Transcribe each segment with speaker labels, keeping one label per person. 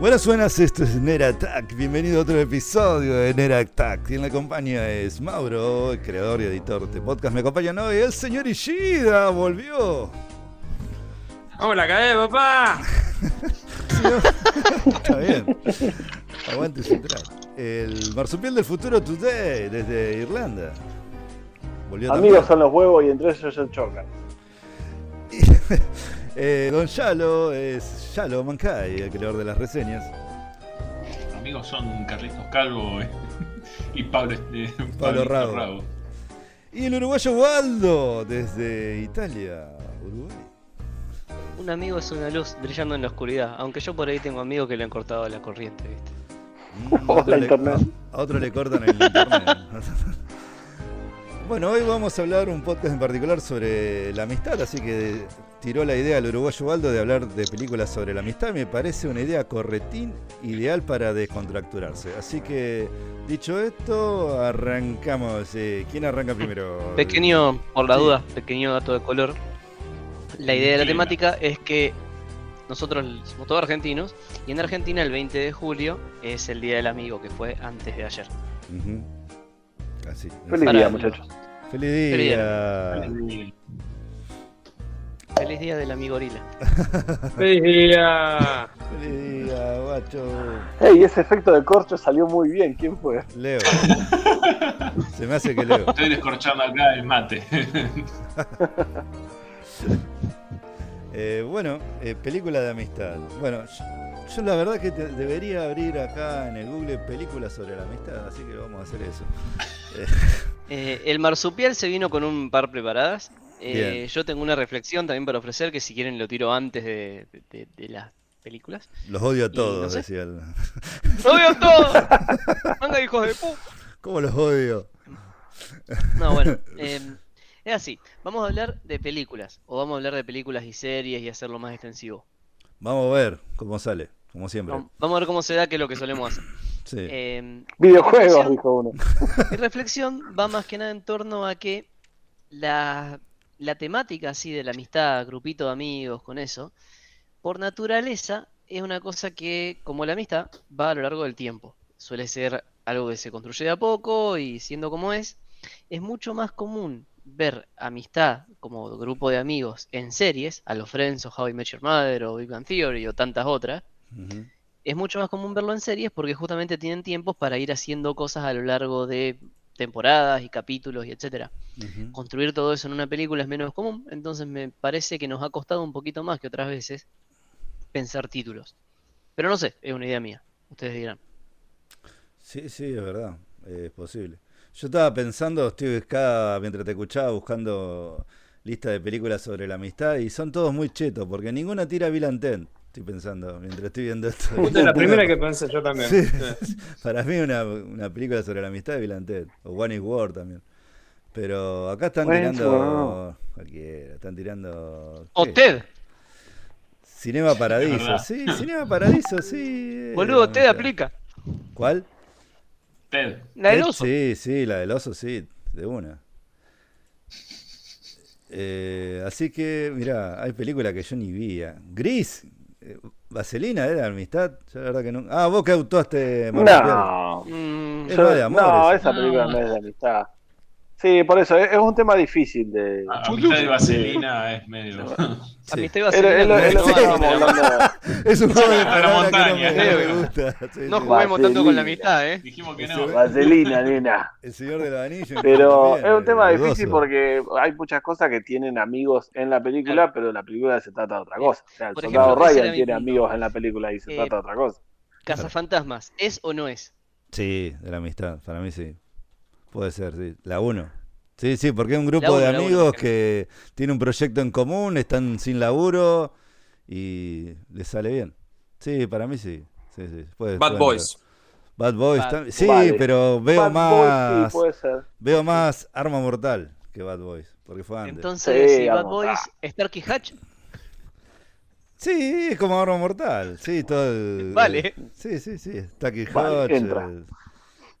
Speaker 1: Buenas, buenas, esto es Nera Attack. Bienvenido a otro episodio de Nera Attack. Quien la acompaña es Mauro, el creador y editor de este podcast. Me acompañan hoy el señor Ishida, volvió.
Speaker 2: ¡Vamos, la cae, papá!
Speaker 1: Está bien. Aguante central. El marsupial del futuro today, desde Irlanda. Volvió
Speaker 3: Amigos son los huevos y entre ellos se chocan.
Speaker 1: también. Eh, Don Yalo es Yalo Mankai, el creador de las reseñas.
Speaker 4: Amigos son Carlitos Calvo eh, y Pablo, eh, Pablito
Speaker 1: Rago. Y el uruguayo Waldo, desde Italia, Uruguay.
Speaker 5: Un amigo es una luz brillando en la oscuridad, aunque yo por ahí tengo amigos que le han cortado la corriente, ¿viste?
Speaker 1: Mm,
Speaker 3: Hola,
Speaker 1: otro le-
Speaker 3: Internet.
Speaker 1: a otro le cortan el internet. bueno, hoy vamos a hablar un podcast en particular sobre la amistad, así que tiró la idea al uruguayo Baldo de hablar de películas sobre la amistad. Me parece una idea corretín ideal para descontracturarse. Así que, dicho esto, arrancamos. Eh, ¿Quién arranca primero?
Speaker 5: Pequeño, por la
Speaker 1: Sí.
Speaker 5: duda, pequeño dato de color. La idea de la
Speaker 4: Increíble.
Speaker 5: temática es que nosotros somos todos argentinos y en Argentina el 20 de julio es el Día del Amigo, que fue antes de ayer.
Speaker 1: Ujú. Así.
Speaker 3: Feliz
Speaker 5: Para-
Speaker 3: día, muchachos.
Speaker 1: Feliz
Speaker 5: Feliz
Speaker 1: día.
Speaker 4: Ah.
Speaker 5: Feliz Día del Amigorila.
Speaker 2: ¡Feliz día!
Speaker 1: Feliz día, guacho.
Speaker 3: Ey, ese efecto de corcho salió muy bien. ¿Quién fue?
Speaker 1: Leo. Se me hace que Leo.
Speaker 4: Estoy descorchando acá el mate.
Speaker 1: Eh, bueno, eh, película de amistad. Bueno, yo, yo la verdad que te- debería abrir acá en el Google películas sobre la amistad, así que vamos a hacer eso.
Speaker 5: Eh, el marsupial se vino con un par preparadas. Eh,
Speaker 1: Bien.
Speaker 5: yo tengo una reflexión también para ofrecer, que si quieren lo tiro antes de- de- de- de las películas.
Speaker 1: Los odio a
Speaker 5: no
Speaker 1: todos,
Speaker 5: sé.
Speaker 1: decía el...
Speaker 5: ¡Lo veo todo! ¡Manga de hijos de pu!
Speaker 1: ¿Cómo los odio?
Speaker 5: No, bueno. eh, es así. Vamos a hablar de películas. O vamos a hablar de películas y series y hacerlo más extensivo.
Speaker 1: Vamos a ver cómo sale, como siempre.
Speaker 5: Vam- Vamos a ver cómo se da, que es lo que solemos hacer.
Speaker 1: Sí.
Speaker 5: Eh,
Speaker 3: Videojuegos, dijo uno.
Speaker 5: mi reflexión va más que nada en torno a que la, la temática así de la amistad, grupito de amigos, con eso, por naturaleza es una cosa que, como la amistad, va a lo largo del tiempo. Suele ser algo que se construye de a poco y siendo como es, es mucho más común ver amistad como grupo de amigos en series, a los Friends o How I Met Your Mother o Big Bang Theory o tantas otras,
Speaker 1: Ujú.
Speaker 5: es mucho más común verlo en series porque justamente tienen tiempos para ir haciendo cosas a lo largo de temporadas y capítulos y etcétera.
Speaker 1: Ujú.
Speaker 5: Construir todo eso en una película es menos común, entonces me parece que nos ha costado un poquito más que otras veces pensar títulos. Pero no sé, es una idea mía. Ustedes dirán.
Speaker 1: Sí, sí, es verdad, eh, es posible. Yo estaba pensando, estoy acá, mientras te escuchaba, buscando lista de películas sobre la amistad y son todos muy chetos, porque ninguna tira Bill and Ted, estoy pensando, mientras estoy viendo esto.
Speaker 2: Esta es la primera que pensé yo también.
Speaker 1: Sí.
Speaker 2: Sí.
Speaker 1: Para mí una, una película sobre la amistad de Bill and Ted, o One is War también. Pero acá están
Speaker 3: One is
Speaker 1: tirando cualquiera, están tirando ¿qué?
Speaker 5: ¡O Ted!
Speaker 1: Cinema Paradiso,
Speaker 4: verdad.
Speaker 1: sí, Cinema Paradiso, sí.
Speaker 5: Boludo,
Speaker 1: te
Speaker 5: Ted aplica.
Speaker 1: ¿Cuál?
Speaker 4: Ted,
Speaker 5: La del
Speaker 1: Ted,
Speaker 5: oso.
Speaker 1: Sí, sí, la del oso, sí, de una. Eh, así que, mirá, hay películas que yo ni vi. ah. Gris, eh, Vaselina era amistad. Yo la verdad que no. Ah, vos que autoste,
Speaker 3: No.
Speaker 5: Mm,
Speaker 1: Es lo de amores.
Speaker 3: no, esa película no es de amistad. Sí, por eso, es, es un tema difícil de.
Speaker 1: Ah,
Speaker 4: a a mitad de vaselina es medio.
Speaker 5: Amistad iba a
Speaker 3: Es lo-
Speaker 5: ser
Speaker 3: es lo- es lo que
Speaker 5: no,
Speaker 1: sí.
Speaker 3: estábamos hablando.
Speaker 1: Es un juego de
Speaker 4: la
Speaker 1: palabras que no
Speaker 4: montaña,
Speaker 1: me,
Speaker 4: creo
Speaker 1: no me
Speaker 4: que no.
Speaker 1: gusta. Sí,
Speaker 5: no
Speaker 1: sí.
Speaker 5: juguemos tanto con la amistad, eh.
Speaker 4: Dijimos que
Speaker 1: Ese
Speaker 4: no.
Speaker 3: Vaselina, nena.
Speaker 1: El señor de los anillos.
Speaker 3: Pero
Speaker 1: también, eh,
Speaker 3: es un tema
Speaker 1: el
Speaker 3: difícil
Speaker 1: gozo.
Speaker 3: porque hay muchas cosas que tienen amigos en la película, pero la película se trata de otra cosa. O sea, el
Speaker 5: Por
Speaker 3: soldado
Speaker 5: ejemplo, ese era
Speaker 3: Ryan
Speaker 5: mi
Speaker 3: tiene
Speaker 5: punto.
Speaker 3: amigos en la película y se
Speaker 5: Eh,
Speaker 3: trata de otra cosa.
Speaker 5: Cazafantasmas, ¿es o no es?
Speaker 1: Sí, de la amistad, para mí sí. Puede ser, sí. La uno. Sí, sí, porque es un
Speaker 5: La
Speaker 1: grupo
Speaker 5: uno,
Speaker 1: de
Speaker 5: la uno,
Speaker 1: amigos
Speaker 5: creo.
Speaker 1: que tiene un proyecto en común, están sin laburo y les sale bien. Sí, para mí sí. Sí, sí, puede-
Speaker 2: Bad
Speaker 1: pueden
Speaker 2: Boys.
Speaker 1: ver. Bad Boys.
Speaker 5: Bad
Speaker 1: tam- Sí,
Speaker 3: Boys.
Speaker 1: pero veo
Speaker 3: Bad Boy,
Speaker 1: más
Speaker 3: sí, puede ser.
Speaker 1: veo más Arma Mortal que Bad Boys, porque fue antes.
Speaker 5: Entonces,
Speaker 3: Sí,
Speaker 5: si Bad
Speaker 3: vamos,
Speaker 5: Boys,
Speaker 3: ah.
Speaker 5: Starkey Hatch,
Speaker 1: Sí, es como Arma Mortal. Sí, todo el-
Speaker 5: Vale.
Speaker 1: Sí, sí, sí. Taki
Speaker 3: Vale,
Speaker 1: Hutch.
Speaker 3: entra.
Speaker 1: el-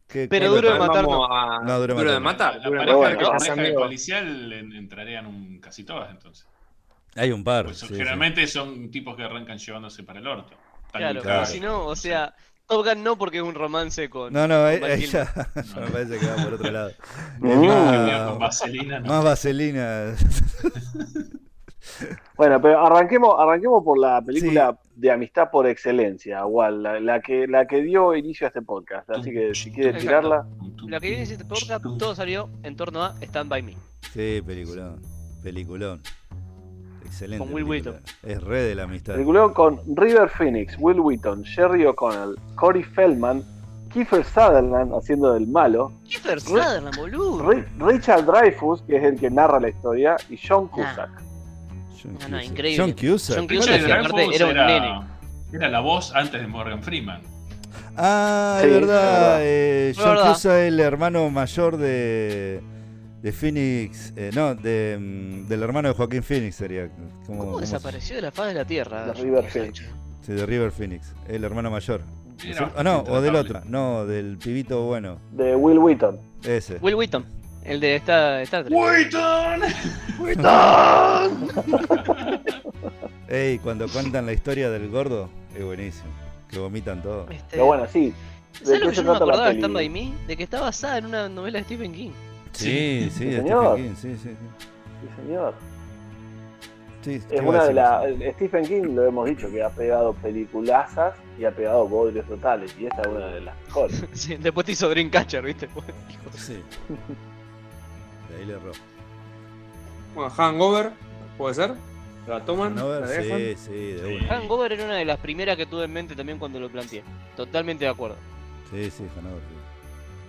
Speaker 1: ¿Qué-
Speaker 5: Pero
Speaker 1: cuál
Speaker 5: duro de
Speaker 1: otra?
Speaker 5: matar,
Speaker 2: Vamos a-
Speaker 1: No, duro de
Speaker 2: Duro de
Speaker 1: matar.
Speaker 2: matar.
Speaker 4: La
Speaker 2: Duro de
Speaker 4: pareja,
Speaker 3: bueno,
Speaker 2: matar.
Speaker 4: la
Speaker 2: que
Speaker 3: vamos,
Speaker 2: es
Speaker 4: pareja de
Speaker 2: amigo.
Speaker 4: policial en- entrarían un- casi todas entonces.
Speaker 1: Hay un par.
Speaker 4: Pues,
Speaker 1: sí, sí.
Speaker 4: generalmente son tipos que arrancan llevándose para el orto.
Speaker 5: Claro,
Speaker 1: Claro.
Speaker 5: porque si no, o sea, Top Gun no porque es un romance con.
Speaker 1: No, no,
Speaker 5: con
Speaker 1: eh,
Speaker 5: Val
Speaker 1: eh,
Speaker 5: Kilmer.
Speaker 1: ya, ya me parece que va por otro lado.
Speaker 3: Mm.
Speaker 1: Es
Speaker 4: con
Speaker 1: más,
Speaker 4: vaselina, no.
Speaker 1: más vaselina.
Speaker 3: Bueno, pero arranquemos, arranquemos por la película de amistad por excelencia, Wal, la, la que, la que dio inicio a este podcast. Así que si quieres
Speaker 5: Exacto.
Speaker 3: tirarla,
Speaker 5: La que viene en este podcast, todo salió en torno a Stand By Me.
Speaker 1: Sí, peliculón. Peliculón. Excelente.
Speaker 5: Con Will
Speaker 1: película. Es re de la amistad.
Speaker 3: peliculón con River Phoenix, Will Wheaton, Sherry O'Connell, Corey Feldman, Kiefer Sutherland haciendo del malo,
Speaker 5: Kiefer Sutherland, boludo.
Speaker 3: Ri- Richard Dreyfus, que es el que narra la historia, y John Cusack.
Speaker 1: John
Speaker 5: No, no,
Speaker 1: Cusack.
Speaker 5: increíble.
Speaker 1: John Cusack.
Speaker 5: John
Speaker 1: ¿Cuál
Speaker 4: Richard
Speaker 5: Cusack,
Speaker 1: es?
Speaker 5: que aparte
Speaker 4: Dreyfuss
Speaker 5: era un
Speaker 4: era,
Speaker 5: nene.
Speaker 4: era la voz antes de Morgan Freeman.
Speaker 1: Ah,
Speaker 3: Sí,
Speaker 1: es
Speaker 3: es
Speaker 1: verdad.
Speaker 3: verdad.
Speaker 1: eh,
Speaker 5: Es
Speaker 1: John
Speaker 5: verdad.
Speaker 1: Cusack es el hermano mayor de. De Phoenix, eh, no, de, mm, del hermano de Joaquín Phoenix sería. ¿Cómo,
Speaker 5: ¿Cómo
Speaker 1: cómo se-
Speaker 5: desapareció de la faz de la tierra?
Speaker 3: De
Speaker 5: John
Speaker 3: River
Speaker 5: Cusack?
Speaker 3: Phoenix.
Speaker 1: Sí, de River Phoenix, el hermano mayor.
Speaker 4: Era
Speaker 1: Sí, o
Speaker 4: bastante
Speaker 1: no, o del
Speaker 4: tratable.
Speaker 1: otro, no, del pibito bueno,
Speaker 3: De Will Wheaton.
Speaker 1: ese.
Speaker 5: Will Wheaton, el de esta Star Trek.
Speaker 4: ¡Wheaton!
Speaker 1: Ey, cuando cuentan la historia del gordo, es buenísimo. Que vomitan todo.
Speaker 5: Este,
Speaker 3: Pero bueno, sí.
Speaker 5: ¿Sabes lo
Speaker 3: qué
Speaker 5: que
Speaker 3: se
Speaker 5: yo no me
Speaker 3: trata la
Speaker 5: acordaba de
Speaker 3: peli?
Speaker 5: Stand By Me? De que está basada en una novela de Stephen King.
Speaker 1: Sí, sí, de Stephen
Speaker 3: señor.
Speaker 1: King, sí, sí. sí.
Speaker 3: Sí, señor.
Speaker 1: Sí, ¿qué iba
Speaker 3: Es
Speaker 1: a
Speaker 3: una de las.
Speaker 1: decir?
Speaker 3: Stephen King lo hemos dicho que ha pegado peliculazas y ha pegado bodrios totales. Y esta es una de las mejores.
Speaker 5: Sí, después te hizo Dreamcatcher, ¿viste?
Speaker 1: Sí. De ahí le erró.
Speaker 2: Bueno, Hangover, ¿puede ser? ¿La toman?
Speaker 1: No,
Speaker 2: ¿La dejan?
Speaker 1: sí, sí, de una.
Speaker 5: Hangover era una de las primeras que tuve en mente también cuando lo planteé. Totalmente de acuerdo.
Speaker 1: Sí, sí, Hanover.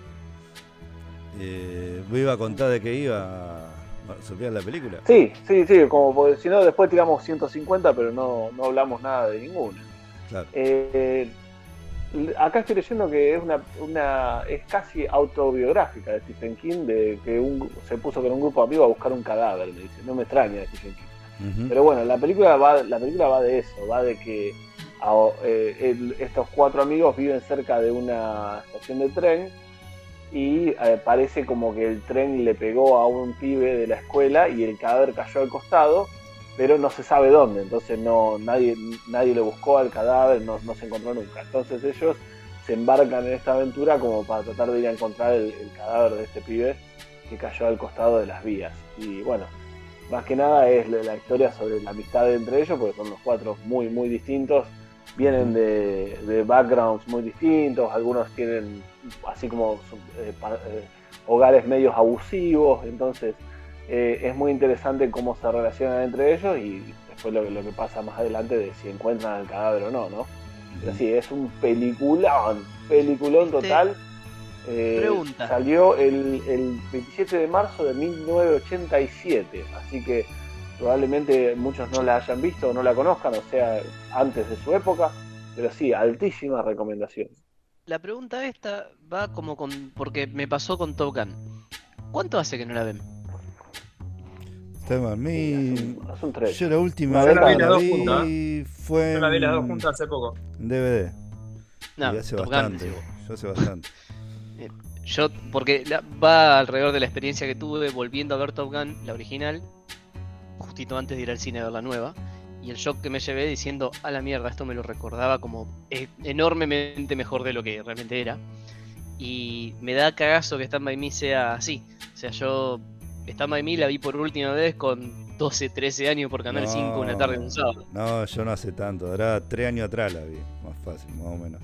Speaker 1: sí. Eh, ¿vos iba a contar de qué iba a suplir la película?
Speaker 3: Sí, sí, sí. Como por- si no, después tiramos 150, pero no, no hablamos nada de ninguna.
Speaker 1: Claro.
Speaker 3: Eh, l- acá estoy leyendo que es una, una es casi autobiográfica de Stephen King, de que un- se puso con un grupo de amigos a buscar un cadáver. Me dice, no me extraña de Stephen King.
Speaker 1: Ujú.
Speaker 3: Pero bueno, la película va, la película va de eso, va de que a- eh, el- estos cuatro amigos viven cerca de una estación de tren y eh, parece como que el tren le pegó a un pibe de la escuela y el cadáver cayó al costado, pero no se sabe dónde, entonces no nadie nadie lo buscó al cadáver, no, no se encontró nunca. Entonces ellos se embarcan en esta aventura como para tratar de ir a encontrar el, el cadáver de este pibe que cayó al costado de las vías. Y bueno, más que nada es la la historia sobre la amistad entre ellos, porque son los cuatro muy, muy distintos. Vienen de, de backgrounds muy distintos, algunos tienen así como su- eh, pa- eh, hogares medios abusivos, entonces eh, es muy interesante cómo se relacionan entre ellos y después lo, que- lo que pasa más adelante de si encuentran el cadáver o no, ¿no? Pero sí, es un peliculón, peliculón
Speaker 5: Este,
Speaker 3: total. Eh,
Speaker 5: pregunta.
Speaker 3: Salió el, el 27 de marzo de 1987, así que probablemente muchos no la hayan visto o no la conozcan, o sea, antes de su época, pero sí, altísima recomendación.
Speaker 5: La pregunta esta va como con. porque me pasó con Top Gun. ¿Cuánto hace que no la ven?
Speaker 1: Tema, a mí-
Speaker 3: Sí, es un- es un tres.
Speaker 1: Yo la última
Speaker 3: Yo
Speaker 1: vez
Speaker 3: la vi
Speaker 1: que
Speaker 2: las
Speaker 1: la
Speaker 2: dos
Speaker 1: vi
Speaker 2: juntas.
Speaker 1: fue
Speaker 2: Yo la vi las dos
Speaker 1: en-
Speaker 2: juntas hace poco.
Speaker 1: en DVD.
Speaker 5: No,
Speaker 1: y hace
Speaker 5: Top Gun.
Speaker 1: bastante.
Speaker 5: decís vos.
Speaker 1: Yo hace bastante.
Speaker 5: Yo, porque la- va alrededor de la experiencia que tuve volviendo a ver Top Gun, la original, justito antes de ir al cine a ver la nueva, y el shock que me llevé diciendo, a la mierda, esto me lo recordaba como eh, enormemente mejor de lo que realmente era. Y me da cagazo que Stand By Me sea así. O sea, yo Stand By Me la vi por última vez con 12, 13 años por Canal
Speaker 1: No.
Speaker 5: 5 una tarde de un sábado.
Speaker 1: No, yo no hace tanto. Ahora tres años atrás la vi. Más fácil, más o menos.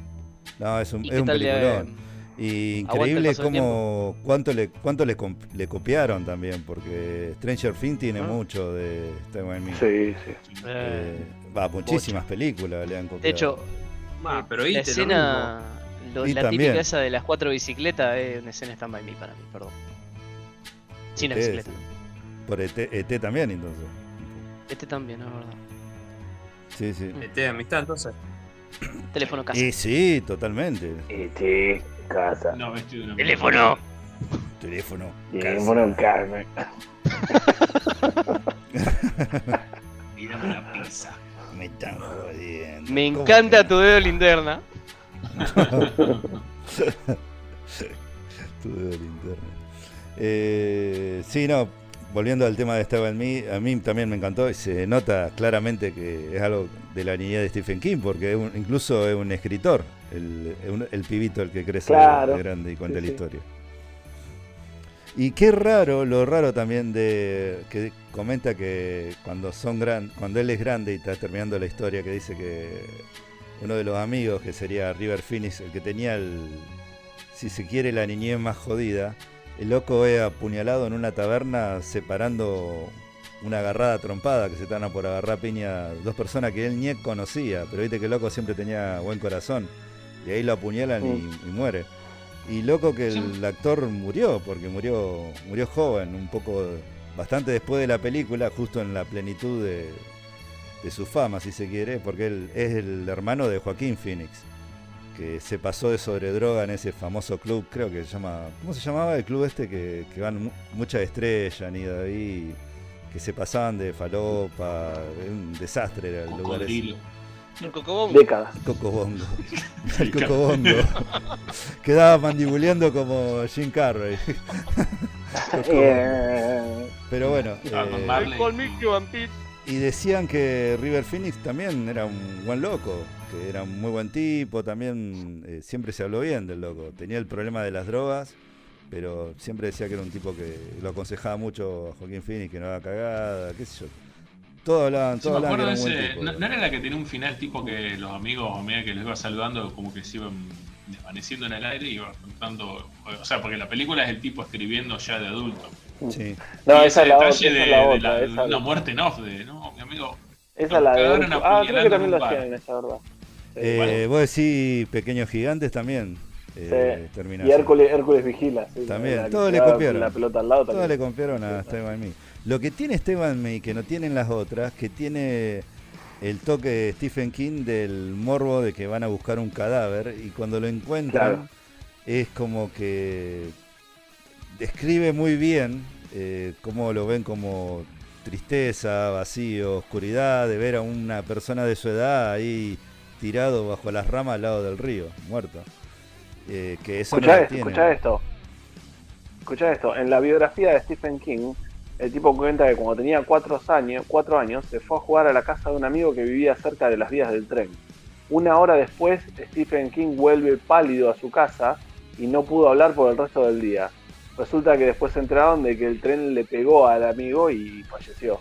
Speaker 1: No, es un,
Speaker 5: ¿Y
Speaker 1: es
Speaker 5: qué
Speaker 1: un
Speaker 5: tal de-
Speaker 1: peliculón. Y
Speaker 5: Aguanta el
Speaker 1: increíble
Speaker 5: paso del
Speaker 1: cómo, cuánto, le, cuánto le, comp- le copiaron también, porque Stranger Things tiene
Speaker 5: Ah.
Speaker 1: mucho de este Me.
Speaker 3: Sí, sí.
Speaker 5: eh,
Speaker 1: Eh, va, muchísimas películas le han copiado.
Speaker 5: de hecho,
Speaker 2: Ah, pero
Speaker 5: la
Speaker 2: ¿viste lo
Speaker 5: escena, lo-
Speaker 1: Y
Speaker 5: la
Speaker 1: también.
Speaker 5: típica esa de las cuatro bicicletas es una escena stand by me para mí, perdón. Sin la
Speaker 1: ET,
Speaker 5: bicicleta.
Speaker 1: Por E ET, ET también, entonces.
Speaker 5: Este también, es verdad.
Speaker 1: Sí, sí.
Speaker 2: mismo? Este, amistad, entonces.
Speaker 5: Teléfono casa.
Speaker 1: Y sí, totalmente.
Speaker 3: E.T. casa.
Speaker 4: No, vestido de una
Speaker 5: ¡Teléfono!
Speaker 1: Teléfono.
Speaker 3: Llevémonos en carne.
Speaker 4: Y dame una pizza.
Speaker 1: Me están jodiendo.
Speaker 5: Me
Speaker 1: ¿Cómo
Speaker 5: encanta
Speaker 1: que
Speaker 5: tu dedo linterna.
Speaker 1: Tu dedo linterna. Eh, sí, no, volviendo al tema de Esteban Me, a mí también me encantó y se nota claramente que es algo de la niñez de Stephen King, porque es un- incluso es un escritor, el, es un- el pibito el que crece
Speaker 3: Claro.
Speaker 1: de grande y cuenta
Speaker 3: Sí,
Speaker 1: la
Speaker 3: sí.
Speaker 1: historia. Y qué raro, lo raro también de que comenta que cuando son gran, cuando él es grande y está terminando la historia, que dice que uno de los amigos, que sería River Phoenix, el que tenía el, si se quiere, la niñez más jodida, el loco es apuñalado en una taberna separando una agarrada trompada que se estaban por agarrar a piña dos personas que él ni conocía, pero viste que el loco siempre tenía buen corazón. Y ahí lo apuñalan y, y muere. Y loco que el actor murió, porque murió, murió joven, un poco, bastante después de la película, justo en la plenitud de, de su fama, si se quiere, porque él es el hermano de Joaquín Phoenix, que se pasó de sobredroga en ese famoso club, creo que se llama, ¿cómo se llamaba el club este que, que van mu- muchas estrellas, ni de ahí, que se pasaban de falopa, un desastre era el lugar ese.
Speaker 4: Cocodrilo.
Speaker 5: El cocobongo.
Speaker 3: Décadas.
Speaker 1: Cocobongo. El Cocobongo. Quedaba mandibuleando como Jim Carrey. Cocobongo.
Speaker 3: Eh,
Speaker 1: Pero bueno.
Speaker 4: Ah,
Speaker 1: eh,
Speaker 4: Marley.
Speaker 1: y decían que River Phoenix también era un buen loco, que era un muy buen tipo, también eh, siempre se habló bien del loco. Tenía el problema de las drogas, pero siempre decía que era un tipo que lo aconsejaba mucho a Joaquín Phoenix, que no haga cagada, qué sé yo. Todos hablaban,
Speaker 4: Sí, me
Speaker 1: todos hablaban que
Speaker 4: acuerdo
Speaker 1: era un
Speaker 4: de
Speaker 1: buen
Speaker 4: ese.
Speaker 1: tipo.
Speaker 4: ¿No, no era la que tenía un final tipo que los amigos a medida que los iba saludando como que se iban desvaneciendo en el aire y iba contando. O sea, porque la película es el tipo escribiendo ya de adulto.
Speaker 1: Sí.
Speaker 3: No,
Speaker 4: Y
Speaker 3: esa es la otra. Esa
Speaker 4: detalle
Speaker 3: es
Speaker 4: de-
Speaker 3: la
Speaker 4: de
Speaker 3: otra.
Speaker 4: la-
Speaker 3: Esa
Speaker 4: una muerte en off de, ¿no? Mi amigo.
Speaker 3: esa es la de.
Speaker 4: cagaron
Speaker 3: Orco. Ah,
Speaker 4: apuñalando
Speaker 3: creo que
Speaker 4: en
Speaker 3: también
Speaker 4: un
Speaker 3: lo hacían
Speaker 4: bar.
Speaker 3: en esa, ¿verdad? Sí.
Speaker 1: Eh, Vos decís Pequeños Gigantes también. Eh,
Speaker 3: Sí.
Speaker 1: termina
Speaker 3: Y
Speaker 1: así.
Speaker 3: Hércules, Hércules vigila. sí,
Speaker 1: También,
Speaker 3: la que
Speaker 1: todo
Speaker 3: se
Speaker 1: le
Speaker 3: da
Speaker 1: copiaron.
Speaker 3: La pelota al lado
Speaker 1: Todas le
Speaker 3: también.
Speaker 1: confiaron a Esteban Mee. Lo que tiene Esteban Mee, que no tienen las otras, que tiene el toque de Stephen King del morbo de que van a buscar un cadáver y cuando lo encuentran
Speaker 3: Claro.
Speaker 1: es como que describe muy bien eh, cómo lo ven como tristeza, vacío, oscuridad, de ver a una persona de su edad ahí tirado bajo las ramas al lado del río, muerto. Eh, que eso
Speaker 3: Escuchá
Speaker 1: no lo
Speaker 3: esto,
Speaker 1: tiene.
Speaker 3: escuchá esto. Escuchá esto. En la biografía de Stephen King, el tipo cuenta que cuando tenía cuatro años, cuatro años, se fue a jugar a la casa de un amigo que vivía cerca de las vías del tren. Una hora después, Stephen King vuelve pálido a su casa y no pudo hablar por el resto del día. Resulta que después se enteraron de que el tren le pegó al amigo y falleció.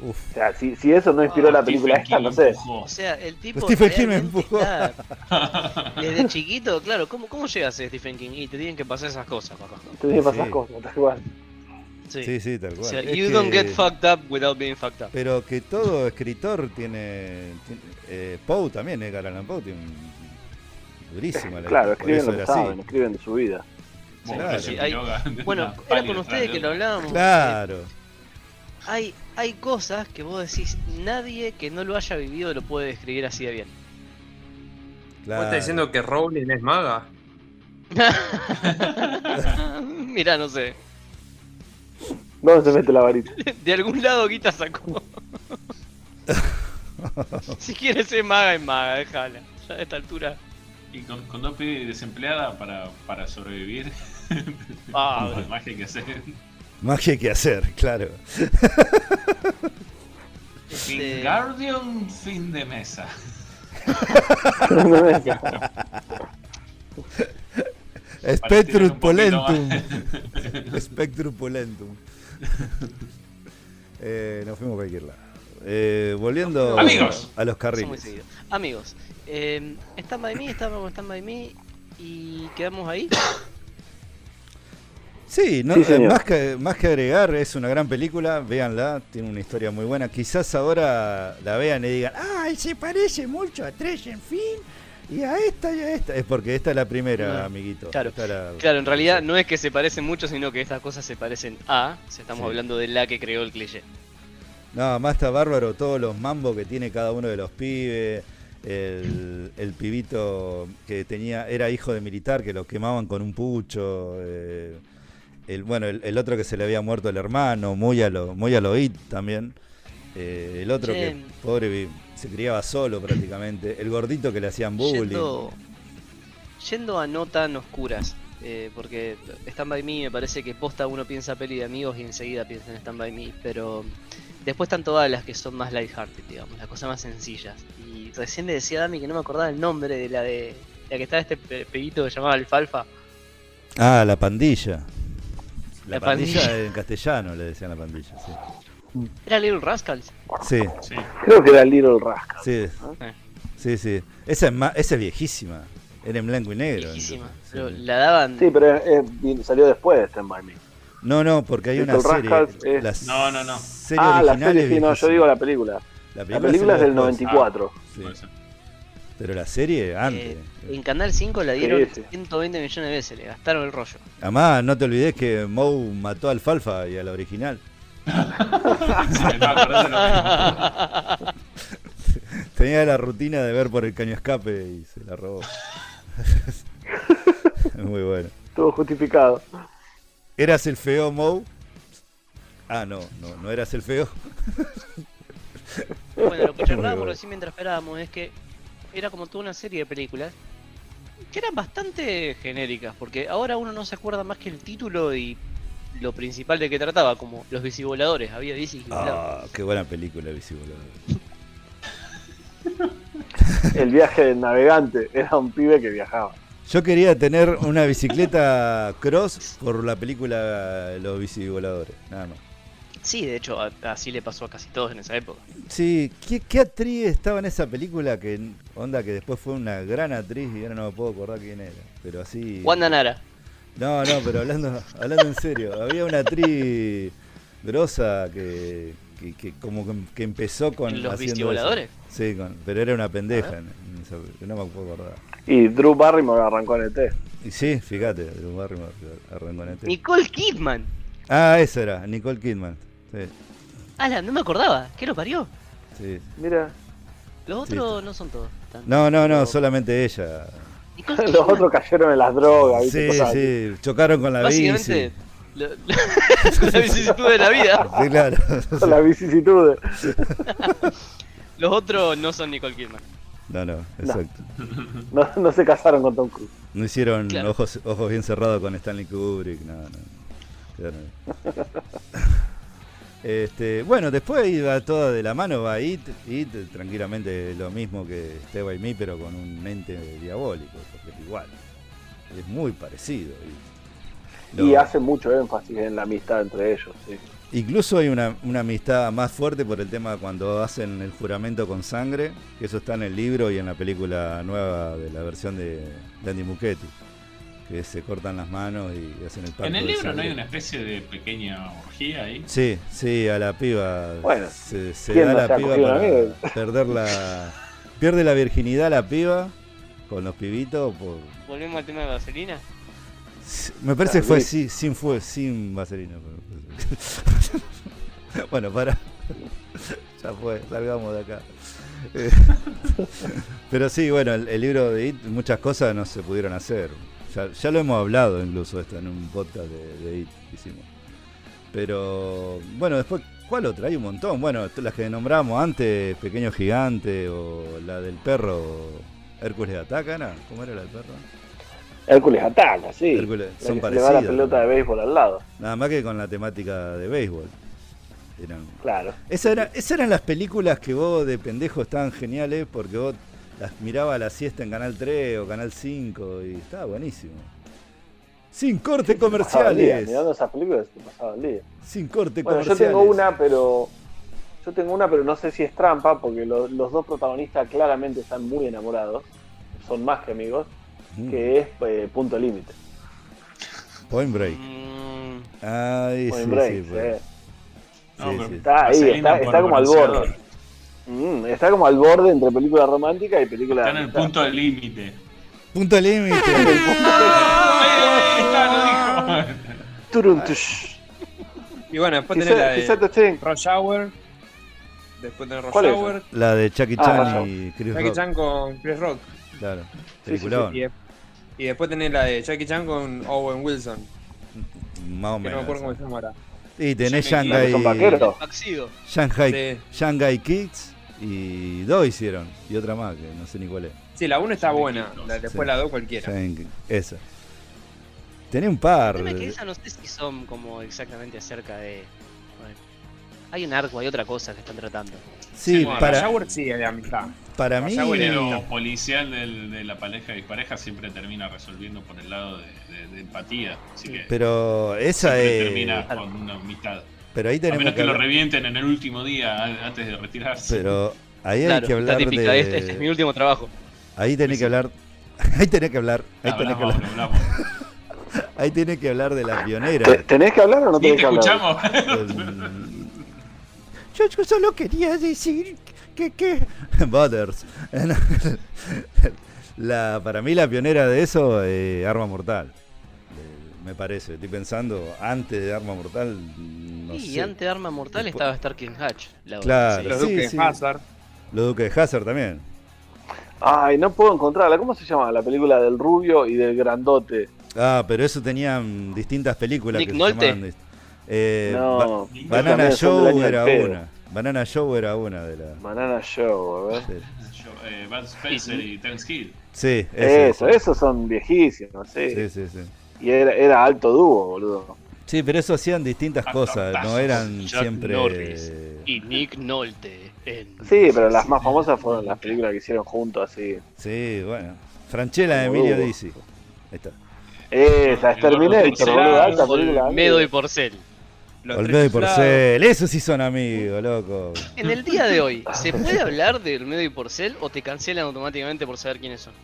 Speaker 1: Uf.
Speaker 3: O sea, si, si eso no inspiró
Speaker 5: Ah,
Speaker 3: la película esta, no
Speaker 4: Stephen King
Speaker 3: sé.
Speaker 4: empujó.
Speaker 5: O sea, el tipo.
Speaker 1: Stephen King me
Speaker 5: realmente
Speaker 1: empujó.
Speaker 5: está- Desde chiquito, claro, ¿cómo, ¿cómo llegas a Stephen King? Y te tienen que pasar esas cosas, papá.
Speaker 3: Tenía que pasar
Speaker 1: Sí.
Speaker 3: cosas, tal cual.
Speaker 5: Sí.
Speaker 1: Sí, sí, tal cual.
Speaker 5: O sea,
Speaker 1: Es
Speaker 5: you don't
Speaker 1: que-
Speaker 5: get fucked up without being fucked up.
Speaker 1: Pero que todo escritor tiene. tiene- eh, Poe también, Edgar Allan Poe, tiene un- durísima la
Speaker 3: Eh, Claro,
Speaker 1: por
Speaker 3: escriben
Speaker 1: eso
Speaker 3: lo que
Speaker 1: era
Speaker 3: saben,
Speaker 1: así.
Speaker 3: escriben de su vida.
Speaker 4: Vos,
Speaker 1: Claro.
Speaker 4: Horacio
Speaker 5: Sí, hay-
Speaker 4: Quiroga,
Speaker 5: Bueno,
Speaker 4: una
Speaker 5: era
Speaker 4: pálida
Speaker 5: con ustedes
Speaker 4: atrás
Speaker 5: que
Speaker 4: de
Speaker 5: lo hablábamos.
Speaker 1: Claro.
Speaker 5: Hay, hay cosas que vos decís, nadie que no lo haya vivido lo puede describir así de bien.
Speaker 1: claro.
Speaker 2: ¿Vos estás diciendo que Rowling es maga?
Speaker 5: Mirá, no sé.
Speaker 3: ¿Dónde se mete la varita?
Speaker 5: De algún lado Guita sacó. si quieres ser maga, es maga, déjala. Ya a esta altura.
Speaker 4: Y con, con dos pibes desempleada para, para sobrevivir.
Speaker 5: Ah,
Speaker 4: Con la magia que hacer.
Speaker 1: Magia que hacer, claro.
Speaker 4: Guardian fin de mesa. tener
Speaker 1: Spectrum
Speaker 4: un poquito
Speaker 1: Polentum. Spectrum Polentum. Eh, nos fuimos a cualquier lado. Eh, volviendo
Speaker 4: Amigos.
Speaker 1: a los
Speaker 5: Son muy
Speaker 1: carriles.
Speaker 5: seguidos. Amigos, eh, Stand By Me, estamos con Stand By Me y quedamos ahí.
Speaker 1: Sí, no,
Speaker 3: Sí,
Speaker 1: eh,
Speaker 3: señor.
Speaker 1: más, que, más que agregar, es una gran película, véanla, tiene una historia muy buena. Quizás ahora la vean y digan, ¡ay, se parece mucho a Trash en fin! Y a esta y a esta. Es porque esta es la primera,
Speaker 5: Ah,
Speaker 1: amiguito.
Speaker 5: claro.
Speaker 1: Esta la-
Speaker 5: Claro, en realidad no es que se parecen mucho, sino que estas cosas se parecen a. Si estamos
Speaker 1: Sí.
Speaker 5: hablando de la que creó el cliché.
Speaker 1: No, más está bárbaro todos los mambos que tiene cada uno de los pibes. El, el pibito que tenía era hijo de militar que lo quemaban con un pucho. eh, el, bueno, el, el otro que se le había muerto el hermano, muy a lo, muy a lo It también. eh, el otro que,
Speaker 5: Bien.
Speaker 1: pobre, vi- se criaba solo prácticamente. El gordito que le hacían bullying.
Speaker 5: Yendo, yendo a no tan oscuras, eh, porque Stand By Me me parece que posta uno piensa peli de amigos y enseguida piensa en Stand By Me, pero Después están todas las que son más lighthearted, digamos, las cosas más sencillas. Y recién le decía a Dami que no me acordaba el nombre de la de la que estaba este pe- pebito que llamaba Alfalfa.
Speaker 1: Ah, la pandilla. La,
Speaker 5: La
Speaker 1: pandilla,
Speaker 5: pandilla.
Speaker 1: en castellano le decían la pandilla, sí.
Speaker 5: Era Little Rascals.
Speaker 1: Sí,
Speaker 4: Sí.
Speaker 3: Creo que era Little Rascal.
Speaker 1: sí. Sí, sí. Esa es, ma- esa es viejísima. Era en blanco y negro.
Speaker 5: Viejísima.
Speaker 1: entonces, sí.
Speaker 5: Pero La daban.
Speaker 3: Sí, pero eh, vi- salió después de Stand By Me.
Speaker 1: No, no, porque hay una
Speaker 3: Little
Speaker 1: serie.
Speaker 3: Rascals es-
Speaker 1: la
Speaker 4: No, no, no.
Speaker 1: serie
Speaker 3: Ah, la
Speaker 1: original
Speaker 3: serie,
Speaker 1: es
Speaker 3: sí, no, yo
Speaker 1: viejísima.
Speaker 3: digo la película. La película
Speaker 1: salió
Speaker 3: es del
Speaker 1: después, Ah.
Speaker 3: 94.
Speaker 1: sí.
Speaker 4: puede ser.
Speaker 1: Pero la serie antes.
Speaker 5: eh, en Canal 5 la dieron
Speaker 3: Sí, sí.
Speaker 5: 120 millones de veces, le gastaron el rollo.
Speaker 1: Además, no te olvides que Moe mató a Alfalfa y a la original.
Speaker 4: Sí, me estaba acordando de lo mismo.
Speaker 1: Tenía la rutina de ver por el caño escape y se la robó. Muy bueno.
Speaker 3: Todo justificado.
Speaker 1: ¿Eras el feo, Moe? Ah, no, no, no eras el feo.
Speaker 5: Bueno, lo que charlábamos
Speaker 1: bueno.
Speaker 5: recién mientras esperábamos es que era como toda una serie de películas que eran bastante genéricas, porque ahora uno no se acuerda más que el título y lo principal de que trataba, como los bicivoladores, había bicis que volaban.
Speaker 1: Ah, qué buena película, Visible.
Speaker 3: El viaje del navegante era un pibe que viajaba.
Speaker 1: Yo quería tener una bicicleta cross por la película Los Bicivoladores, nada más.
Speaker 5: Sí, de hecho, a- así le pasó a casi todos en esa época.
Speaker 1: Sí, ¿qué, qué actriz estaba en esa película que onda que después fue una gran actriz y ahora no me puedo acordar quién era? Pero así.
Speaker 5: Wanda Nara.
Speaker 1: No, no, pero hablando, hablando en serio, había una actriz grosa que, que, que como que, que empezó con
Speaker 5: ¿En los
Speaker 1: haciendo
Speaker 5: bicivoladores?
Speaker 1: eso. Sí, con- pero era una pendeja, en- en esa- no me puedo acordar.
Speaker 3: Y Drew Barrymore arrancó en E el té.
Speaker 1: Y sí, fíjate, Drew Barrymore, Arranconete.
Speaker 5: Nicole Kidman.
Speaker 1: Ah, esa era, Nicole Kidman. Sí,
Speaker 5: Ala, no me acordaba. ¿Qué lo parió?
Speaker 1: sí.
Speaker 3: Mira,
Speaker 5: Los
Speaker 1: Sí,
Speaker 5: otros no son todos. tan-
Speaker 1: No, no, no,
Speaker 5: Pero-
Speaker 1: solamente ella.
Speaker 5: Nicole
Speaker 3: los
Speaker 5: Kidman,
Speaker 3: otros cayeron en las drogas. ¿viste?
Speaker 1: Sí,
Speaker 3: Cosas así.
Speaker 1: sí, chocaron con la bici.
Speaker 5: Básicamente, lo- la vicisitud de la vida.
Speaker 1: Sí, claro.
Speaker 3: Son las vicisitudes.
Speaker 5: Los otros no son Nicole Kidman.
Speaker 1: No, no, exacto.
Speaker 3: No, no se casaron con Tom Cruise.
Speaker 1: No hicieron
Speaker 5: Claro.
Speaker 1: ojos, ojos bien cerrados con Stanley Kubrick, no, no. Quedaron ahí. Este, bueno, después iba toda de la mano, va It, It, tranquilamente lo mismo que Stay By Me, pero con un ente diabólico, porque es igual. Es muy parecido. It.
Speaker 3: Y
Speaker 1: Lo-
Speaker 3: hace mucho énfasis en la amistad entre ellos. sí.
Speaker 1: Incluso hay una, una amistad más fuerte por el tema cuando hacen el juramento con sangre, que eso está en el libro y en la película nueva de la versión de, de Andy Muchetti, que se cortan las manos y hacen el pacto
Speaker 4: En el
Speaker 1: de
Speaker 4: libro no
Speaker 1: sangre.
Speaker 4: hay una especie de pequeña orgía ahí.
Speaker 1: Sí, sí, a la piba.
Speaker 3: Bueno,
Speaker 1: se, se
Speaker 3: ¿quién
Speaker 1: da
Speaker 3: no
Speaker 1: la
Speaker 3: se ha
Speaker 1: piba
Speaker 3: cogido una
Speaker 1: para
Speaker 3: amiga?
Speaker 1: perder la... Pierde la virginidad la piba con los pibitos por...
Speaker 5: Volvemos al tema de Vaselina.
Speaker 1: Me parece que fue sin,
Speaker 3: También.
Speaker 1: sin fue sin vaselina. pero- bueno, para. ya fue, salgamos de acá. Eh, pero sí, bueno, el, el libro de It, muchas cosas no se pudieron hacer. Ya, ya lo hemos hablado incluso esto en un podcast de, de It que hicimos. Pero bueno, después, ¿cuál otra? Hay un montón. Bueno, t- las que nombramos antes, Pequeño Gigante o la del perro, Hércules ataca, ¿no? ¿Cómo era la del perro?
Speaker 3: Hércules ataca, sí.
Speaker 1: Hércules, son
Speaker 3: le,
Speaker 1: parecidas,
Speaker 3: Le va la pelota
Speaker 1: ¿no?
Speaker 3: de béisbol al lado.
Speaker 1: Nada más que con la temática de béisbol. Eran-
Speaker 3: Claro.
Speaker 1: Esa era- esas eran las películas que vos de pendejo estaban geniales porque vos las mirabas a la siesta en Canal 3 o Canal 5 y estaba buenísimo. Sin corte
Speaker 3: Pasaba el día,
Speaker 1: comerciales.
Speaker 3: mirando esas películas se pasaba el día.
Speaker 1: Sin corte
Speaker 3: Bueno, yo
Speaker 1: comerciales.
Speaker 3: tengo una, pero. Yo tengo una, pero no sé si es trampa, porque lo- los dos protagonistas claramente están muy enamorados. Son más que amigos.
Speaker 1: Mm,
Speaker 3: Que es eh, Punto Límite.
Speaker 1: Point Break.
Speaker 5: Mm,
Speaker 1: Ay,
Speaker 3: Point
Speaker 1: sí,
Speaker 3: Break,
Speaker 1: sí, pues.
Speaker 3: eh.
Speaker 4: No,
Speaker 1: Sí,
Speaker 4: pero
Speaker 1: sí.
Speaker 3: Está ahí,
Speaker 4: Vaselina
Speaker 3: está,
Speaker 4: por
Speaker 3: está como al
Speaker 4: bronceador.
Speaker 3: borde. Mm, está como al borde entre película romántica y película.
Speaker 4: Está
Speaker 3: de
Speaker 4: en el
Speaker 3: amistad.
Speaker 4: punto del límite.
Speaker 1: Punto
Speaker 3: Ah,
Speaker 1: límite.
Speaker 4: Está, no dijo.
Speaker 3: Turun, tush.
Speaker 2: Y bueno, después tenés la
Speaker 3: Quizá- quizá te
Speaker 2: de
Speaker 3: estén-
Speaker 2: Rush Hour. Después tenés Rush
Speaker 3: ¿Cuál es
Speaker 2: Hour.
Speaker 1: la de Jackie
Speaker 3: Ah,
Speaker 1: Chan
Speaker 3: razón.
Speaker 1: y Chris
Speaker 2: Jackie
Speaker 1: Rock.
Speaker 2: Chan con Chris Rock.
Speaker 1: Claro.
Speaker 3: sí,
Speaker 1: Peliculón.
Speaker 2: Y, de- y después tenés la de Jackie Chan con Owen Wilson.
Speaker 1: Más o
Speaker 2: Que no me acuerdo cómo
Speaker 1: menos.
Speaker 2: se llama ahora.
Speaker 1: Y tenés
Speaker 4: Jackie Chan,
Speaker 1: Shanghai.
Speaker 3: son vaqueros. Pero-
Speaker 5: Maxido.
Speaker 1: Shanghai,
Speaker 2: Sí.
Speaker 1: Shanghai Kids y dos hicieron. Y otra más, que no sé ni cuál es.
Speaker 2: Sí, la 1 está buena. la- después
Speaker 1: Sí.
Speaker 2: la 2 cualquiera.
Speaker 1: Shanghai- Esa. Tenés un
Speaker 5: El
Speaker 1: par.
Speaker 5: tema es que
Speaker 1: de-
Speaker 5: esas no sé si son como exactamente acerca de. bueno, Hay un arco, hay otra cosa que están tratando.
Speaker 1: Sí,
Speaker 4: Bueno,
Speaker 1: para,
Speaker 6: Shower sí es de amistad.
Speaker 1: para mí.
Speaker 6: Allá huele
Speaker 4: género policial del- de la pareja dispareja siempre termina resolviendo por el lado de, de- de empatía. Así que
Speaker 1: Pero esa
Speaker 4: siempre
Speaker 1: es.
Speaker 4: termina con una mitad.
Speaker 1: Pero ahí
Speaker 4: A
Speaker 1: tenemos
Speaker 4: menos
Speaker 1: que.
Speaker 4: que lo
Speaker 1: hablar-
Speaker 4: revienten en el último día a- antes de retirarse.
Speaker 1: Pero ahí hay
Speaker 5: claro,
Speaker 1: que
Speaker 5: la
Speaker 1: hablar
Speaker 5: típica,
Speaker 1: de.
Speaker 5: este, este es mi último trabajo.
Speaker 1: Ahí tenés que hablar. Ahí tenés que hablar. Ahí tenés que
Speaker 4: hablamos,
Speaker 1: hablar.
Speaker 4: hablamos.
Speaker 1: Ahí tenés que hablar de la
Speaker 3: ¿Te-
Speaker 1: pionera.
Speaker 3: ¿Tenés que hablar o no
Speaker 4: Ni
Speaker 3: tenés
Speaker 4: te
Speaker 3: que hablar?
Speaker 4: escuchamos.
Speaker 1: Em, Yo, yo solo quería decir que. que... Butters. la, para mí, la pionera de eso, eh, Arma Mortal. Eh, Me parece, estoy pensando, antes de Arma Mortal, no
Speaker 5: y
Speaker 1: sé.
Speaker 5: antes de Arma Mortal
Speaker 1: Después-
Speaker 5: estaba Starkin Hatch. La otra,
Speaker 1: Claro.
Speaker 6: Los
Speaker 1: Sí,
Speaker 6: Duques
Speaker 1: sí.
Speaker 6: Hazard.
Speaker 1: Los Duques de Hazard también.
Speaker 3: Ay, no puedo encontrarla. ¿Cómo se llama la película del rubio y del grandote?
Speaker 1: Ah, pero eso tenían distintas películas
Speaker 5: Nick
Speaker 1: que se
Speaker 5: Nolte.
Speaker 1: llamaban dist- eh, ba-
Speaker 3: no,
Speaker 4: Ba-
Speaker 3: esas
Speaker 1: Banana
Speaker 3: también son del
Speaker 1: Show
Speaker 3: año
Speaker 1: era
Speaker 3: del pedo.
Speaker 1: una. Banana Show era una de las.
Speaker 3: Banana Show, a ver.
Speaker 1: de-
Speaker 4: Yo, eh, Bud Spencer y Terence Hill.
Speaker 1: Sí, ese,
Speaker 3: Eso, esos son viejísimos, sí.
Speaker 1: Sí, sí, sí.
Speaker 3: Y era, era alto dúo, boludo.
Speaker 1: Sí, pero eso hacían distintas
Speaker 4: A
Speaker 1: cosas, no
Speaker 4: tortazos,
Speaker 1: eran
Speaker 4: Chuck
Speaker 1: siempre.
Speaker 4: Norris.
Speaker 5: Y Nick Nolte. en-
Speaker 3: Sí, pero las más famosas fueron las películas que hicieron juntos, así.
Speaker 1: Sí, bueno. Franchella de
Speaker 3: Como
Speaker 1: Emilio
Speaker 3: dúo.
Speaker 1: Dizzy. Ahí está.
Speaker 3: Esa,
Speaker 4: El
Speaker 3: Terminator,
Speaker 4: gordo
Speaker 3: boludo,
Speaker 4: Porcelán,
Speaker 3: alta película.
Speaker 5: Olmedo y Porcel.
Speaker 6: Los
Speaker 1: Olmedo y
Speaker 6: tres chiflados.
Speaker 1: Porcel, esos sí son amigos, loco.
Speaker 5: En el día de hoy, ¿se puede hablar de Olmedo y Porcel o te cancelan automáticamente por saber quiénes son?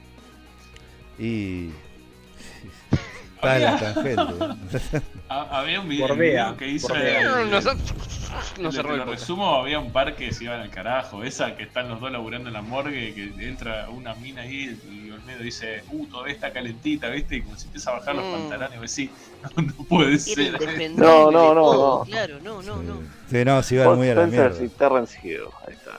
Speaker 1: Y. Está en la tangente.
Speaker 4: Ha- había un video,
Speaker 6: Por
Speaker 4: un video
Speaker 6: Bea,
Speaker 4: que hizo.
Speaker 6: por
Speaker 4: el-
Speaker 6: Bea.
Speaker 5: No, no, no
Speaker 4: Te-
Speaker 5: cerró
Speaker 4: te
Speaker 5: el
Speaker 4: lo
Speaker 5: podcast.
Speaker 4: resumo, había un par que se iban al carajo. Esa que están los dos laburando en la morgue, que entra una mina ahí y Olmedo dice, uh, todavía está calentita, ¿viste? Y como se empieza a bajar los
Speaker 5: Mm.
Speaker 4: pantalones, vos decís, no, no puede
Speaker 5: Era
Speaker 4: ser.
Speaker 5: independiente.
Speaker 3: No, no,
Speaker 5: de
Speaker 3: no,
Speaker 5: todo,
Speaker 3: no.
Speaker 5: Claro, no, no, no.
Speaker 1: Sí, no, se iban
Speaker 3: Bud
Speaker 1: muy a la
Speaker 3: Spencer
Speaker 1: mierda.
Speaker 3: y Terrence Hill, ahí está.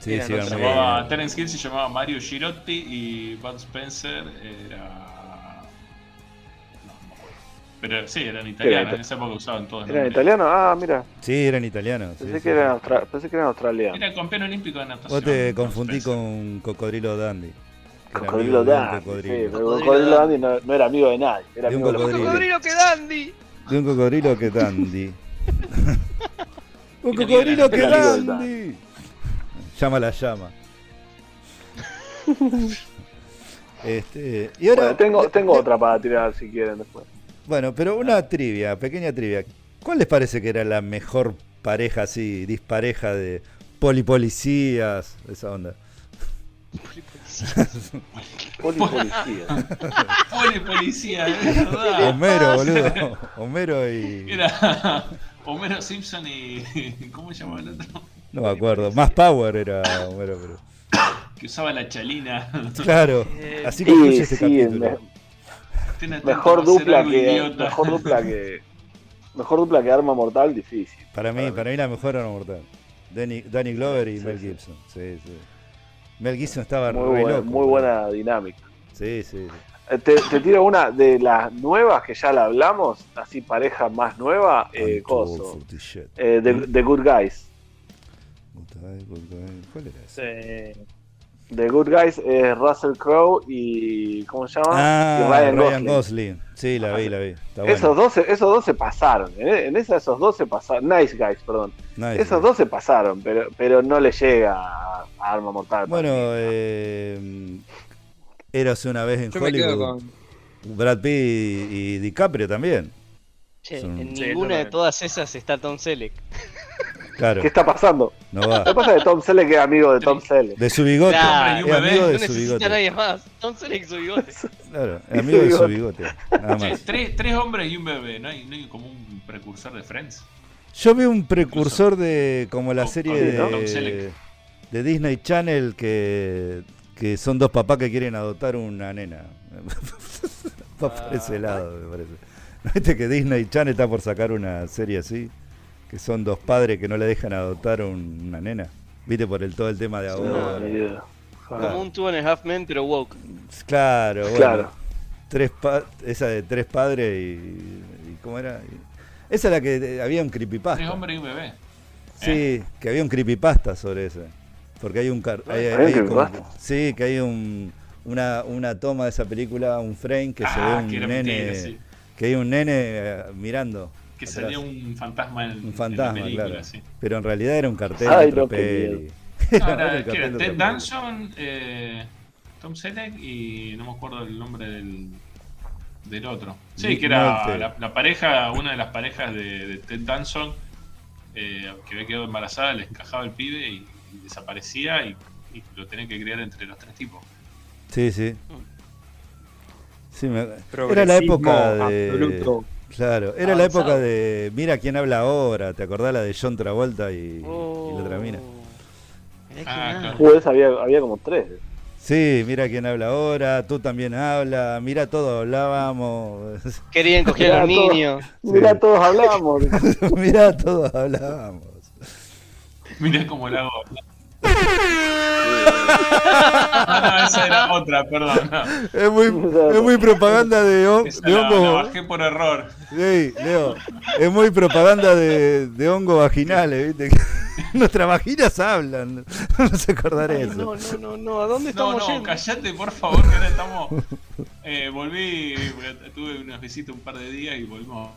Speaker 1: Sí,
Speaker 6: Era
Speaker 1: se iban
Speaker 4: Se
Speaker 6: nuestra
Speaker 1: muy a la
Speaker 4: llamaba,
Speaker 1: mierda.
Speaker 4: Terence Hill se llamaba Mario Girotti y Bud Spencer era. No, no me acuerdo. Pero sí, eran italianos,
Speaker 3: ita-
Speaker 4: en esa época usaban todos
Speaker 3: ¿Eran
Speaker 4: nombres.
Speaker 3: italianos? Ah, mira,
Speaker 1: Sí, eran italianos. sí,
Speaker 3: pensé,
Speaker 1: sí,
Speaker 3: que eran
Speaker 1: sí.
Speaker 3: austra- pensé que eran australianos.
Speaker 4: Era campeón olímpico de natación.
Speaker 1: Vos te
Speaker 4: Bud
Speaker 1: confundí
Speaker 4: Spencer.
Speaker 1: con Cocodrilo Dandy. que era
Speaker 3: Cocodrilo
Speaker 1: amigo de un
Speaker 3: Dandy, sí,
Speaker 1: cocodrilo.
Speaker 3: pero Cocodrilo Dandy no, no era amigo de nadie, era
Speaker 1: De un
Speaker 3: amigo de los
Speaker 1: cocodrilo.
Speaker 3: cocodrilos.
Speaker 5: Cocodrilo que Dandy.
Speaker 1: De un cocodrilo que dandy. un
Speaker 4: Mira,
Speaker 1: cocodrilo
Speaker 4: mira,
Speaker 1: que
Speaker 3: mira, mira,
Speaker 1: dandy. Llama la llama. Este, y ahora,
Speaker 3: Bueno, tengo, tengo otra para tirar si quieren después.
Speaker 1: bueno, pero una trivia, pequeña trivia. ¿Cuál les parece que era la mejor pareja así, dispareja de polipolicías? Esa onda.
Speaker 3: Poli policía.
Speaker 4: Poli policía, es verdad.
Speaker 1: Homero, boludo. Homero y.
Speaker 4: Era Homero Simpson y. ¿Cómo se llamaba el otro?
Speaker 1: No me acuerdo. Más Power era Homero, pero.
Speaker 4: Que usaba la chalina.
Speaker 1: Claro, así
Speaker 3: Sí,
Speaker 1: concluye este
Speaker 3: sí,
Speaker 1: capítulo.
Speaker 3: me-
Speaker 4: Tiene tanto
Speaker 3: mejor
Speaker 4: para hacer
Speaker 3: dupla
Speaker 4: algo
Speaker 3: que
Speaker 4: idiota.
Speaker 3: mejor dupla que mejor dupla que arma mortal difícil.
Speaker 1: Para mí, para mí la mejor era mortal. Danny, Danny Glover y Mel Gibson. Sí, sí. Mel Gibson estaba
Speaker 3: Muy,
Speaker 1: re
Speaker 3: buena,
Speaker 1: loco,
Speaker 3: muy
Speaker 1: boludo.
Speaker 3: buena dinámica.
Speaker 1: Sí, sí.
Speaker 3: Eh, Te, te tiro una de las nuevas que ya la hablamos, así pareja más nueva, eh, coso. Eh, the,
Speaker 1: Mm.
Speaker 3: The Good Guys.
Speaker 1: ¿Cuál era ese?
Speaker 6: Eh,
Speaker 3: The Good Guys es Russell Crowe y ¿cómo se llama?
Speaker 1: Ah,
Speaker 3: y
Speaker 1: Ryan, Gosling.
Speaker 3: Gosling.
Speaker 1: Sí, la vi, la vi. Está
Speaker 3: Esos
Speaker 1: bueno.
Speaker 3: dos, se- esos dos se pasaron. En, en esa esos dos se pasaron. Nice Guys, perdón.
Speaker 1: Nice.
Speaker 3: Esos dos se pasaron, pero, pero no le llega a a Arma Mortal.
Speaker 1: Bueno, eh, Érase una vez en
Speaker 6: yo me quedo
Speaker 1: Hollywood.
Speaker 6: con.
Speaker 1: Brad Pitt y, y DiCaprio también.
Speaker 5: Che,
Speaker 1: Son-
Speaker 5: en
Speaker 6: Sí,
Speaker 5: ninguna de
Speaker 6: totalmente.
Speaker 5: todas esas está Tom Selleck.
Speaker 1: Claro,
Speaker 3: ¿Qué está pasando?
Speaker 1: no va.
Speaker 3: Lo que pasa es que Tom Selleck es amigo de Tom Selleck.
Speaker 1: De su bigote.
Speaker 5: Claro,
Speaker 1: es
Speaker 4: y un bebé,
Speaker 1: amigo
Speaker 5: No
Speaker 1: de su
Speaker 5: necesita a
Speaker 1: bigote.
Speaker 5: nadie más. Tom Selleck su bigote.
Speaker 1: Claro,
Speaker 3: Y su
Speaker 1: amigo de su
Speaker 3: bigote.
Speaker 1: bigote. Nada
Speaker 4: Che,
Speaker 1: más.
Speaker 4: tres, tres hombres y un bebé, ¿no hay, no hay como un precursor de Friends?
Speaker 1: Yo vi un precursor de como la
Speaker 4: Con-
Speaker 1: serie
Speaker 4: con
Speaker 3: Tom
Speaker 1: de,
Speaker 4: ah, Selleck.
Speaker 1: de Disney Channel que, que son dos papás que quieren adoptar una nena. Va por
Speaker 4: Ah.
Speaker 1: ese lado, me parece. ¿No viste que Disney Channel está por sacar una serie así? Que son dos padres que no le dejan adoptar un- una nena. ¿Viste por el todo el tema de
Speaker 3: No,
Speaker 1: ahora?
Speaker 3: ni idea.
Speaker 1: Claro.
Speaker 5: Como un two and a half men, pero woke.
Speaker 1: Claro, bueno.
Speaker 3: Claro.
Speaker 1: Tres pa- esa de tres padres y, y ¿cómo era? Y- esa es la que eh, había un
Speaker 4: Tres
Speaker 1: creepypasta.
Speaker 4: hombres y un bebé. Eh.
Speaker 1: Sí, que había un creepypasta sobre eso. Porque hay un car- hay-
Speaker 3: ¿Había
Speaker 1: hay
Speaker 3: un
Speaker 1: como-
Speaker 3: creepypasta?
Speaker 1: Sí, que hay un una, una toma de esa película, un frame que se
Speaker 4: ah,
Speaker 1: ve
Speaker 4: que
Speaker 1: un
Speaker 4: era
Speaker 1: nene
Speaker 4: mentira, sí.
Speaker 1: que hay un nene eh, mirando.
Speaker 4: que salía
Speaker 1: Atrás.
Speaker 4: un fantasma en,
Speaker 1: Un fantasma,
Speaker 4: en la película,
Speaker 1: claro.
Speaker 4: sí.
Speaker 1: Pero en realidad era un cartel
Speaker 3: Ay,
Speaker 1: de otra
Speaker 3: no, qué
Speaker 1: peli.
Speaker 3: miedo.
Speaker 1: Era
Speaker 4: Ahora,
Speaker 1: el
Speaker 4: ¿qué
Speaker 1: cartel de
Speaker 4: era? Ted
Speaker 1: otra peli.
Speaker 4: Danson, eh, Tom Selleck y no me acuerdo el nombre del, del otro. Sí,
Speaker 1: Nick
Speaker 4: que era
Speaker 1: Nolte.
Speaker 4: la, la pareja, una de las parejas de, de Ted Danson, eh, que había quedado embarazada, les cajaba el pibe y, y desaparecía y, y lo tenían que criar entre los tres tipos.
Speaker 1: Sí, sí. Sí, me- Era la
Speaker 2: Progresismo
Speaker 1: época de.
Speaker 2: absoluto.
Speaker 1: Claro, era la
Speaker 5: Avanzado.
Speaker 1: época de. Mira quién habla ahora, ¿te acordás la de John Travolta y, y la otra mina?
Speaker 5: Oh.
Speaker 2: Oh.
Speaker 5: Mirá que
Speaker 4: Ah,
Speaker 5: nada.
Speaker 4: claro.
Speaker 3: Pues había, había como tres.
Speaker 1: Sí, mira quién habla ahora, tú también habla, mira todo hablábamos,
Speaker 5: Querían coger a los
Speaker 3: Mirá todo.
Speaker 5: niños.
Speaker 3: Mirá, todos hablábamos.
Speaker 1: mira todo hablábamos.
Speaker 4: Mirá cómo la hago. Ah, esa era otra, perdón. no.
Speaker 1: Es muy, es muy propaganda de, hon-
Speaker 4: Esa
Speaker 1: de
Speaker 4: la, la
Speaker 1: hongo.
Speaker 4: bajé por error.
Speaker 1: Sí, Leo, es muy propaganda de, de hongo vaginales, ¿viste? Nuestras vaginas hablan, no se acordará
Speaker 5: Ay,
Speaker 1: eso.
Speaker 5: no, no, no, no, ¿a dónde
Speaker 4: No,
Speaker 5: estamos
Speaker 4: no,
Speaker 5: yendo?
Speaker 4: callate, por favor, que ahora estamos. Eh, volví, porque tuve unas visitas un par de días y volvimos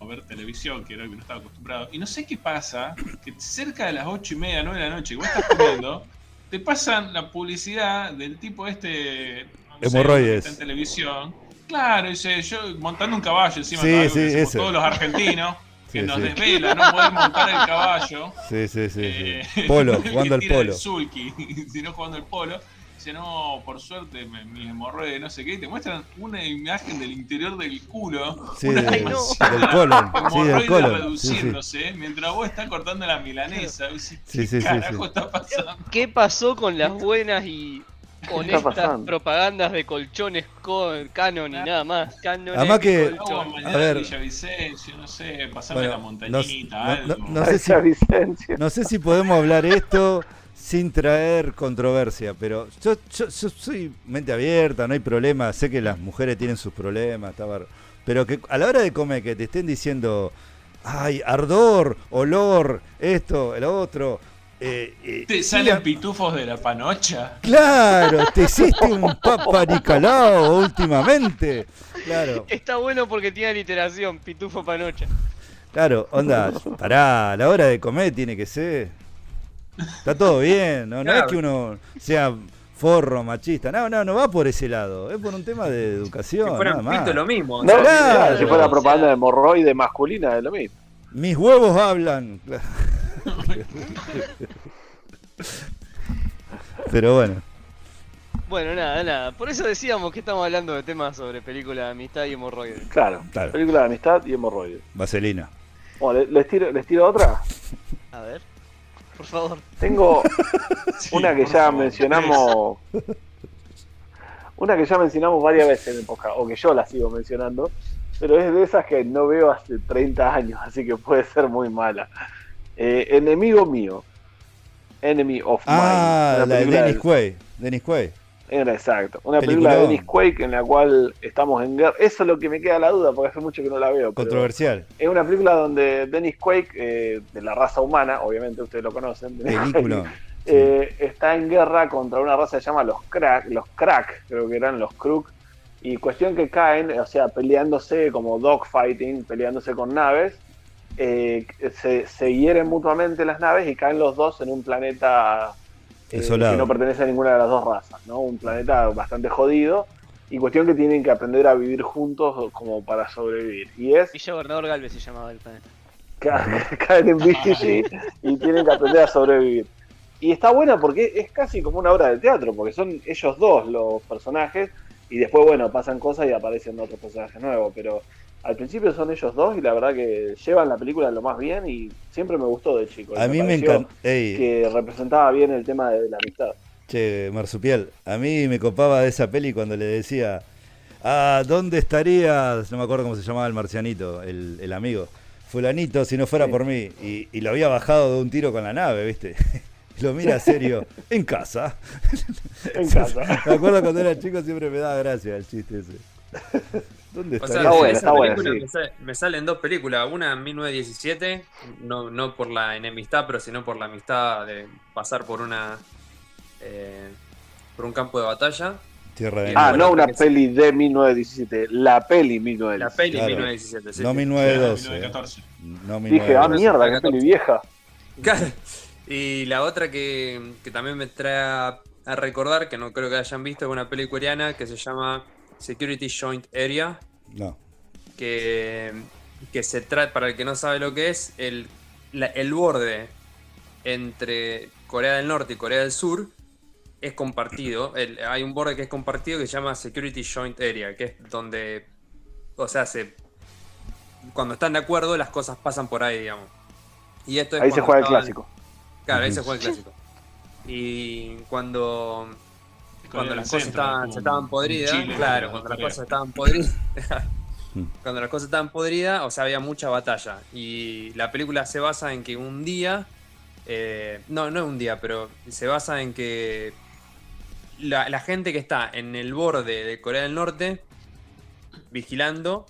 Speaker 4: a ver televisión, que era algo que no estaba acostumbrado. Y no sé qué pasa, que cerca de las ocho y media, nueve de la noche, que vos estás comiendo, te pasan la publicidad del tipo este. no sé,
Speaker 1: Hemorroides.
Speaker 4: que está en televisión. Claro, dice, yo montando un caballo encima,
Speaker 1: Sí,
Speaker 4: algo que
Speaker 1: sí,
Speaker 4: hacemos
Speaker 1: ese.
Speaker 4: todos los argentinos, que
Speaker 1: Sí,
Speaker 4: nos
Speaker 1: sí.
Speaker 4: desvela, no podemos montar el caballo.
Speaker 1: Sí, sí, sí, sí.
Speaker 4: Eh,
Speaker 1: Polo,
Speaker 4: el que
Speaker 1: jugando al
Speaker 4: tira
Speaker 1: polo.
Speaker 4: El sulky, sino jugando al polo. Dice, no, por suerte, me- mis hemorroides, no sé qué. y Te muestran una imagen del interior del culo.
Speaker 1: Sí,
Speaker 4: una
Speaker 1: de-
Speaker 5: no.
Speaker 1: del colon. Sí, del
Speaker 4: hemorroides
Speaker 1: colon. Sí, sí.
Speaker 4: reduciéndose, eh, mientras vos estás cortando la milanesa. Dice,
Speaker 1: Sí,
Speaker 4: ¿Qué
Speaker 1: sí, sí,
Speaker 4: carajo
Speaker 1: sí.
Speaker 4: está pasando?
Speaker 5: ¿Qué pasó con las buenas y honestas
Speaker 3: pasando?
Speaker 5: propagandas de colchones con Canon y
Speaker 4: Ah,
Speaker 5: nada más? Canon
Speaker 1: Además
Speaker 5: y
Speaker 1: que-
Speaker 4: Agua
Speaker 5: colchón.
Speaker 4: mañana
Speaker 1: Eh, ver.
Speaker 4: en Villavicencio, no sé, pasame
Speaker 1: Bueno,
Speaker 4: la
Speaker 1: no-
Speaker 4: montañita,
Speaker 1: no-
Speaker 4: algo.
Speaker 1: no sé si-
Speaker 3: Vicencio.
Speaker 1: No sé si podemos hablar esto sin traer controversia, pero yo, yo- yo soy mente abierta, no hay problema, sé que las mujeres tienen sus problemas, está bárbaro. pero que a la hora de comer que te estén diciendo, ay, ardor, olor, esto, el otro, eh, eh,
Speaker 4: Te
Speaker 1: sí,
Speaker 4: salen
Speaker 1: a-
Speaker 4: pitufos de la panocha.
Speaker 1: Claro, te hiciste un papa Nicolau últimamente. Claro,
Speaker 5: Está bueno porque tiene literación, Pitufo Panocha.
Speaker 1: claro, onda, pará, a la hora de comer tiene que ser. Está todo bien, no, no es
Speaker 2: Claro.
Speaker 1: que uno sea forro, machista, no, no, no va por ese lado, es por un tema de educación,
Speaker 2: Si fuera
Speaker 1: nada
Speaker 2: un
Speaker 1: más.
Speaker 2: pito, lo mismo.
Speaker 3: No,
Speaker 2: o sea,
Speaker 1: claro.
Speaker 3: Si fuera
Speaker 5: O sea-
Speaker 3: propaganda de hemorroide masculina, es lo mismo.
Speaker 1: Mis huevos hablan. Pero bueno,
Speaker 5: Bueno, nada, nada. Por eso decíamos que estamos hablando de temas sobre películas de amistad y hemorroides.
Speaker 3: Claro,
Speaker 1: Claro.
Speaker 3: película de amistad y hemorroide.
Speaker 1: vaselina.
Speaker 3: Bueno, ¿les tiro, les tiro otra?
Speaker 5: A ver, por favor.
Speaker 3: Tengo
Speaker 4: Sí,
Speaker 3: una que
Speaker 4: por
Speaker 3: ya
Speaker 4: favor.
Speaker 3: mencionamos. Una que ya mencionamos varias veces en el podcast, o que yo la sigo mencionando, pero es de esas que no veo hace 30 años, así que puede ser muy mala. Eh, enemigo mío. Enemy of Mine.
Speaker 1: Ah, la
Speaker 3: una
Speaker 1: de
Speaker 3: película
Speaker 1: Dennis
Speaker 3: del-
Speaker 1: Quaid. Dennis Quaid.
Speaker 3: Era exacto. Una película de
Speaker 1: Peliculón.
Speaker 3: Dennis Quaid en la cual estamos en guerra. Eso es lo que me queda la duda, porque hace mucho que no la veo. pero
Speaker 1: Controversial.
Speaker 3: es una película donde Dennis Quaid, eh, de la raza humana, obviamente ustedes lo conocen, Dennis Quaid,
Speaker 1: Película.
Speaker 3: eh, está en guerra contra una raza que se llama los crack, los crack, creo que eran los crook. Y cuestión que caen, o sea, peleándose como dogfighting, peleándose con naves, eh, se, se hieren mutuamente las naves y caen los dos en un planeta eh,
Speaker 1: Desolado.
Speaker 3: que no pertenece a ninguna de las dos razas, ¿no? Un planeta bastante jodido. Y cuestión que tienen que aprender a vivir juntos como para sobrevivir. Y es
Speaker 5: Villa Gobernador Galvez se llamaba el planeta.
Speaker 3: ca- caen en BCG y tienen que aprender a sobrevivir. Y está buena porque es casi como una obra de teatro, porque son ellos dos los personajes y después, bueno, pasan cosas y aparecen otros personajes nuevos, pero al principio son ellos dos y la verdad que llevan la película lo más bien y siempre me gustó de chico.
Speaker 1: A mí me
Speaker 3: pareció
Speaker 1: encanta.
Speaker 3: Que representaba bien el tema de la amistad.
Speaker 1: Che, Marsupial, a mí me copaba de esa peli cuando le decía, ah, ¿dónde estarías? No me acuerdo cómo se llamaba el marcianito, el, el amigo. Fulanito, si no fuera
Speaker 3: Sí.
Speaker 1: por mí. Y, y lo había bajado de un tiro con la nave, ¿viste? Lo mira serio, en casa.
Speaker 3: En casa.
Speaker 1: Me acuerdo cuando era chico siempre me daba gracia el chiste ese. ¿Dónde
Speaker 2: O
Speaker 1: estarías?
Speaker 2: sea, de
Speaker 3: buena,
Speaker 2: esa
Speaker 3: está buena,
Speaker 2: película
Speaker 3: sí.
Speaker 2: me, sale- me salen dos películas, una en 1917, no, no por la enemistad, pero sino por la amistad de pasar por una eh, por un campo de batalla,
Speaker 1: Tierra de
Speaker 2: Ah,
Speaker 3: Ah,
Speaker 1: Nadie.
Speaker 3: no una
Speaker 2: que sí.
Speaker 3: peli de 1917, la peli 1917.
Speaker 2: La peli
Speaker 1: Claro.
Speaker 2: 1917. sí,
Speaker 1: No
Speaker 2: sí.
Speaker 1: 1912. eh.
Speaker 4: 1914.
Speaker 1: No
Speaker 3: Dije, ah,
Speaker 1: 1912.
Speaker 3: mierda, qué peli vieja.
Speaker 2: Claro. Y la otra que, que también me trae a, a recordar, que no creo que hayan visto, es una peli coreana que se llama Security Joint Area,
Speaker 1: No.
Speaker 2: que, que se trata, para el que no sabe lo que es, el, la- el borde entre Corea del Norte y Corea del Sur es compartido. El- hay un borde que es compartido que se llama Security Joint Area, que es donde, o sea, se, cuando están de acuerdo las cosas pasan por ahí, digamos. Y esto es
Speaker 3: Ahí se
Speaker 2: cuando
Speaker 3: juega el
Speaker 2: estaban-
Speaker 3: clásico.
Speaker 2: Claro, ahí se
Speaker 1: Ujú.
Speaker 2: juega el clásico. Y cuando, cuando
Speaker 4: del
Speaker 2: las cosas
Speaker 4: centro,
Speaker 2: estaban,
Speaker 4: como
Speaker 2: ya estaban podridas,
Speaker 4: Chile,
Speaker 2: claro,
Speaker 4: como
Speaker 2: cuando las
Speaker 4: Corea.
Speaker 2: cosas estaban podridas,
Speaker 1: Mm.
Speaker 2: cuando las cosas estaban podridas, o sea, había mucha batalla. Y la película se basa en que un día, eh, no, no es un día, pero se basa en que la, la gente que está en el borde de Corea del Norte, vigilando,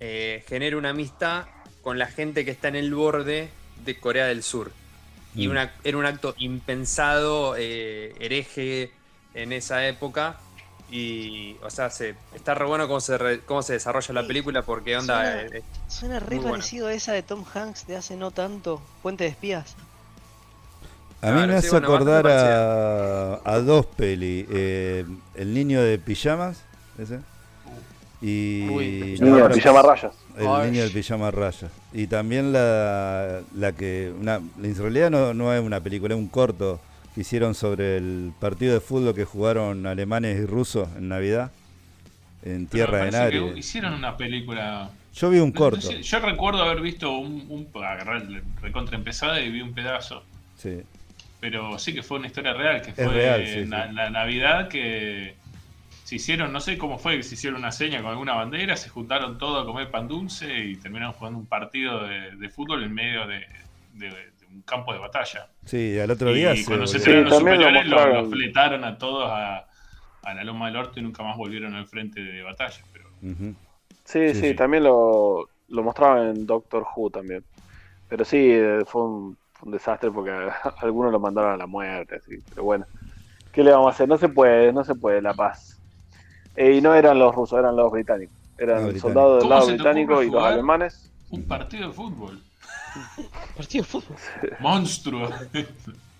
Speaker 2: eh, genera una amistad con la gente que está en el borde de Corea del Sur y
Speaker 1: Mm.
Speaker 2: una- era un acto impensado, eh, hereje en esa época. Y, o sea, se, está re bueno cómo se, re- cómo se desarrolla la
Speaker 5: Sí.
Speaker 2: película porque onda.
Speaker 5: Sí.
Speaker 2: eh, eh,
Speaker 5: Suena re
Speaker 2: Muy buena.
Speaker 5: parecido a esa de Tom Hanks de hace no tanto, Puente de Espías.
Speaker 1: A mí
Speaker 4: Ah,
Speaker 2: Claro,
Speaker 1: me
Speaker 2: sí,
Speaker 1: hace
Speaker 2: bueno,
Speaker 1: acordar
Speaker 2: bastante
Speaker 1: a, a dos peli. eh, el niño de pijamas, ese. Y
Speaker 5: Uy,
Speaker 1: la
Speaker 3: Niño de
Speaker 1: otra-
Speaker 3: pijama rayas.
Speaker 1: El
Speaker 5: Ay.
Speaker 1: niño del pijama raya. Y también la, la que. Una, en realidad no, no es una película, es un corto que hicieron sobre el partido de fútbol que jugaron alemanes y rusos en Navidad. En Tierra
Speaker 4: Me
Speaker 1: de
Speaker 4: Ah, parece que
Speaker 1: Nadie.
Speaker 4: Hicieron una película.
Speaker 1: Yo vi un
Speaker 4: no- no
Speaker 1: corto.
Speaker 4: sé, yo recuerdo haber visto un, un agarré recontra empezada y vi un pedazo.
Speaker 1: Sí.
Speaker 4: Pero sí que fue una historia real, que fue
Speaker 1: real, sí,
Speaker 4: na-
Speaker 1: sí.
Speaker 4: la Navidad que se hicieron, no sé cómo fue, que se hicieron una seña con alguna bandera, se juntaron todos a comer pan dulce y terminaron jugando un partido de, de fútbol en medio de, de- de un campo de batalla.
Speaker 1: Sí, al otro día.
Speaker 4: y cuando se
Speaker 1: volvió.
Speaker 4: enteraron
Speaker 3: Sí,
Speaker 4: los
Speaker 3: también lo
Speaker 4: superiores, los,
Speaker 3: mostraron.
Speaker 4: los fletaron a todos a, a la Loma del Orto y nunca más volvieron al frente de batalla. Pero
Speaker 1: Ujú.
Speaker 3: Sí,
Speaker 1: Sí,
Speaker 3: sí,
Speaker 1: sí.
Speaker 3: también lo, lo mostraban en Doctor Who también. Pero sí, eh, fue un, fue un desastre porque algunos lo mandaron a la muerte, sí. Pero bueno, ¿qué le vamos a hacer? No se puede, no se puede, la paz. Eh, y no eran los rusos, eran los británicos.
Speaker 1: Los
Speaker 3: Eran
Speaker 1: británicos.
Speaker 3: soldados del
Speaker 4: ¿Cómo
Speaker 3: lado
Speaker 4: se te
Speaker 3: británico
Speaker 4: ocurre
Speaker 3: y los
Speaker 4: jugar?
Speaker 3: alemanes.
Speaker 4: un partido de fútbol,
Speaker 5: Partido de fútbol.
Speaker 4: monstruo.
Speaker 2: pero se,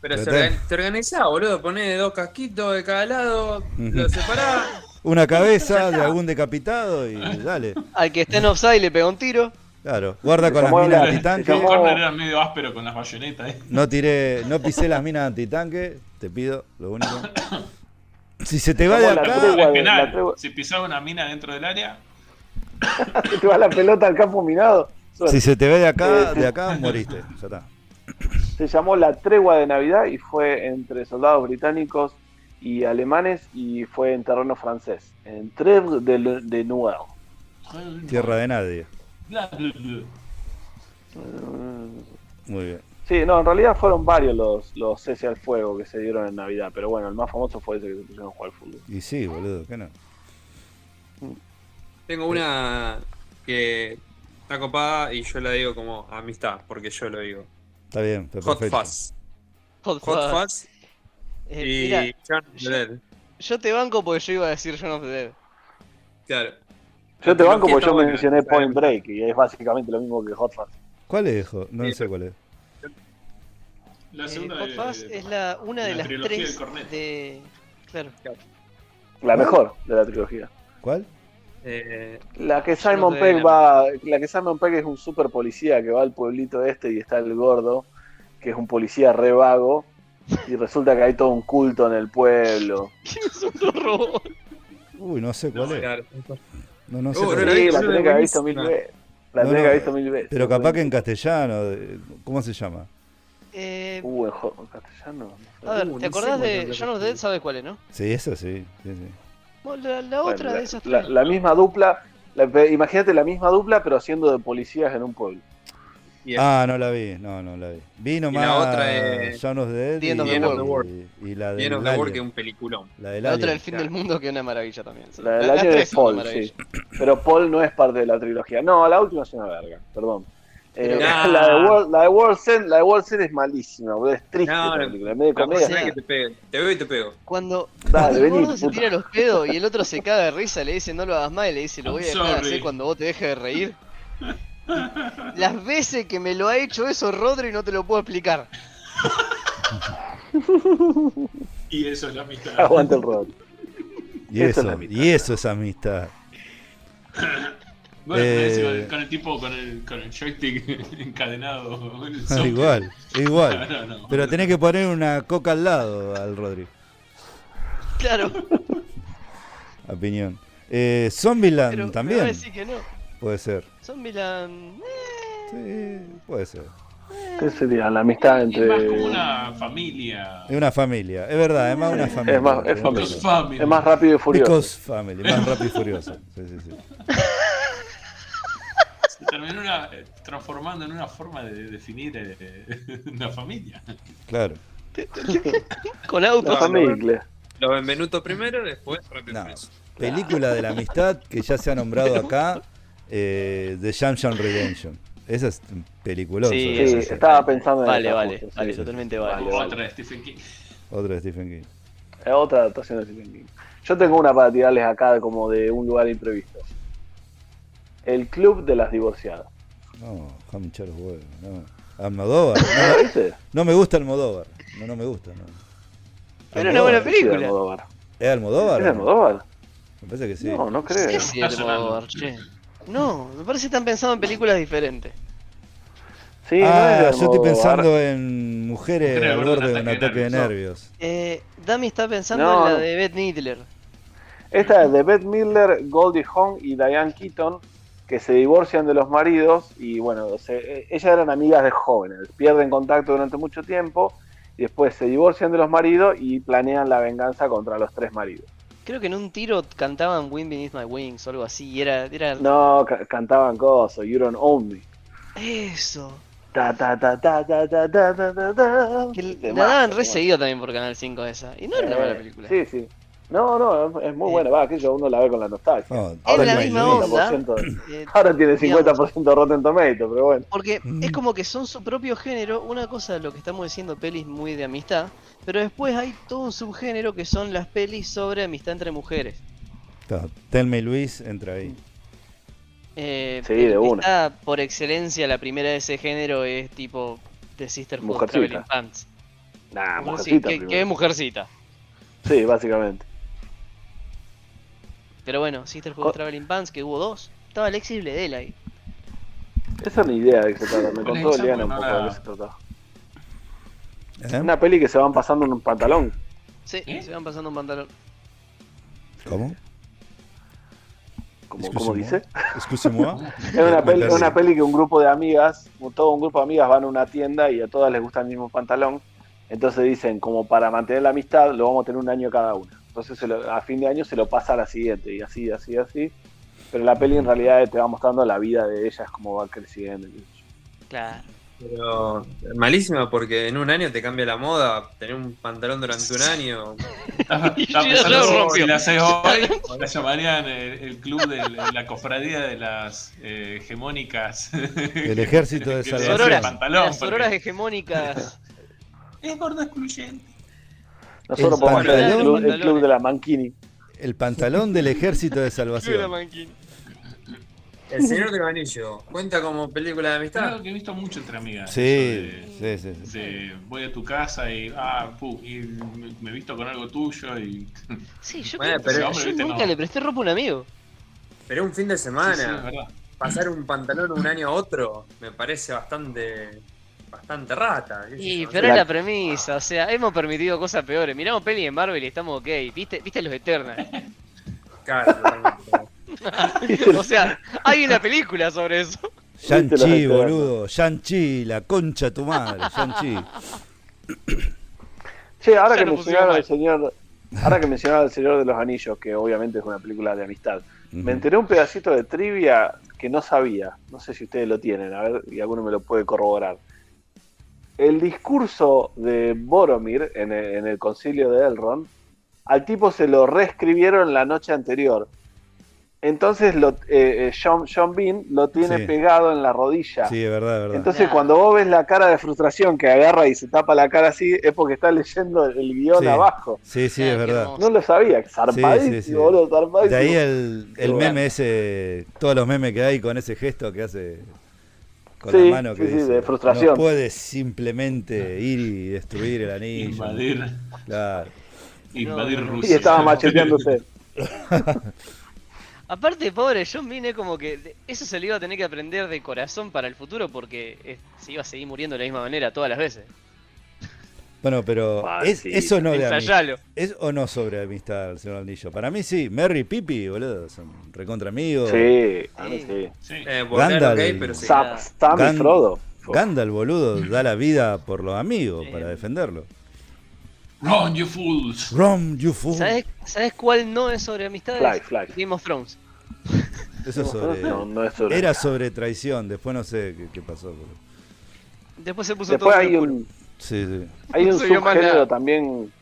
Speaker 1: Pero te-
Speaker 2: organ- te organizaba, boludo. Ponés dos casquitos de cada lado,
Speaker 1: Ujú.
Speaker 2: lo separás.
Speaker 1: Una cabeza de algún decapitado y dale.
Speaker 5: Al que esté en offside le pega un tiro.
Speaker 1: Claro. Guarda
Speaker 3: Se
Speaker 1: con las
Speaker 3: llamó
Speaker 1: minas
Speaker 3: la- se
Speaker 4: El
Speaker 1: antitanque.
Speaker 3: llamó-
Speaker 4: corner era medio áspero con las bayonetas. ¿eh?
Speaker 1: No tiré, no pisé las minas antitanque. Te pido, lo único. Si se te va de
Speaker 3: Llamó la
Speaker 1: acá.
Speaker 3: tregua.
Speaker 4: Era
Speaker 3: de-
Speaker 4: penal.
Speaker 3: la tregua-
Speaker 4: Si pisaba una mina dentro del área,
Speaker 3: Te va la pelota al campo minado.
Speaker 1: Si se te ve de acá,
Speaker 3: Eh,
Speaker 1: de acá moriste. Ya está.
Speaker 3: se llamó La Tregua de Navidad y fue entre soldados británicos y alemanes y fue en terreno francés, en Trèves de, Le- de Noël.
Speaker 1: Tierra de nadie.
Speaker 4: Bla, bla, bla.
Speaker 3: Mm,
Speaker 1: Muy bien.
Speaker 3: Sí, no, en realidad fueron varios los, los cese al fuego que se dieron en Navidad, pero bueno, el más famoso fue ese que se pusieron a jugar al fútbol.
Speaker 1: Y sí, boludo, ¿qué no?
Speaker 2: Tengo una que está copada y yo la digo como amistad, porque yo lo digo.
Speaker 1: Está bien, está
Speaker 2: Hot
Speaker 1: perfecto.
Speaker 2: Fuzz.
Speaker 5: Hot
Speaker 2: Hot
Speaker 5: fuck.
Speaker 2: Fuzz
Speaker 5: Eh,
Speaker 2: y
Speaker 5: mirá,
Speaker 2: Shaun of the
Speaker 5: yo-
Speaker 2: Dead.
Speaker 5: yo te banco porque yo iba a decir John of the Dead.
Speaker 2: Claro.
Speaker 3: Yo te banco porque
Speaker 2: Está
Speaker 3: yo
Speaker 2: buena.
Speaker 3: mencioné Point Break y es básicamente lo mismo que Hot Fuzz.
Speaker 1: ¿Cuál es, hijo? No
Speaker 2: Sí.
Speaker 1: sé cuál es.
Speaker 4: La
Speaker 5: Eh,
Speaker 4: segunda
Speaker 5: Hot
Speaker 4: de-
Speaker 5: Fuzz
Speaker 4: de-
Speaker 5: es la, una
Speaker 4: de
Speaker 5: de
Speaker 4: la
Speaker 5: las
Speaker 4: trilogía del
Speaker 5: tres
Speaker 4: Cornet.
Speaker 5: de... Claro.
Speaker 3: La mejor de la trilogía.
Speaker 1: ¿Cuál?
Speaker 2: Eh,
Speaker 3: La que
Speaker 5: Yo no
Speaker 3: Simon
Speaker 5: te
Speaker 3: Pegg
Speaker 5: digo
Speaker 3: va, la que Simon Pegg es un super policía que va al pueblito este y está el gordo, que es un policía re vago, y resulta que hay todo un culto en el pueblo.
Speaker 5: Es otro robot.
Speaker 1: Uy, no sé cuál es.
Speaker 2: claro.
Speaker 1: No, no sé
Speaker 2: Uh,
Speaker 1: cuál
Speaker 2: no,
Speaker 1: es.
Speaker 2: no,
Speaker 3: Sí,
Speaker 2: es
Speaker 3: la tenés que haber visto mil
Speaker 2: buenísima.
Speaker 3: veces. La
Speaker 1: No,
Speaker 3: tenés que
Speaker 1: no,
Speaker 3: haber visto mil veces.
Speaker 1: Pero capaz que en castellano. eh, ¿Cómo se llama?
Speaker 5: Eh,
Speaker 3: Uh, en, jo- en castellano. no
Speaker 5: a
Speaker 3: sé.
Speaker 5: ver,
Speaker 2: Uh,
Speaker 5: ¿te
Speaker 2: no sé
Speaker 5: acordás
Speaker 2: cuál es
Speaker 5: de
Speaker 2: la
Speaker 5: John of the Dead? ¿Sabes cuál es, no?
Speaker 1: Sí, eso sí. sí, sí.
Speaker 5: No, La, la
Speaker 3: Bueno,
Speaker 5: otra
Speaker 3: la-
Speaker 5: de esas
Speaker 3: la,
Speaker 5: tres.
Speaker 3: la misma dupla, la- pe- imagínate la misma dupla, pero haciendo de policías en un pueblo.
Speaker 2: Y-
Speaker 1: Ah, no la vi. No, no la vi. Vi nomás.
Speaker 2: otra es
Speaker 1: Shaun of the Dead
Speaker 5: The End of
Speaker 1: y-
Speaker 5: the
Speaker 1: Y, y la de.
Speaker 2: Bien of the World, que es un peliculón.
Speaker 1: La del
Speaker 5: La otra
Speaker 1: Alien.
Speaker 5: del fin
Speaker 2: claro.
Speaker 5: del mundo, que es una maravilla también.
Speaker 3: La del
Speaker 5: Las
Speaker 3: año
Speaker 5: tres
Speaker 3: es
Speaker 5: son una
Speaker 3: Paul,
Speaker 5: maravilla.
Speaker 3: sí. Pero Paul no es parte de la trilogía. No, la última es una verga, perdón. Eh,
Speaker 2: Nah.
Speaker 3: la, de World, la de World's End- la de World's End es malísima, boludo. Es triste
Speaker 2: No,
Speaker 3: la
Speaker 2: no.
Speaker 3: película. Es medio
Speaker 2: La
Speaker 3: comedia.
Speaker 2: próxima vez que te pegue. Te veo y te pego.
Speaker 5: Cuando
Speaker 3: Dale,
Speaker 5: el
Speaker 3: vení,
Speaker 5: gordo se
Speaker 3: puta.
Speaker 5: tira los pedos y el otro se caga de risa, le dice no lo hagas más y le dice lo voy a dejar de
Speaker 4: Sorry.
Speaker 5: hacer cuando vos te dejes de reír. Las veces que me lo ha hecho eso Rodri no te lo puedo explicar.
Speaker 4: Y eso es la amistad.
Speaker 3: Aguanta el rol.
Speaker 1: Y
Speaker 3: Eso es
Speaker 1: eso,
Speaker 3: amistad.
Speaker 1: y eso es amistad.
Speaker 4: Bueno,
Speaker 1: Eh.
Speaker 4: Messi con el- con el tipo, con el, con el joystick encadenado. en el
Speaker 1: Ah,
Speaker 4: socket.
Speaker 1: igual, igual.
Speaker 4: No, no, no.
Speaker 1: Pero tenés que poner una coca al lado al Rodrigo.
Speaker 5: Claro, opinión.
Speaker 1: Opinión. Eh, Zombieland
Speaker 5: pero me va a
Speaker 1: también
Speaker 5: decir que no.
Speaker 1: puede ser.
Speaker 5: Son Milan. eh,
Speaker 1: Sí, puede ser.
Speaker 3: ¿Qué sería? La amistad
Speaker 4: Es más como
Speaker 3: entre.
Speaker 4: una familia.
Speaker 1: Es una familia, es verdad, es más una familia.
Speaker 3: más- es
Speaker 1: Tenés
Speaker 3: familia.
Speaker 4: Dos
Speaker 1: razón.
Speaker 4: familias.
Speaker 3: Es más rápido y furioso.
Speaker 1: Because Family, más rápido y furioso. Sí, sí, sí.
Speaker 4: Se terminó una- eh, transformando en una forma de definir eh, una familia.
Speaker 1: Claro.
Speaker 5: Con auto.
Speaker 3: La familia.
Speaker 2: Los Benvenuto primero, después Rápido y
Speaker 1: No.
Speaker 2: Furioso.
Speaker 1: Película de la amistad que ya se ha nombrado acá, eh, The Jamshan Redemption. Esa es un peliculoso.
Speaker 5: Sí,
Speaker 3: Sí,
Speaker 1: esa es
Speaker 3: estaba pensando en
Speaker 5: Vale,
Speaker 3: esa
Speaker 5: vale,
Speaker 3: justo, sí,
Speaker 5: vale,
Speaker 1: sí.
Speaker 5: totalmente vale.
Speaker 3: Vale, vale.
Speaker 4: Otra de Stephen King.
Speaker 1: Otra de Stephen King.
Speaker 3: Es otra adaptación de Stephen King. Yo tengo una para tirarles acá como de un lugar imprevisto. El club de las divorciadas.
Speaker 1: No, déjame hinchar los huevos. No. Almodóvar. No,
Speaker 3: ¿La viste?
Speaker 1: no me gusta Almodóvar. No, no me gusta. No.
Speaker 5: Pero una buena
Speaker 1: Almodóvar.
Speaker 5: Película.
Speaker 3: Sí, de Almodóvar.
Speaker 1: ¿Es Almodóvar?
Speaker 3: ¿Es de
Speaker 1: o no?
Speaker 3: Almodóvar?
Speaker 1: Me parece que sí.
Speaker 3: No, no creo.
Speaker 5: ¿Qué es
Speaker 4: Está sonando.
Speaker 5: Almodóvar, che? No, me parece que están pensando en películas diferentes.
Speaker 3: Sí, no es de
Speaker 1: ah, yo estoy
Speaker 3: Almodóvar.
Speaker 1: pensando en mujeres
Speaker 4: Mujeres
Speaker 1: al
Speaker 4: al
Speaker 1: borde de
Speaker 4: ataque
Speaker 1: un
Speaker 4: de
Speaker 1: ataque de nervios.
Speaker 5: Eh, Dami está pensando
Speaker 3: No,
Speaker 5: en la
Speaker 3: no.
Speaker 5: de Beth Midler.
Speaker 3: Esta es de Beth Miller, Goldie Hawn y Diane Keaton, que se divorcian de los maridos y bueno, se- eh, ellas eran amigas de jóvenes, pierden contacto durante mucho tiempo y después se divorcian de los maridos y planean la venganza contra los tres maridos.
Speaker 5: Creo que en un tiro cantaban Wind Beneath My Wings o algo así. Y era, era
Speaker 3: No, ca- cantaban cosas, You Don't Own Me.
Speaker 5: eso.
Speaker 3: Ta, ta, ta, ta, ta, ta, ta, ta, ta, ta. Este,
Speaker 5: Que l- la
Speaker 3: Temazo,
Speaker 5: daban re
Speaker 3: temazo.
Speaker 5: seguido también por Canal 5 esa. Y no era una buena
Speaker 3: Eh,
Speaker 5: película.
Speaker 3: Sí, sí. No, no, es, es muy buena, va, que yo uno la ve con la nostalgia.
Speaker 1: No,
Speaker 5: Es la
Speaker 1: Tony
Speaker 5: misma
Speaker 1: Lewis.
Speaker 5: onda.
Speaker 3: 50%
Speaker 5: Eh,
Speaker 3: Ahora tiene
Speaker 5: Digamos.
Speaker 3: 50% de Rotten Tomato, pero bueno.
Speaker 5: porque
Speaker 1: Mm.
Speaker 5: es como que son su propio género. Una cosa de lo que estamos diciendo, pelis muy de amistad. Pero después hay todo un subgénero que son las pelis sobre amistad entre mujeres.
Speaker 1: Está, Telma y Luis entra ahí.
Speaker 5: Eh,
Speaker 3: Sí,
Speaker 5: el
Speaker 3: de
Speaker 5: que
Speaker 3: una.
Speaker 5: está por excelencia, la primera de ese género es tipo The Sisterhood
Speaker 3: Mujercita.
Speaker 5: Traveling Pants.
Speaker 3: Nah,
Speaker 5: Sí,
Speaker 3: mujercita
Speaker 5: que- que es
Speaker 3: primero.
Speaker 5: mujercita.
Speaker 3: Sí, básicamente.
Speaker 5: Pero bueno, Sisterhood
Speaker 3: Co-
Speaker 5: Traveling Pants, que hubo dos. Estaba Alexis Bledel ahí.
Speaker 3: Esa es una idea de que se trata. Me contó
Speaker 4: Esa
Speaker 3: Eliana un poco
Speaker 4: buena.
Speaker 3: de qué se trataba.
Speaker 1: ¿Eh?
Speaker 3: Una peli que se van pasando en un pantalón.
Speaker 5: Sí,
Speaker 4: ¿Eh?
Speaker 5: se van pasando un pantalón.
Speaker 1: ¿Cómo?
Speaker 3: Como, como dice.
Speaker 1: Excusez-moi.
Speaker 3: Es una
Speaker 1: Me
Speaker 3: peli,
Speaker 1: perdí.
Speaker 3: es una peli que un grupo de amigas, todo un grupo de amigas van a una tienda y a todas les gusta el mismo pantalón. Entonces dicen, como para mantener la amistad, lo vamos a tener un año cada una. Entonces se lo- a fin de año se lo pasa a la siguiente, y así, así, así. Pero la peli en realidad te va mostrando la vida de ellas, cómo va creciendo.
Speaker 5: Claro.
Speaker 2: Pero malísima porque en un año te cambia la moda. Tener un pantalón durante un año.
Speaker 4: Estaba
Speaker 5: Y
Speaker 4: estaba
Speaker 5: ya
Speaker 4: pensando
Speaker 5: lo
Speaker 4: si
Speaker 5: rompió.
Speaker 4: la haces hoy, la llamarían el, el club de la, la cofradía de las eh, hegemónicas.
Speaker 1: El ejército de
Speaker 4: Que le hacen
Speaker 1: salvación.
Speaker 5: Sororas.
Speaker 4: pantalón,
Speaker 5: las sororas
Speaker 4: porque
Speaker 5: hegemónicas.
Speaker 4: Es gordo excluyente.
Speaker 3: Nosotros
Speaker 1: El
Speaker 3: podemos hacer el
Speaker 5: pantalón.
Speaker 3: club, el club de la Mankini.
Speaker 1: El pantalón del ejército de
Speaker 5: Club de
Speaker 1: salvación.
Speaker 5: Manquín.
Speaker 2: El Señor de Vanillo. ¿Cuenta como película de
Speaker 4: Es algo
Speaker 2: amistad?
Speaker 4: que he visto mucho entre amigas.
Speaker 1: Sí,
Speaker 4: eso de-
Speaker 1: sí, sí. sí.
Speaker 4: de voy a tu casa y, ah, pu, y me me visto con algo tuyo y...
Speaker 5: Sí, yo,
Speaker 2: Bueno,
Speaker 5: creo-
Speaker 2: pero
Speaker 5: yo
Speaker 4: hombre, viste,
Speaker 5: nunca
Speaker 4: no.
Speaker 5: le presté ropa a un amigo.
Speaker 2: Pero un fin de
Speaker 4: Sí, sí, es
Speaker 2: semana.
Speaker 4: verdad.
Speaker 2: pasar un pantalón de un año a otro me parece bastante bastante rata. qué sé
Speaker 5: Y,
Speaker 2: yo.
Speaker 5: pero
Speaker 3: La-
Speaker 5: es la premisa, o sea, hemos permitido cosas peores. Miramos peli de Marvel y estamos ok. ¿Viste, viste los Eternals?
Speaker 2: Claro, totalmente.
Speaker 5: o sea, hay una película sobre eso.
Speaker 1: Shang-Chi,
Speaker 3: Viste los veteranos.
Speaker 1: boludo. Shang-Chi, la concha de tu madre. Shang-Chi.
Speaker 3: Che, ahora
Speaker 5: Ya
Speaker 3: que,
Speaker 5: lo
Speaker 3: mencionaron
Speaker 5: pusieron mal.
Speaker 3: al señor, ahora que mencionaron al Señor de los Anillos, que obviamente es una película de amistad, me enteré un pedacito de trivia que no sabía. No sé si ustedes lo tienen, a ver, y alguno me lo puede corroborar. El discurso de Boromir en el, en el concilio de Elrond, al tipo se lo reescribieron la noche anterior. Entonces lo, eh, eh, Sean, Sean Bean lo tiene
Speaker 1: Sí.
Speaker 3: pegado en la rodilla.
Speaker 1: Sí, es verdad, es verdad.
Speaker 3: Entonces
Speaker 5: Claro.
Speaker 3: cuando vos ves la cara de frustración que agarra y se tapa la cara así, es porque está leyendo el guión
Speaker 1: Sí.
Speaker 3: abajo.
Speaker 1: sí, sí,
Speaker 5: Ah,
Speaker 1: es
Speaker 5: qué
Speaker 1: verdad.
Speaker 5: hermoso.
Speaker 3: No lo sabía, zarpadísimo,
Speaker 1: sí.
Speaker 3: boludo, zarpadísimo.
Speaker 1: De ahí el, el
Speaker 3: Qué bueno.
Speaker 1: meme ese, todos los memes que hay con ese gesto que hace con
Speaker 3: Sí,
Speaker 1: la mano que
Speaker 3: sí, sí,
Speaker 1: dice,
Speaker 3: de frustración.
Speaker 1: No puedes simplemente ir y destruir el anillo.
Speaker 4: Invadir,
Speaker 1: Claro.
Speaker 4: invadir
Speaker 5: No, no, no.
Speaker 4: Rusia.
Speaker 3: Y estaba macheteándose.
Speaker 5: Aparte, pobre, John Bean es como que de- eso se lo iba a tener que aprender de corazón para el futuro porque eh, se iba a seguir muriendo de la misma manera todas las veces.
Speaker 1: Bueno, pero
Speaker 3: Ah,
Speaker 1: es,
Speaker 3: sí.
Speaker 1: eso no de amistad.
Speaker 5: Ensayalo.
Speaker 1: ¿Es o no sobre amistad el señor Anillo? Para mí sí. Merry y Pippi, boludo, son recontra amigos.
Speaker 3: Sí, a mí
Speaker 5: Sí.
Speaker 3: sí.
Speaker 4: Sí.
Speaker 2: Eh, volver, ok,
Speaker 1: Gandalf.
Speaker 2: pero sí.
Speaker 5: Sa-
Speaker 3: Sam, Sam
Speaker 1: Gan-
Speaker 3: y Frodo.
Speaker 1: Gandalf, boludo, da la vida por los amigos
Speaker 5: Sí.
Speaker 1: para defenderlo.
Speaker 4: Run, you fools.
Speaker 1: Rom, you fool.
Speaker 5: ¿Sabes, ¿Sabes cuál no es sobre amistades?
Speaker 3: Fly, fly.
Speaker 5: Game of Thrones.
Speaker 1: Eso es sobre.
Speaker 3: No, no es sobre.
Speaker 1: Era sobre traición, después no sé qué, qué pasó. boludo.
Speaker 5: Después se puso
Speaker 3: Después
Speaker 5: todo
Speaker 3: hay
Speaker 5: oscuro.
Speaker 3: un,
Speaker 1: Sí, sí.
Speaker 3: hay un
Speaker 5: No se vio más
Speaker 3: subgénero
Speaker 5: nada.
Speaker 3: también.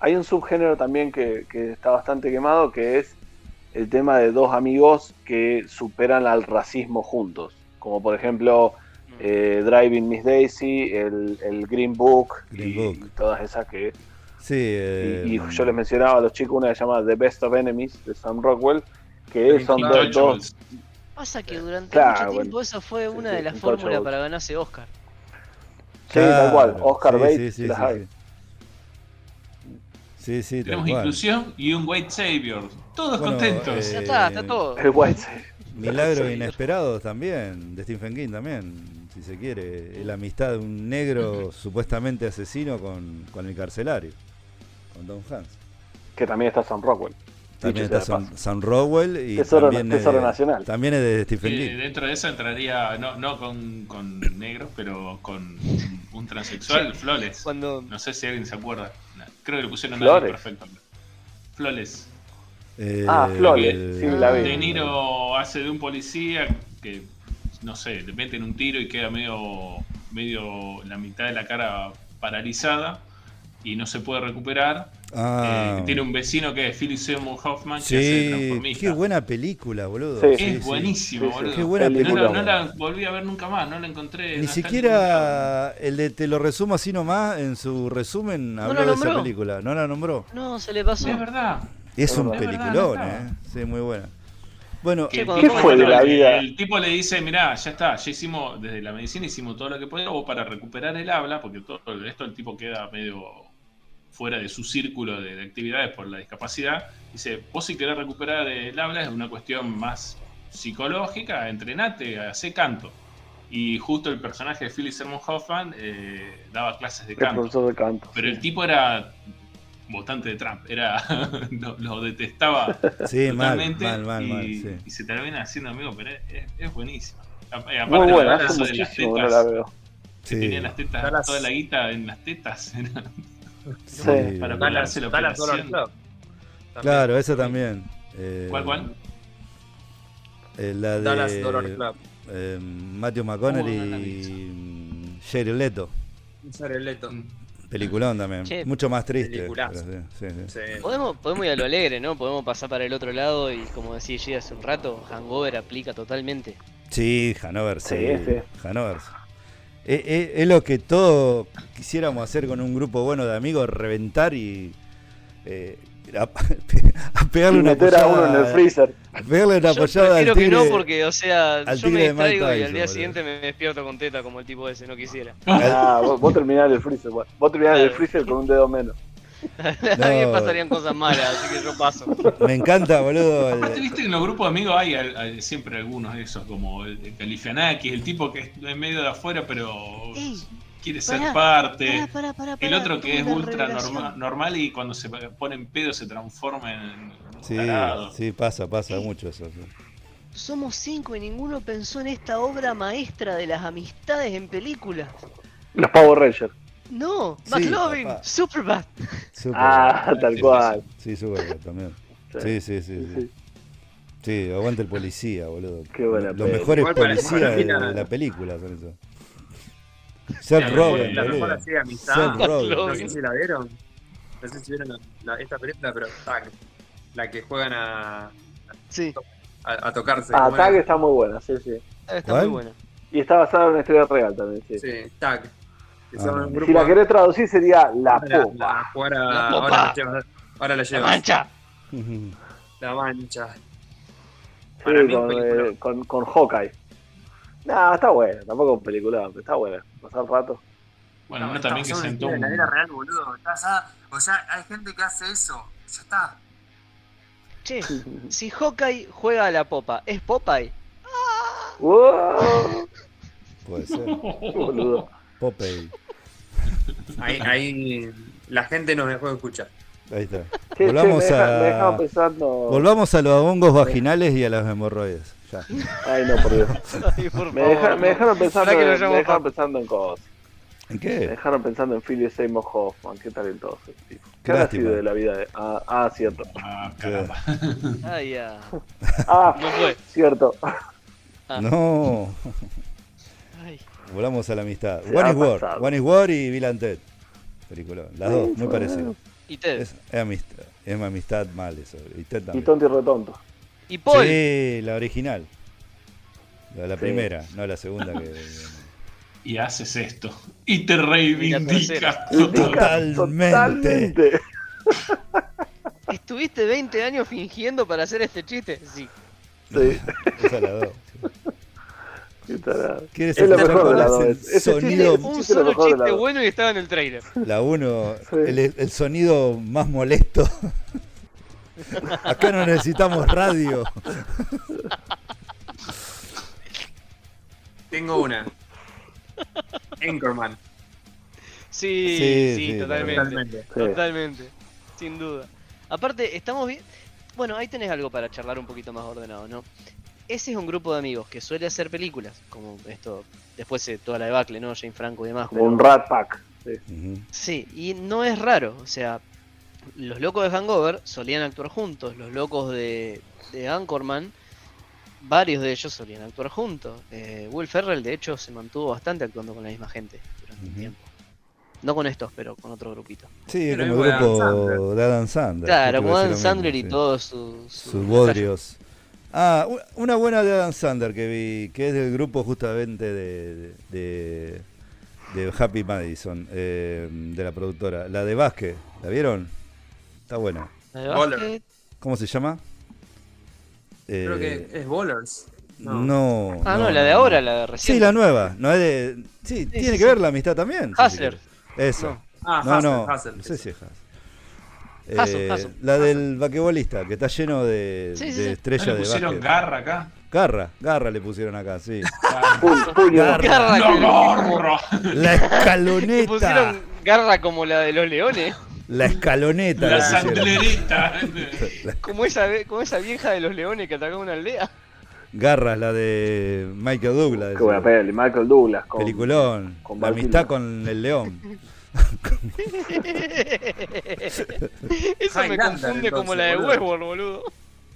Speaker 3: Hay un subgénero también que, que está bastante quemado, que es el tema de dos amigos que superan al racismo juntos. Como por ejemplo
Speaker 5: Mm.
Speaker 3: eh, Driving Miss Daisy, el, el Green Book
Speaker 1: Green
Speaker 3: y
Speaker 1: Book.
Speaker 3: todas esas que...
Speaker 1: Sí,
Speaker 3: y-
Speaker 1: eh,
Speaker 3: Y, yo les mencionaba a los chicos una que se llama The Best of Enemies de Sam Rockwell, que
Speaker 2: Sí,
Speaker 3: son
Speaker 2: claro.
Speaker 3: dos, dos,
Speaker 5: Pasa que durante
Speaker 3: Eh, Claro,
Speaker 5: mucho
Speaker 3: bueno.
Speaker 5: tiempo eso fue una
Speaker 3: sí,
Speaker 5: de las
Speaker 3: un
Speaker 5: fórmulas
Speaker 3: touchable.
Speaker 5: para ganarse Oscar.
Speaker 3: Sí, tal cual.
Speaker 1: Claro,
Speaker 3: Oscar
Speaker 1: sí,
Speaker 3: Bates,
Speaker 1: Sí, sí,
Speaker 3: las
Speaker 1: sí,
Speaker 3: hay.
Speaker 1: sí. Sí, sí, tal
Speaker 4: Tenemos
Speaker 1: cual.
Speaker 4: inclusión y un White Savior. Todos
Speaker 1: Bueno,
Speaker 4: contentos.
Speaker 1: eh,
Speaker 5: Ya está, está todo.
Speaker 3: el White Savior.
Speaker 1: Milagros
Speaker 5: Sí.
Speaker 1: inesperados también, de Stephen King también, si se quiere. La amistad de un negro supuestamente asesino con, con el carcelario, con Don Hans.
Speaker 3: que también está Sam Rockwell.
Speaker 1: También
Speaker 3: Dicho
Speaker 1: está
Speaker 3: sea de
Speaker 1: Sam, Sam Rowell y
Speaker 3: Tesoro-
Speaker 1: también, es-
Speaker 3: Tesoro Nacional.
Speaker 1: también es de Stephen
Speaker 4: Eh,
Speaker 1: King.
Speaker 4: dentro de eso entraría, no, no con, con negros, pero con un transexual, Flores.
Speaker 5: Cuando
Speaker 4: No sé si alguien se acuerda. No, creo que le pusieron
Speaker 3: Flores.
Speaker 4: Flores. perfecto. Flores.
Speaker 1: Eh,
Speaker 3: Ah, Flores, sí, la
Speaker 5: Ah,
Speaker 3: vi.
Speaker 4: De Niro hace de un policía que, no sé, le meten un tiro y queda medio, medio la mitad de la cara paralizada y no se puede recuperar.
Speaker 1: Ah.
Speaker 4: Eh, tiene un vecino que es Philip Seymour Hoffman, que hace de
Speaker 1: Sí,
Speaker 4: transformista.
Speaker 1: qué buena película, boludo.
Speaker 3: Sí.
Speaker 4: Es buenísimo,
Speaker 3: Sí, sí.
Speaker 4: boludo.
Speaker 1: Qué buena
Speaker 4: no, la-
Speaker 1: película.
Speaker 4: no la volví a ver nunca más, no la encontré.
Speaker 1: Ni
Speaker 4: no está en
Speaker 1: siquiera el de te lo resumo así nomás, en su resumen
Speaker 5: No
Speaker 1: habló
Speaker 5: la
Speaker 1: de esa
Speaker 5: nombró.
Speaker 1: película. No la nombró.
Speaker 5: no se le
Speaker 4: ningún
Speaker 5: pasó.
Speaker 4: lado. Es verdad.
Speaker 1: Es
Speaker 3: Es
Speaker 1: un
Speaker 3: verdad.
Speaker 1: peliculón,
Speaker 4: Es verdad,
Speaker 1: eh. Sí, muy buena. Bueno,
Speaker 4: Que-
Speaker 5: cuando- ¿Qué
Speaker 4: que-
Speaker 5: fue de
Speaker 3: la
Speaker 4: el-
Speaker 3: vida?
Speaker 4: El tipo le dice, mirá, ya está, ya hicimos, desde la medicina hicimos todo lo que podíamos para recuperar el habla, porque todo esto el tipo queda medio fuera de su círculo de, de actividades por la discapacidad. Dice, vos si querés recuperar el habla es una cuestión más psicológica, entrenate, hacé canto. Y justo el personaje de Philip Sermon Hoffman eh, daba clases de
Speaker 3: El
Speaker 4: canto.
Speaker 3: profesor de canto.
Speaker 4: Pero el tipo era votante de Trump, era lo, lo detestaba
Speaker 1: sí, mal,
Speaker 4: totalmente
Speaker 1: mal, mal,
Speaker 4: y,
Speaker 1: mal. sí.
Speaker 4: y se termina haciendo amigo, pero es, es- es buenísimo. A- eh, Aparte
Speaker 3: Muy
Speaker 4: el
Speaker 3: buena, hace
Speaker 4: abrazo de las
Speaker 3: muchísimo que no
Speaker 4: tetas,
Speaker 3: la veo.
Speaker 4: que
Speaker 1: Sí, Eh,
Speaker 4: tenía las tetas,
Speaker 2: Dallas-
Speaker 4: toda la guita en las tetas, era
Speaker 1: sí.
Speaker 3: Sí.
Speaker 4: para
Speaker 2: Dallas-
Speaker 4: pagarse la
Speaker 2: Dallas Dollar
Speaker 4: operación.
Speaker 2: Club. También.
Speaker 1: Claro, esa también. Eh,
Speaker 4: ¿Cuál, cuál?
Speaker 1: eh, la de
Speaker 2: Dallas Dollar Club.
Speaker 1: eh, Matthew
Speaker 4: Oh, no la
Speaker 1: McConaughey
Speaker 4: vi.
Speaker 1: y mm, Jared Leto.
Speaker 2: Jared Leto.
Speaker 4: Mm.
Speaker 1: Peliculón también.
Speaker 5: Che,
Speaker 1: Mucho más triste.
Speaker 2: peliculazo.
Speaker 1: pero sí, sí, sí.
Speaker 2: Sí.
Speaker 5: Podemos, podemos ir a lo alegre, ¿no? Podemos pasar para el otro lado y como decía G hace un rato, Hangover aplica totalmente.
Speaker 1: Sí, Hanover, sí.
Speaker 3: Sí,
Speaker 1: Hanover. Es, es- es lo que todos quisiéramos hacer con un grupo bueno de amigos, reventar y eh, a, a
Speaker 3: Y
Speaker 1: pegarle una
Speaker 3: meter a uno en
Speaker 1: apoyada.
Speaker 3: el freezer.
Speaker 1: a pegarle una
Speaker 5: Yo
Speaker 1: apoyada al
Speaker 5: prefiero que no
Speaker 1: tigre-
Speaker 5: porque, o sea,
Speaker 1: al
Speaker 5: yo me
Speaker 1: tigre de Mike
Speaker 5: distraigo
Speaker 1: Tyson,
Speaker 5: y al día
Speaker 1: boludo.
Speaker 5: siguiente me despierto con teta como el tipo ese, no quisiera.
Speaker 3: Ah, vos, vos terminás en el freezer. Vos, vos terminás en el
Speaker 5: Claro.
Speaker 3: freezer con un dedo menos.
Speaker 5: A mí me pasarían cosas malas, así que yo paso.
Speaker 1: Me encanta, boludo. el-
Speaker 4: Aparte, viste que en los grupos de amigos hay, al- al- siempre algunos de esos, como el el Califianakis, el tipo que es en medio de afuera, pero
Speaker 5: Ey,
Speaker 4: quiere
Speaker 5: pará,
Speaker 4: ser parte.
Speaker 5: pará, pará,
Speaker 4: El otro que es ultra norma-
Speaker 5: normal.
Speaker 4: normal y cuando se pone en pedo se transforma en un
Speaker 1: Sí,
Speaker 4: tarado.
Speaker 1: sí, pasa, pasa mucho eso. sí.
Speaker 5: Somos cinco y ninguno pensó en esta obra maestra de las amistades en películas.
Speaker 3: Los Power Rangers.
Speaker 5: No,
Speaker 1: Sí,
Speaker 5: McLovin,
Speaker 1: papá.
Speaker 5: Superbad.
Speaker 1: Súper.
Speaker 3: Ah, tal cual.
Speaker 1: Sí, súper también.
Speaker 3: Sí,
Speaker 1: Sí, sí, sí.
Speaker 3: sí,
Speaker 1: Sí,
Speaker 3: sí.
Speaker 1: Sí, aguante el policía, boludo.
Speaker 3: Qué buena
Speaker 1: Los
Speaker 3: peli.
Speaker 1: mejores
Speaker 2: Igual para- para
Speaker 1: policías de,
Speaker 2: mí la-
Speaker 1: de la película son esos. Seth
Speaker 4: mejor-
Speaker 1: Rogen,
Speaker 4: la
Speaker 2: mejor
Speaker 1: boludo.
Speaker 2: así de amistad.
Speaker 1: Seth
Speaker 2: No
Speaker 1: Rogen.
Speaker 2: sé si la vieron. No sé si vieron la- la- esta película, pero tac, la que juegan a
Speaker 5: Sí.
Speaker 2: a, a tocarse.
Speaker 3: Ah,
Speaker 2: ¿cómo era?
Speaker 3: Tag está muy buena, sí, sí.
Speaker 5: Está
Speaker 1: ¿Cuál?
Speaker 5: muy buena.
Speaker 3: Y está basada en una historia real también, sí.
Speaker 2: Sí, tag. Que
Speaker 1: Ah,
Speaker 2: son
Speaker 1: no.
Speaker 2: un
Speaker 3: Si
Speaker 2: grupo-
Speaker 3: la querés traducir sería La
Speaker 2: ahora,
Speaker 3: Popa.
Speaker 2: la- ahora,
Speaker 5: La popa.
Speaker 2: ahora la llevas. Ahora la
Speaker 5: La
Speaker 2: llevas.
Speaker 5: mancha.
Speaker 2: La mancha.
Speaker 3: Sí,
Speaker 2: Para mí,
Speaker 3: con,
Speaker 2: película.
Speaker 3: eh, con, con Hawkeye. Nah, está buena, tampoco película, pero está buena. Pasar rato.
Speaker 4: Bueno, uno también que sentó un...
Speaker 2: la era real, boludo. Está ya- o sea, hay gente que hace eso. Ya está.
Speaker 5: Che, si Hawkeye juega a la popa, ¿es Popeye?
Speaker 3: ¡Wow!
Speaker 1: Puede ser.
Speaker 4: Oh,
Speaker 3: Boludo.
Speaker 1: Popeye.
Speaker 2: Ahí, ahí la gente nos dejó de escuchar.
Speaker 1: Ahí está.
Speaker 3: Che, che, me,
Speaker 1: Volvamos
Speaker 3: deja- me
Speaker 1: a.
Speaker 3: dejaba pensando.
Speaker 1: Volvamos a los hongos vaginales y a las hemorroides. Ya.
Speaker 3: Ay, no, por Dios.
Speaker 5: Ay, por
Speaker 3: Me,
Speaker 5: favor,
Speaker 3: deja- me
Speaker 5: no.
Speaker 3: dejaron pensando,
Speaker 5: Ahora que lo
Speaker 3: en-
Speaker 5: llamo
Speaker 3: me dejaron
Speaker 5: Paco.
Speaker 3: pensando en cosas.
Speaker 1: ¿En
Speaker 3: Me
Speaker 1: qué?
Speaker 3: dejaron pensando en Philip Seymour Hoffman, qué talentoso. ¿Qué habrá
Speaker 1: Lástima.
Speaker 3: sido de la vida de.? Ah, ah, cierto.
Speaker 4: Ah, caramba.
Speaker 5: Ay, ya.
Speaker 3: Ah,
Speaker 5: No fue.
Speaker 3: cierto.
Speaker 5: Ah.
Speaker 1: No.
Speaker 5: Ay.
Speaker 1: Volvamos a la amistad.
Speaker 3: Se
Speaker 1: One
Speaker 3: ha
Speaker 1: is War.
Speaker 3: pasado.
Speaker 1: One is War y Bill and Ted. Película. Las dos, muy parecidas.
Speaker 5: Y Ted.
Speaker 1: Es, es amistad, es una amistad mal eso. Y Ted
Speaker 3: Y
Speaker 1: también.
Speaker 3: tonto y retonto.
Speaker 5: Y Paul.
Speaker 1: Sí, la original. La, la
Speaker 3: Sí.
Speaker 1: primera, no la segunda que.
Speaker 4: Y haces esto. Y te
Speaker 5: Y
Speaker 4: reivindicas.
Speaker 5: la
Speaker 4: total.
Speaker 1: Totalmente.
Speaker 3: Totalmente.
Speaker 5: ¿Estuviste 20 años fingiendo para hacer este chiste? Sí.
Speaker 3: Sí,
Speaker 1: Esa la dos.
Speaker 3: qué tarado.
Speaker 1: ¿Quieres
Speaker 3: Es lo
Speaker 1: empezar
Speaker 3: mejor
Speaker 1: con
Speaker 3: de las
Speaker 1: ese
Speaker 3: dos. Ese
Speaker 1: sonido?
Speaker 3: chiste-
Speaker 5: Un
Speaker 3: chiste lo
Speaker 5: solo
Speaker 3: mejor de la
Speaker 5: chiste
Speaker 3: voz.
Speaker 5: bueno y estaba en el trailer.
Speaker 1: La uno,
Speaker 3: Sí.
Speaker 1: el, el sonido más molesto. Acá no necesitamos radio.
Speaker 2: Tengo una. Anchorman.
Speaker 5: Sí,
Speaker 1: Sí,
Speaker 5: sí,
Speaker 1: sí,
Speaker 5: totalmente.
Speaker 2: Totalmente.
Speaker 3: Sí.
Speaker 5: Totalmente, sin duda. Aparte, estamos bien. Bueno, ahí tenés algo para charlar un poquito más ordenado, ¿no? Ese es un grupo de amigos que suele hacer películas, como esto, después de toda la debacle, ¿no? Jane Franco y demás.
Speaker 3: Como un
Speaker 5: pero-
Speaker 3: rat pack. Sí.
Speaker 1: Ujú.
Speaker 5: Sí, y no es raro, o sea, los locos de Hangover solían actuar juntos, los locos de, de Anchorman, varios de ellos solían actuar juntos. Eh, Will Ferrell, de hecho, se mantuvo bastante actuando con la misma gente durante un
Speaker 1: Ujú.
Speaker 5: tiempo. No con estos, pero con otro grupito.
Speaker 1: Sí,
Speaker 2: Pero
Speaker 1: como el
Speaker 2: es como Adam
Speaker 1: grupo de Adam Sandler.
Speaker 5: Claro,
Speaker 1: yo te
Speaker 5: como
Speaker 1: iba a
Speaker 5: Dan
Speaker 1: decir lo
Speaker 5: Sandler y
Speaker 1: mismo, sí.
Speaker 5: todos sus...
Speaker 1: Sus bodrios. Ah, u- una buena de Adam Sandler que vi, que es del grupo justamente de, de, de Happy Madison, eh, de la productora. La de Vázquez, ¿la vieron? Está buena.
Speaker 2: Bowler.
Speaker 1: ¿Cómo se llama? Eh,
Speaker 2: Creo que es Bowlers.
Speaker 1: No.
Speaker 5: Ah, no, la de ahora, la de recién.
Speaker 1: Sí, la nueva. No es de. Sí, tiene
Speaker 5: sí,
Speaker 1: que
Speaker 5: sí.
Speaker 1: ver la amistad también. si
Speaker 5: Hustler.
Speaker 1: se quiere. Eso.
Speaker 5: No.
Speaker 2: Ah,
Speaker 1: No,
Speaker 2: Hassel,
Speaker 1: no,
Speaker 2: Hassel.
Speaker 1: no sé si es Hassel.
Speaker 5: Hassel,
Speaker 1: Eh,
Speaker 5: Hassel,
Speaker 1: La del vaquebolista, que está lleno de,
Speaker 5: Sí,
Speaker 1: de
Speaker 5: sí, sí.
Speaker 4: ¿No
Speaker 1: estrellas
Speaker 4: le
Speaker 1: de
Speaker 4: pusieron
Speaker 1: básquet.
Speaker 4: garra acá?
Speaker 1: garra, garra le pusieron acá, sí.
Speaker 3: Pul- puño.
Speaker 1: Garra.
Speaker 5: Garra,
Speaker 4: ¡No,
Speaker 5: Ah, que-
Speaker 4: gorro!
Speaker 1: La
Speaker 5: que
Speaker 1: escaloneta.
Speaker 5: pusieron garra como la de los leones,
Speaker 1: La escaloneta.
Speaker 4: La
Speaker 1: le pusieron.
Speaker 4: sandlerita.
Speaker 5: como esa, ve- como esa vieja de los leones que atacó una aldea.
Speaker 1: Garra, la de Michael Douglas.
Speaker 3: Qué buena
Speaker 1: ese
Speaker 3: peli. Michael Douglas. Con...
Speaker 1: Peliculón.
Speaker 3: con
Speaker 1: la
Speaker 3: Val
Speaker 1: amistad
Speaker 3: Kilmer.
Speaker 1: con el león.
Speaker 5: Eso me
Speaker 2: Highlander,
Speaker 5: confunde como
Speaker 2: entonces,
Speaker 5: la de
Speaker 2: boludo.
Speaker 5: Westworld, boludo.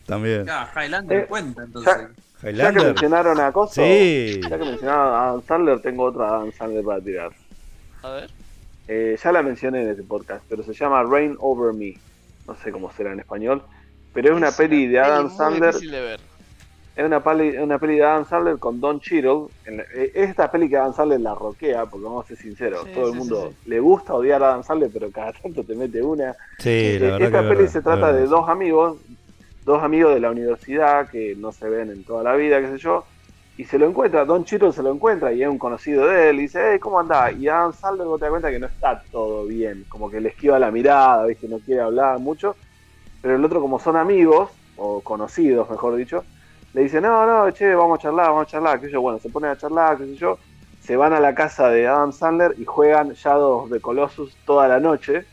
Speaker 1: También.
Speaker 2: Ah, Highlander
Speaker 3: Eh,
Speaker 2: cuenta entonces.
Speaker 3: Ya que
Speaker 1: Highlander.
Speaker 3: mencionaron a Costa.
Speaker 1: Sí.
Speaker 3: Ya que mencionaron a Adam Sandler, tengo otra Adam Sandler para tirar.
Speaker 5: A ver.
Speaker 3: Eh, ya la mencioné en este podcast, pero se llama Rain Over Me. No sé cómo será en español. Pero es una peli de Adam
Speaker 5: muy
Speaker 3: Sandler.
Speaker 5: difícil de ver.
Speaker 3: Es una peli, una peli de Adam Sandler con Don Cheadle. En la- eh, esta peli que Adam Sandler la roquea, porque vamos a ser sinceros,
Speaker 5: Sí,
Speaker 3: todo el
Speaker 5: sí,
Speaker 3: mundo
Speaker 5: sí,
Speaker 3: le gusta odiar a Adam Sandler, pero cada tanto te mete una.
Speaker 1: Sí, la
Speaker 3: Eh,
Speaker 1: verdad
Speaker 3: esta
Speaker 1: que
Speaker 3: peli
Speaker 1: verdad,
Speaker 3: se trata
Speaker 1: verdad.
Speaker 3: de dos amigos, dos amigos de la universidad que no se ven en toda la vida, qué sé yo, y se lo encuentra, Don Chiro se lo encuentra y es un conocido de él, y dice, hey, ¿cómo andás? Y Adam Sandler vos te das cuenta que no está todo bien, como que le esquiva la mirada, ¿viste? no quiere hablar mucho, pero el otro como son amigos, o conocidos mejor dicho, le dice, no, no, che, vamos a charlar, vamos a charlar, qué sé yo, bueno, se ponen a charlar, qué sé yo, se van a la casa de Adam Sandler y juegan Shadows de Colossus toda la noche.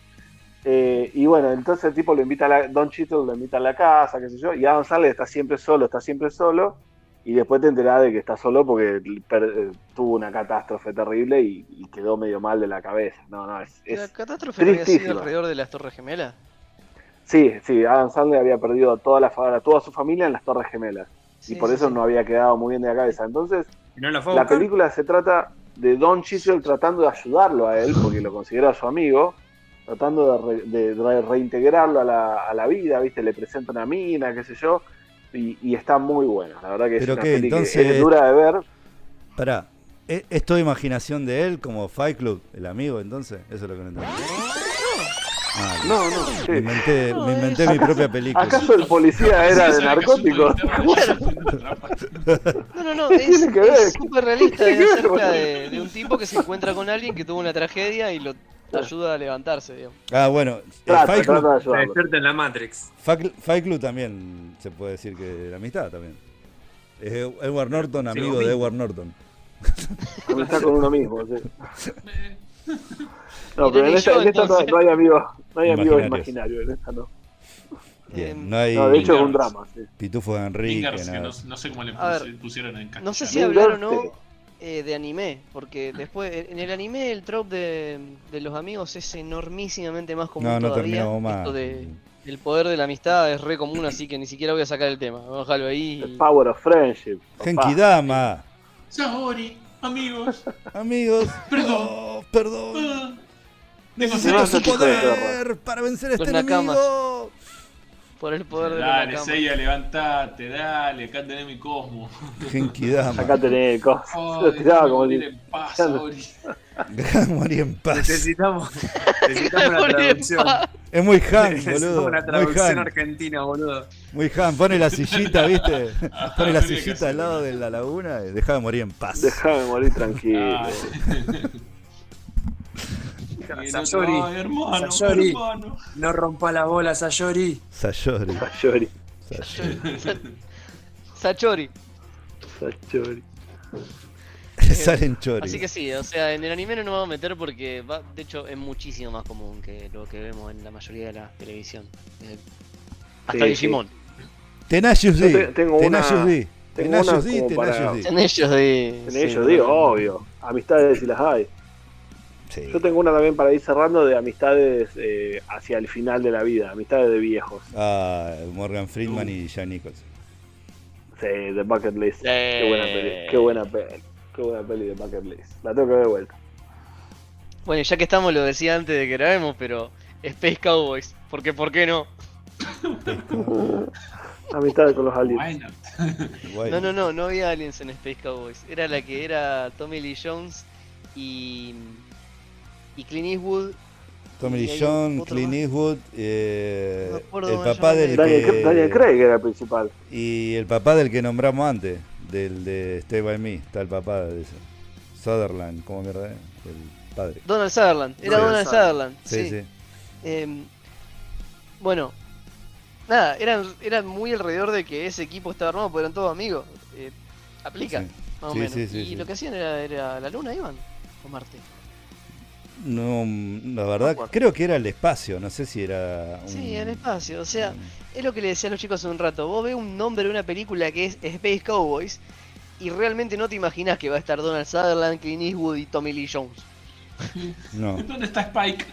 Speaker 3: Eh, y bueno, entonces el tipo lo invita a la, Don Cheadle lo invita a la casa, qué sé yo, y Adam Sandler está siempre solo, está siempre solo, y después te enterás de que está solo porque per- eh, tuvo una catástrofe terrible y, y quedó medio mal de la cabeza. No, no, es,
Speaker 5: la
Speaker 3: es-
Speaker 5: catástrofe había sido
Speaker 3: tristísima.
Speaker 5: alrededor de las Torres Gemelas.
Speaker 3: sí, sí, Adam Sandler había perdido a toda la fa- a toda su familia en las Torres Gemelas,
Speaker 5: Sí,
Speaker 3: y por
Speaker 5: sí,
Speaker 3: eso
Speaker 5: sí.
Speaker 3: no había quedado muy bien de la cabeza. Entonces,
Speaker 2: ¿Y no la fue a
Speaker 3: la
Speaker 2: buscar?
Speaker 3: película se trata de Don Chisel tratando de ayudarlo a él, porque lo considera su amigo, tratando de, re- de re- reintegrarlo a la, a la vida, ¿viste? Le presenta una mina, qué sé yo, y, y está muy buena. La verdad que
Speaker 1: Pero
Speaker 3: es una
Speaker 1: qué,
Speaker 3: peli que
Speaker 1: entonces-
Speaker 3: es dura de ver.
Speaker 1: Pará, ¿e- ¿es toda imaginación de él como Fight Club, el amigo entonces? Eso es lo que no entendí. Ah,
Speaker 3: No, no,
Speaker 1: me
Speaker 3: sí.
Speaker 1: inventé, me
Speaker 5: No,
Speaker 1: inventé
Speaker 5: es-
Speaker 1: mi propia película.
Speaker 3: ¿Acaso el policía era de
Speaker 4: Sí, sabe que es un
Speaker 3: narcóticos?
Speaker 4: Bueno.
Speaker 5: No, no, no,
Speaker 3: ¿Qué
Speaker 5: es
Speaker 3: tiene que ver?
Speaker 5: es súper realista.
Speaker 3: ¿Qué tiene
Speaker 5: Es
Speaker 3: que ver,
Speaker 5: acerca
Speaker 3: boludo?
Speaker 5: de, de un tipo que se encuentra con alguien que tuvo una tragedia y lo ayuda a levantarse, digamos.
Speaker 1: Ah, bueno, eh,
Speaker 3: Trata,
Speaker 1: Fight, Club,
Speaker 3: trata de
Speaker 2: Se
Speaker 3: ayudarlo.
Speaker 2: despierta en la Matrix.
Speaker 1: Fac- Fight Club también se puede decir que es la amistad también. Es Edward Norton,
Speaker 2: Sí,
Speaker 1: amigo
Speaker 2: lo
Speaker 1: de
Speaker 2: mismo.
Speaker 1: Edward Norton.
Speaker 3: Comenzar con uno mismo, sí. No,
Speaker 5: Mirá
Speaker 3: pero en
Speaker 5: que
Speaker 3: esta,
Speaker 5: yo,
Speaker 3: en esta no,
Speaker 5: entonces.
Speaker 3: no hay amigos, no hay amigos
Speaker 1: Imaginarios.
Speaker 3: imaginarios, en esta no.
Speaker 1: Bien,
Speaker 5: Em,
Speaker 1: no hay
Speaker 3: No, de hecho es un
Speaker 4: Ingers.
Speaker 3: drama, sí.
Speaker 1: Pitufo de Enrique.
Speaker 4: Ingers, que
Speaker 1: nada.
Speaker 4: no, no sé cómo le
Speaker 5: A
Speaker 4: pus-
Speaker 5: ver,
Speaker 4: pusieron en castellano.
Speaker 5: No sé si
Speaker 3: Claro.
Speaker 5: hablar o no
Speaker 3: Claro.
Speaker 5: eh, de anime, porque después en el anime el trope de, de los amigos es enormísimamente más común.
Speaker 1: No, no
Speaker 5: todavía.
Speaker 1: terminamos más.
Speaker 5: Esto de- el poder de la amistad es re común, así que ni siquiera voy a sacar el tema. Vamos a dejarlo ahí.
Speaker 3: The
Speaker 5: y-
Speaker 3: Power of Friendship. papá.
Speaker 1: Genki Dama,
Speaker 4: Sahori, amigos. Ah.
Speaker 1: amigos.
Speaker 4: Perdón.
Speaker 1: Oh, perdón.
Speaker 4: ah,
Speaker 1: Necesito
Speaker 3: no,
Speaker 1: su
Speaker 3: no, chico de
Speaker 1: poder para vencer a este
Speaker 5: Los nakamas.
Speaker 1: enemigo.
Speaker 5: Por el poder de la
Speaker 4: Dale, Seiya, levantate, dale, acá tenés mi cosmo.
Speaker 1: Genki Dama.
Speaker 3: Acá tenés el coso.
Speaker 4: Ay,
Speaker 3: Lo tiraba
Speaker 4: déjame
Speaker 3: como
Speaker 4: morir
Speaker 3: si-
Speaker 4: en paz, Sahori.
Speaker 1: Morí en paz.
Speaker 2: Necesitamos, necesitamos una traducción.
Speaker 1: Es muy Han,
Speaker 2: Necesitamos
Speaker 1: boludo.
Speaker 2: una
Speaker 1: Muy
Speaker 2: traducción
Speaker 1: Han.
Speaker 2: argentina, boludo.
Speaker 1: Muy Han. Pone la sillita, ¿viste? Pone la
Speaker 4: Habría que
Speaker 1: sillita al
Speaker 4: hacerlo.
Speaker 1: lado de la laguna y dejá de morir en paz.
Speaker 3: Dejame morir tranquilo.
Speaker 4: Ah, y el otro,
Speaker 2: Sayori,
Speaker 4: ay, hermano,
Speaker 2: Sayori.
Speaker 4: hermano.
Speaker 2: no rompa las bolas, Sayori.
Speaker 1: Sayori.
Speaker 3: Sayori,
Speaker 1: Sayori.
Speaker 5: Sachori.
Speaker 3: Sayori.
Speaker 1: Salen choris.
Speaker 5: Así que sí, o sea, en el anime no nos vamos a meter porque, va, de hecho, es muchísimo más común que lo que vemos en la mayoría de la televisión. Eh, hasta
Speaker 3: Sí,
Speaker 5: Digimon.
Speaker 1: Tenacious
Speaker 3: Yo
Speaker 1: D.
Speaker 3: te- tengo una-
Speaker 1: Tenacious D.
Speaker 3: tengo
Speaker 1: Tenacious
Speaker 3: una
Speaker 1: D.
Speaker 3: como para-
Speaker 1: Tenacious D.
Speaker 5: En ellos de.
Speaker 3: En
Speaker 5: sí,
Speaker 3: ellos,
Speaker 5: no,
Speaker 3: digo, oh.
Speaker 5: no.
Speaker 3: obvio. Amistades si las hay.
Speaker 1: Sí.
Speaker 3: Yo tengo una también para ir cerrando de amistades eh, hacia el final de la vida, amistades de viejos.
Speaker 1: Ah, Morgan Friedman y Jan Nichols.
Speaker 3: Sí, The Bucket List.
Speaker 5: Eh.
Speaker 3: Qué buena peli. Qué buena peli. Qué buena peli de Bucket List. La tengo que ver de vuelta.
Speaker 5: Bueno, ya que estamos, lo decía antes de que grabemos, pero Space Cowboys. Porque, ¿por qué no?
Speaker 3: Amistades con los aliens.
Speaker 4: Why not?
Speaker 1: Guay.
Speaker 5: No, no, no, no había aliens en Space Cowboys. Era la que era Tommy Lee Jones y. y Clint Eastwood.
Speaker 1: Tommy
Speaker 5: Y
Speaker 1: Lee
Speaker 5: hay
Speaker 1: Jones,
Speaker 5: otro
Speaker 1: Clint
Speaker 5: más.
Speaker 1: Eastwood, eh,
Speaker 5: No me acuerdo
Speaker 1: el
Speaker 5: cómo se
Speaker 1: papá
Speaker 5: llama.
Speaker 1: del
Speaker 3: Daniel,
Speaker 1: que,
Speaker 5: Eh.
Speaker 3: Daniel Craig era el principal.
Speaker 1: y el papá del que nombramos antes, del de Stay By Me, está el papá de ese. Sutherland, ¿cómo mierda? es? El padre.
Speaker 5: Donald Sutherland. Era
Speaker 1: Sí.
Speaker 5: Donald Sutherland.
Speaker 1: Sí, sí.
Speaker 5: Em, bueno, nada, eran, eran muy alrededor de que ese equipo estaba armado, porque eran todos amigos. Eh, aplica,
Speaker 1: Sí.
Speaker 5: más o
Speaker 1: Sí,
Speaker 5: menos.
Speaker 1: sí, sí,
Speaker 5: y
Speaker 1: sí.
Speaker 5: lo que hacían era, era la luna, iban, o Marte.
Speaker 1: No, mm, la
Speaker 5: No
Speaker 1: verdad,
Speaker 5: acuerdo.
Speaker 1: creo que era el espacio, no sé si era. un-
Speaker 5: Sí, el espacio. O sea, es lo que le decía a los chicos hace un rato. Vos ves un nombre de una película que es Space Cowboys y realmente no te imaginás que va a estar Donald Sutherland, Clint Eastwood y Tommy Lee Jones.
Speaker 1: No.
Speaker 4: ¿Dónde está Spike?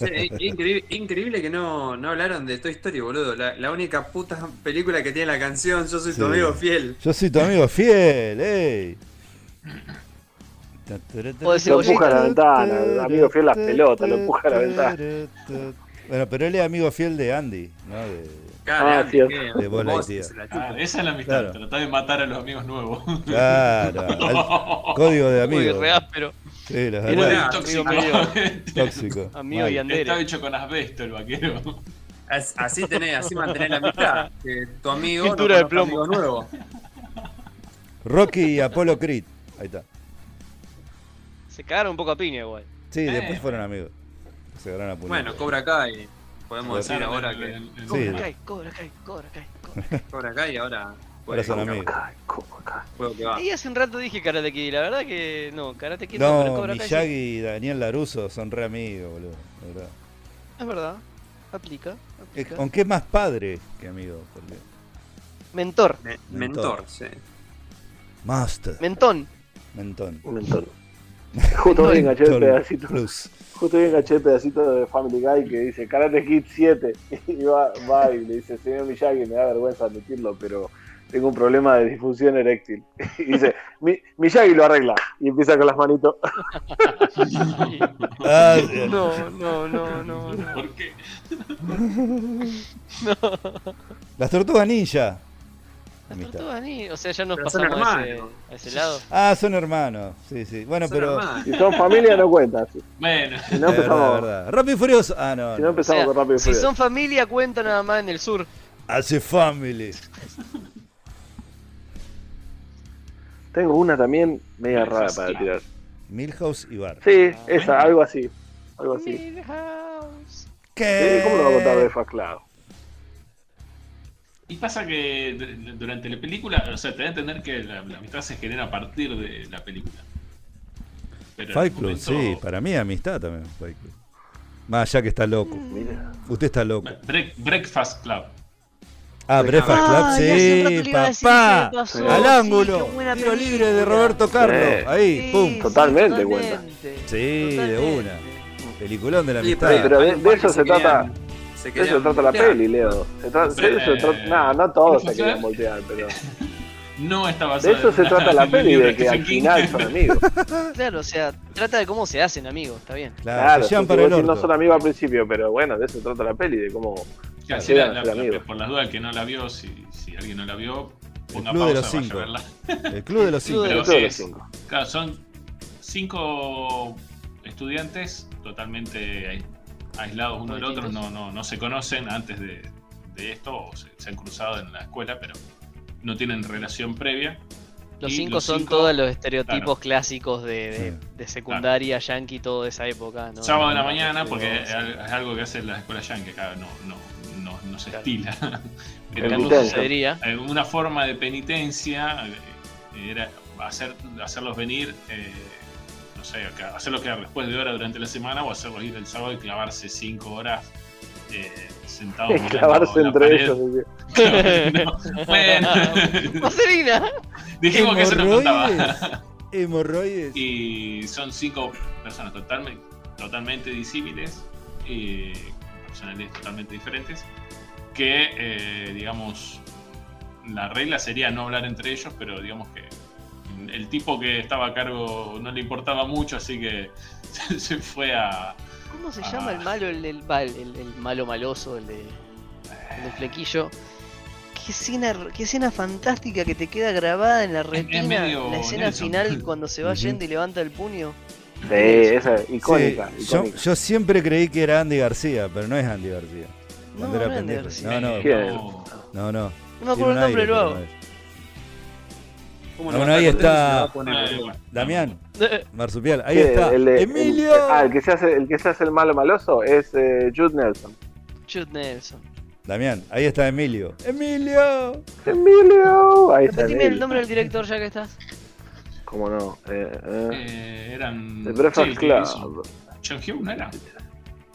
Speaker 2: Che, i- increíble, increíble que no, no hablaron de Toy Story, boludo. La, la única puta película que tiene la canción, Yo soy
Speaker 1: Sí.
Speaker 2: tu amigo fiel.
Speaker 1: Yo soy tu amigo fiel, ey.
Speaker 5: decís,
Speaker 1: Lo
Speaker 5: "Oye,
Speaker 1: empuja a la
Speaker 3: tu-
Speaker 1: ventana, el amigo fiel las pelotas, lo empuja a la ventana. Bueno, pero él es amigo fiel de Andy, ¿no? De-
Speaker 2: Cara,
Speaker 3: Ah, cierto.
Speaker 2: que-
Speaker 1: De bola y
Speaker 2: vos
Speaker 1: tía.
Speaker 2: se la chupa.
Speaker 4: Ah, esa es la amistad.
Speaker 1: Claro.
Speaker 4: Tratá de matar a los amigos nuevos.
Speaker 1: Claro, al- código de
Speaker 5: Muy
Speaker 1: amigo.
Speaker 5: re áspero.
Speaker 1: Sí, la
Speaker 5: Era
Speaker 1: verdad,
Speaker 4: tóxico.
Speaker 5: amigo
Speaker 1: tóxico.
Speaker 5: Amigo
Speaker 1: Mal.
Speaker 5: y andere.
Speaker 4: Está hecho con asbesto el vaquero.
Speaker 2: As- Así tenés, así mantenés la amistad. Que tu amigo
Speaker 5: Pintura de
Speaker 2: conozca
Speaker 5: plomo.
Speaker 2: amigo nuevo.
Speaker 1: Rocky y Apolo Creed, ahí está.
Speaker 5: Se cagaron un poco a piña igual.
Speaker 1: Sí,
Speaker 4: Eh.
Speaker 1: después fueron amigos. Se agarraron a puñetazos.
Speaker 2: Bueno, Cobra Kai. Podemos decir
Speaker 4: Mataron
Speaker 2: ahora
Speaker 4: el-
Speaker 2: que
Speaker 4: el- el-
Speaker 1: Sí.
Speaker 5: Cobra Kai, Cobra Kai, Cobra Kai, Cobra Kai.
Speaker 2: Cobra Kai ahora.
Speaker 1: Ahora son amigos.
Speaker 3: Ay, cómo acá.
Speaker 2: Juego que va.
Speaker 5: Y hace un rato dije Karate Kid, la verdad que no, Karate Kid no, pero
Speaker 1: No,
Speaker 5: Cobra Kai sí.
Speaker 1: Miyagi y Daniel Laruso son re amigos, boludo. la verdad.
Speaker 5: Es verdad, aplica,
Speaker 1: Eh,
Speaker 5: aplica.
Speaker 1: Aunque es más padre que amigo. Porque...
Speaker 5: Mentor,
Speaker 2: Me-
Speaker 1: Mentor.
Speaker 2: Mentor, sí.
Speaker 1: Master.
Speaker 5: mentón.
Speaker 1: Mentón.
Speaker 3: Un mentón. Justo hoy enganché el
Speaker 1: Mentón
Speaker 3: pedacito.
Speaker 1: Plus.
Speaker 3: Justo hoy enganché el pedacito de Family Guy que dice Karate Kid 7. Y va, va y le dice, señor Miyagi, me da vergüenza admitirlo, pero tengo un problema de disfunción eréctil. Y dice, "Mi- Miyagi lo arregla. Y empieza con las manitos.
Speaker 1: Ah,
Speaker 5: No, no, no, no, no.
Speaker 4: ¿Por qué?
Speaker 1: las tortugas ninja.
Speaker 5: Las
Speaker 1: Amistad.
Speaker 5: tortugas ni- O sea, ya nos
Speaker 2: Pero son
Speaker 5: pasamos a ese,
Speaker 2: hermanos.
Speaker 5: a ese lado.
Speaker 1: Ah, son hermanos. Sí, sí. Bueno,
Speaker 2: Son
Speaker 1: pero.
Speaker 2: hermanos.
Speaker 3: Si son familia, no cuentas. Si
Speaker 4: Bueno,
Speaker 3: no
Speaker 1: Es verdad, es
Speaker 3: empezamos,
Speaker 1: verdad. Rápido y furioso. Ah, no.
Speaker 3: si no
Speaker 1: no.
Speaker 5: O sea,
Speaker 3: empezamos con Rápido y
Speaker 5: si
Speaker 3: Furioso.
Speaker 5: son familia, cuenta nada más en el sur.
Speaker 1: Hace family.
Speaker 3: Tengo una también media rara
Speaker 4: Esas,
Speaker 3: para
Speaker 4: claro.
Speaker 3: tirar.
Speaker 1: Milhouse y Bar.
Speaker 3: Sí, esa, algo así. Algo así.
Speaker 5: Milhouse.
Speaker 1: ¿Qué?
Speaker 3: Eh, ¿Cómo lo va a contar de Claro.
Speaker 4: y pasa que du- durante la película, o sea, te da a entender que la, la amistad se genera a partir de la película. Pero en
Speaker 1: Fight
Speaker 4: el
Speaker 1: Club,
Speaker 4: momento-
Speaker 1: sí. Para mí, amistad también. Fight Club. Más allá que está loco.
Speaker 5: Mm.
Speaker 3: Mira.
Speaker 1: Usted está loco.
Speaker 4: Break- Breakfast Club.
Speaker 1: Ah, Breakfast Club,
Speaker 5: Ay, hace un rato le
Speaker 1: sí,
Speaker 5: iba a decir
Speaker 1: papá.
Speaker 5: que me pasó.
Speaker 1: Al
Speaker 5: Sí,
Speaker 1: ángulo.
Speaker 5: qué buena
Speaker 1: Tiro
Speaker 5: película.
Speaker 1: libre de Roberto Carlos.
Speaker 3: Sí.
Speaker 1: Ahí,
Speaker 5: Eh,
Speaker 1: pum.
Speaker 3: Totalmente cuenta.
Speaker 1: Sí, de una. Peliculón de la
Speaker 2: Sí,
Speaker 1: amistad.
Speaker 3: pero de- de eso
Speaker 2: que
Speaker 3: se trata-
Speaker 2: querían- se
Speaker 3: De eso
Speaker 2: querían
Speaker 3: trata la
Speaker 2: voltear.
Speaker 3: peli, Leo. Se tra-
Speaker 4: Sí.
Speaker 3: de eso se
Speaker 1: Eh.
Speaker 3: trata. Nah, no todos se
Speaker 4: Sí.
Speaker 3: querían voltear, pero.
Speaker 4: No está
Speaker 3: De
Speaker 4: basada
Speaker 3: eso
Speaker 4: en
Speaker 3: se
Speaker 4: una-
Speaker 3: trata la
Speaker 4: en un
Speaker 3: peli,
Speaker 4: libro
Speaker 3: de que al
Speaker 4: Stephen King.
Speaker 3: final son amigos.
Speaker 5: Claro, o sea, trata de cómo se hacen amigos, está bien.
Speaker 1: Claro,
Speaker 3: Claro,
Speaker 1: se
Speaker 3: si
Speaker 1: llevan
Speaker 3: vos
Speaker 1: para el
Speaker 3: decís, no
Speaker 1: orto.
Speaker 3: son amigos al principio, pero bueno, de eso se trata la peli, de cómo.
Speaker 4: Que así
Speaker 3: Claro,
Speaker 4: la-
Speaker 3: eran
Speaker 4: la-
Speaker 3: amigos.
Speaker 4: por las dudas que no la vio, si, si alguien no la vio, ponga
Speaker 1: Club de
Speaker 4: pausa,
Speaker 1: los
Speaker 4: vaya
Speaker 1: Cinco.
Speaker 4: a verla.
Speaker 1: El club de los
Speaker 5: Club
Speaker 1: cinco.
Speaker 5: de
Speaker 4: Pero
Speaker 3: de todos
Speaker 4: sí,
Speaker 3: los
Speaker 4: es-
Speaker 3: cinco.
Speaker 4: Claro, son cinco estudiantes totalmente ai- aislados uno del otro, no, no, no se conocen antes de, de esto, o se, se han cruzado en la escuela, pero no tienen relación previa.
Speaker 5: Los
Speaker 4: Y
Speaker 5: cinco
Speaker 4: los
Speaker 5: son
Speaker 4: cinco-
Speaker 5: todos los estereotipos
Speaker 4: claro.
Speaker 5: clásicos de, de- de secundaria, yankee, toda esa época. ¿no?
Speaker 4: Sábado de la
Speaker 5: No,
Speaker 4: mañana,
Speaker 5: no,
Speaker 4: porque
Speaker 5: no,
Speaker 4: es
Speaker 5: sí.
Speaker 4: al- es algo que hacen las escuelas yankee, acá no, no, no, no se
Speaker 5: Claro.
Speaker 4: estila. Pero
Speaker 5: Acá no
Speaker 3: penitencia.
Speaker 5: sucedería.
Speaker 4: Eh, una forma de penitencia eh, era hacer, hacerlos venir, eh, no sé, acá, hacerlos quedar después de hora durante la semana o hacerlos ir el sábado y clavarse cinco horas eh, sentados. mirando
Speaker 3: Clavarse
Speaker 4: la
Speaker 3: entre
Speaker 4: pared.
Speaker 3: ellos. decía.
Speaker 4: No, bueno,
Speaker 5: Vaselina.
Speaker 4: dijimos que se nos contaba.
Speaker 1: Hemorroides. Hemorroides.
Speaker 4: Y son cinco personas totalmente, totalmente disímiles, y personalidades totalmente diferentes, que, eh, digamos, la regla sería no hablar entre ellos, pero digamos que el tipo que estaba a cargo no le importaba mucho, así que se se fue a...
Speaker 5: ¿Cómo se
Speaker 4: Ah.
Speaker 5: llama el malo, el, el, va, el- el- el malo maloso, el de. el del flequillo? Qué escena, qué escena fantástica que te queda grabada en la retina.
Speaker 4: medio
Speaker 5: la escena
Speaker 4: Nelson.
Speaker 5: final cuando se va
Speaker 1: Ujú.
Speaker 5: yendo y levanta el puño.
Speaker 3: Sí, esa es icónica.
Speaker 1: Sí, yo,
Speaker 3: icónica.
Speaker 1: yo siempre creí que era Andy García, pero no es Andy García.
Speaker 5: No,
Speaker 1: Cuando era
Speaker 5: no es Andy
Speaker 1: pendejo.
Speaker 5: García.
Speaker 1: No, no,
Speaker 3: ¿Quién?
Speaker 4: no.
Speaker 1: no, no.
Speaker 5: No me
Speaker 1: Tiene
Speaker 5: acuerdo
Speaker 1: un
Speaker 5: el nombre
Speaker 1: aire,
Speaker 5: luego.
Speaker 1: pero no
Speaker 2: ¿Cómo
Speaker 1: Ah,
Speaker 2: no
Speaker 1: bueno,
Speaker 2: va a
Speaker 1: ahí está.
Speaker 2: acordar si la va a poner?
Speaker 4: Eh, bueno.
Speaker 1: es. Damián,
Speaker 5: Eh,
Speaker 1: Marsupial, ahí
Speaker 3: Sí,
Speaker 1: está.
Speaker 3: el de- el-
Speaker 1: Emilio.
Speaker 3: ah, el que, se hace, el que se hace el malo maloso es eh, Jude Nelson.
Speaker 5: Jude Nelson.
Speaker 1: Damián, ahí está Emilio. Emilio.
Speaker 3: ¡Emilio! Ahí está.
Speaker 5: Repetime el
Speaker 3: Emilio.
Speaker 5: nombre del director ya que estás.
Speaker 3: ¿Cómo no? Eh, eh.
Speaker 4: Eh, eran...
Speaker 3: The
Speaker 4: sí,
Speaker 3: Breakfast
Speaker 4: el que
Speaker 3: Club.
Speaker 4: hizo- John Hughes, ¿no era?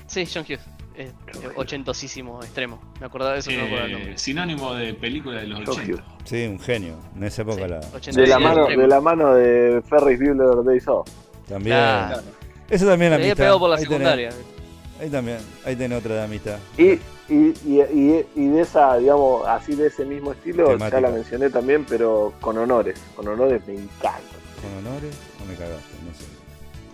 Speaker 5: Sí, John Hughes. Eh,
Speaker 3: John Hughes.
Speaker 5: ochentosísimo extremo. Me acordaba de eso, no me acordaba el
Speaker 4: Eh,
Speaker 5: nombre.
Speaker 4: sinónimo de película de los
Speaker 3: John
Speaker 4: 80.
Speaker 1: Sí, un genio. En esa época la.
Speaker 5: Sí, pues, ochentosísimo
Speaker 3: De la, mano,
Speaker 5: extremo.
Speaker 3: de la mano de Ferris Bueller Days Off.
Speaker 1: También.
Speaker 5: Claro.
Speaker 1: Eso también
Speaker 5: Le
Speaker 1: la
Speaker 5: había
Speaker 1: amistad.
Speaker 5: pegado por la
Speaker 1: ahí tenés-
Speaker 5: secundaria.
Speaker 1: ahí también. Ahí tenés otra de amistad.
Speaker 3: Y, y, y, y- y de esa, digamos, así de ese mismo estilo,
Speaker 1: Temática.
Speaker 3: ya la mencioné también, pero con honores. Con honores me encanta.
Speaker 1: Con honores. No me cagaste, no sé.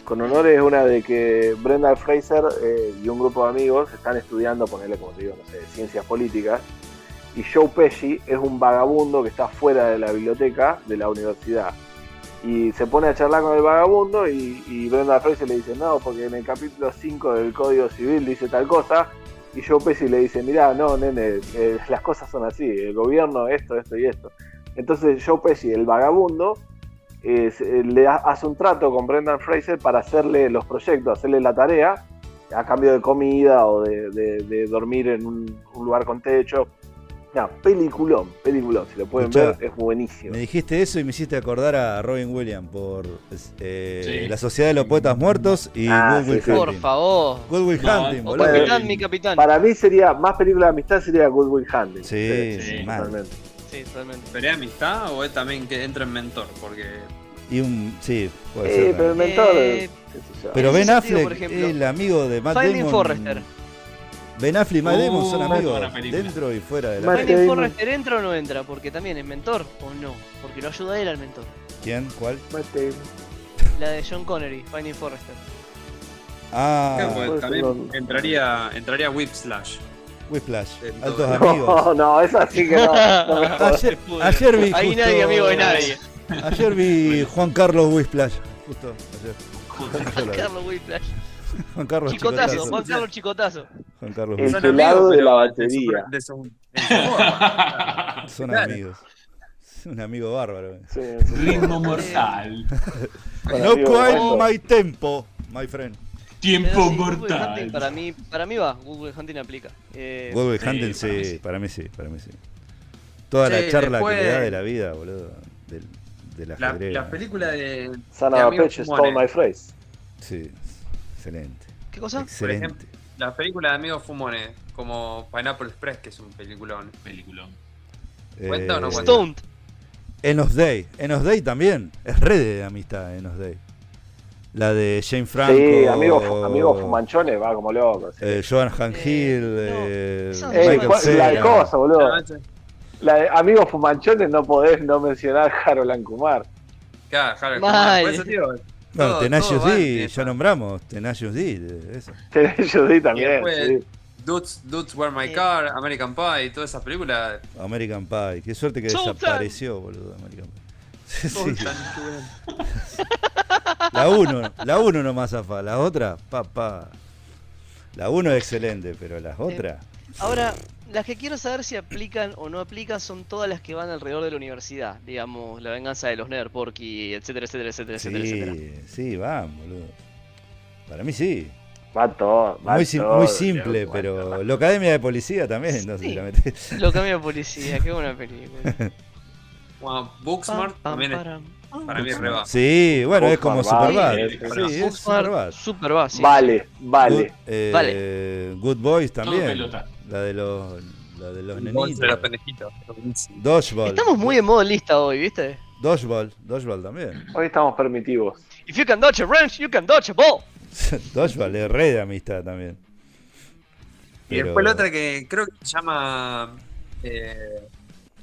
Speaker 3: Con honores es una de que Brenda Fraser eh, y un grupo de amigos están estudiando, ponerle como te digo, no sé, ciencias políticas. Y Joe Pesci es un vagabundo que está fuera de la biblioteca de la universidad. Y se pone a charlar con el vagabundo y, y Brenda Fraser le dice, no, porque en el capítulo 5 del Código Civil dice tal cosa. Y Joe Pesci le dice, mirá, no, nene, eh, las cosas son así, el gobierno esto, esto y esto. Entonces Joe Pesci, el vagabundo, eh, se- le ha- hace un trato con Brendan Fraser para hacerle los proyectos, hacerle la tarea, a cambio de comida o de, de- de dormir en un, un lugar con techo. No, peliculón, peliculón, si lo pueden
Speaker 1: Escuchá,
Speaker 3: ver, es buenísimo.
Speaker 1: Me dijiste eso y me hiciste acordar a Robin Williams por eh,
Speaker 4: Sí.
Speaker 1: La Sociedad de los Poetas Muertos y
Speaker 3: Ah,
Speaker 1: Good Will
Speaker 3: sí, sí.
Speaker 5: Por
Speaker 1: Hunting.
Speaker 5: favor.
Speaker 1: Good Will
Speaker 4: No,
Speaker 1: Hunting,
Speaker 4: no
Speaker 5: O
Speaker 1: boludo.
Speaker 3: puede.
Speaker 5: capitán, mi capitán.
Speaker 3: Para mí sería, más película de amistad sería Good Will Hunting.
Speaker 1: Sí,
Speaker 4: Sí,
Speaker 1: sí, mal.
Speaker 3: totalmente.
Speaker 5: Sí, totalmente.
Speaker 2: ¿Pero es amistad o es también que entra en mentor? Porque
Speaker 1: Y un. Sí, puede
Speaker 3: Eh,
Speaker 1: ser.
Speaker 3: pero
Speaker 1: también.
Speaker 3: el mentor,
Speaker 5: Eh,
Speaker 3: qué sé yo.
Speaker 1: Pero
Speaker 5: en ese
Speaker 1: Ben
Speaker 5: sentido,
Speaker 1: Affleck,
Speaker 5: por ejemplo,
Speaker 1: el amigo de Matt
Speaker 5: Finding
Speaker 1: Damon.
Speaker 5: Forrester.
Speaker 1: Ben Affleck y Matt Damon son
Speaker 4: Uh,
Speaker 1: amigos
Speaker 4: buena película.
Speaker 1: dentro y fuera de la...
Speaker 3: Matt-
Speaker 5: Daniel
Speaker 3: Damon.
Speaker 5: Forrester entra o no entra, porque también es mentor o no, porque lo ayuda él al mentor.
Speaker 1: ¿Quién? ¿Cuál?
Speaker 3: Mate,
Speaker 5: La de John Connery, Finding Forrester.
Speaker 2: Claro, porque
Speaker 1: Ah,
Speaker 3: pues.
Speaker 2: también
Speaker 3: no.
Speaker 2: entraría, entraría Whipslash.
Speaker 1: Whiplash.
Speaker 2: Dentro
Speaker 1: Altos
Speaker 2: de-
Speaker 1: amigos.
Speaker 3: Oh, No, no, es así que no. no me jodas.
Speaker 1: Ayer, ayer vi
Speaker 5: Ahí nadie
Speaker 1: justo-
Speaker 5: amigo de nadie.
Speaker 1: Ayer vi Juan Carlos Whiplash. Justo ayer. Yo lo vi.
Speaker 5: Carlos Whiplash.
Speaker 1: Juan Carlos
Speaker 5: Chicotazo,
Speaker 1: Chicotazo.
Speaker 5: Juan Carlos Chicotazo.
Speaker 1: Juan Carlos
Speaker 3: El
Speaker 1: Whiplash.
Speaker 2: Son amigos,
Speaker 3: pelado de
Speaker 2: pero
Speaker 3: la
Speaker 2: de su-
Speaker 3: batería.
Speaker 2: de su- en su forma.
Speaker 1: Son
Speaker 2: Claro.
Speaker 1: amigos. Es un amigo bárbaro.
Speaker 3: Sí,
Speaker 4: Ritmo mortal.
Speaker 3: Bueno,
Speaker 1: No
Speaker 3: digo,
Speaker 1: quite
Speaker 3: bueno.
Speaker 1: my tempo, my friend.
Speaker 4: Tiempo
Speaker 5: Sí, Google Hunting para
Speaker 4: mortal.
Speaker 5: mí, para mí va, Google Hunting aplica. Eh,
Speaker 1: Google
Speaker 4: sí,
Speaker 1: Hunting,
Speaker 4: para mí
Speaker 1: sí,
Speaker 4: sí.
Speaker 1: para mí sí, para mí sí. Toda la
Speaker 2: Sí,
Speaker 1: charla que
Speaker 2: después-
Speaker 1: le da de la vida, boludo. Del, del
Speaker 2: La,
Speaker 1: ajedrez,
Speaker 2: la
Speaker 1: ¿no?
Speaker 2: película de.
Speaker 3: Son
Speaker 2: de
Speaker 3: of a
Speaker 2: amigos
Speaker 3: bitch,
Speaker 2: fumones.
Speaker 3: stole my phrase.
Speaker 1: Sí, excelente.
Speaker 5: ¿Qué cosa?
Speaker 1: Este, Excelente.
Speaker 2: La película de amigos fumones, como Pineapple Express, que es un peliculón.
Speaker 4: Película.
Speaker 2: ¿Cuenta o no cuenta?
Speaker 5: Stoned.
Speaker 1: En Eh, of Day. En of Day también. Es red de amistad En of Day. La de Jane Franco.
Speaker 3: Sí, amigos amigos fumanchones, va como loco. sí.
Speaker 1: eh, Joan Han
Speaker 5: Eh,
Speaker 1: Hill.
Speaker 5: no,
Speaker 1: eh,
Speaker 5: esa no.
Speaker 3: Eh,
Speaker 1: Michael
Speaker 3: ¿cuál- la de
Speaker 1: Cera.
Speaker 3: cosa, boludo.
Speaker 2: Ah, ese-
Speaker 3: La de amigos fumanchones no podés no mencionar a Harold Ancumar.
Speaker 2: Claro, Harold
Speaker 5: Mal.
Speaker 2: Kumar, por eso, tío,
Speaker 1: No,
Speaker 2: todo- todo
Speaker 1: Tenacious
Speaker 2: va
Speaker 1: D.
Speaker 2: en
Speaker 1: Ya
Speaker 2: esa.
Speaker 1: nombramos. Tenacious D. de- Eso.
Speaker 3: Tenés Judy también.
Speaker 2: después-
Speaker 3: sí.
Speaker 2: Dudes, Dudes Were My
Speaker 5: Sí.
Speaker 2: Car, American Pie, todas esas películas.
Speaker 1: American Pie. Qué suerte que
Speaker 5: Sultan.
Speaker 1: desapareció, boludo. American Pie. Sí, sí.
Speaker 2: Tan-
Speaker 1: La 1, la 1 nomás afa, la otra, papá. La 1 es excelente, pero las otras.
Speaker 5: Ahora, las que quiero saber si aplican o no aplican son todas las que van alrededor de la universidad. Digamos, la venganza de los Nerd, Porky, etcétera, etcétera, etcétera, etcétera, etcétera.
Speaker 1: Sí, sí, van, boludo. Para mí sí.
Speaker 3: Va todo, va
Speaker 1: Muy, sim-
Speaker 3: todo,
Speaker 1: muy simple,
Speaker 3: loco.
Speaker 1: pero. La Academia de Policía también, entonces
Speaker 5: Sí.
Speaker 1: la metés.
Speaker 5: Lo cambia policía, qué buena película.
Speaker 2: Bueno, Booksmart
Speaker 5: Pam,
Speaker 2: también es-
Speaker 5: param.
Speaker 2: para mí es reba.
Speaker 1: Sí, bueno, es como
Speaker 3: Booksmart,
Speaker 1: Superbad.
Speaker 4: vale,
Speaker 1: Sí, es
Speaker 5: Booksmart,
Speaker 1: Superbad.
Speaker 5: Superbad, sí.
Speaker 3: Vale, vale.
Speaker 1: Good, eh, Good Boys
Speaker 4: Todo
Speaker 1: también.
Speaker 4: pelota.
Speaker 1: La de los, la de los nenitos.
Speaker 2: Los pendejitos. buenísimo.
Speaker 1: Dodgeball.
Speaker 5: Estamos muy en modo lista hoy, ¿viste?
Speaker 1: Dodgeball, Dodgeball también.
Speaker 3: Hoy estamos permitivos.
Speaker 5: If you can dodge a wrench, you can dodge a ball.
Speaker 1: Dodgeball es re de amistad también.
Speaker 2: Y después la otra que creo que se llama eh,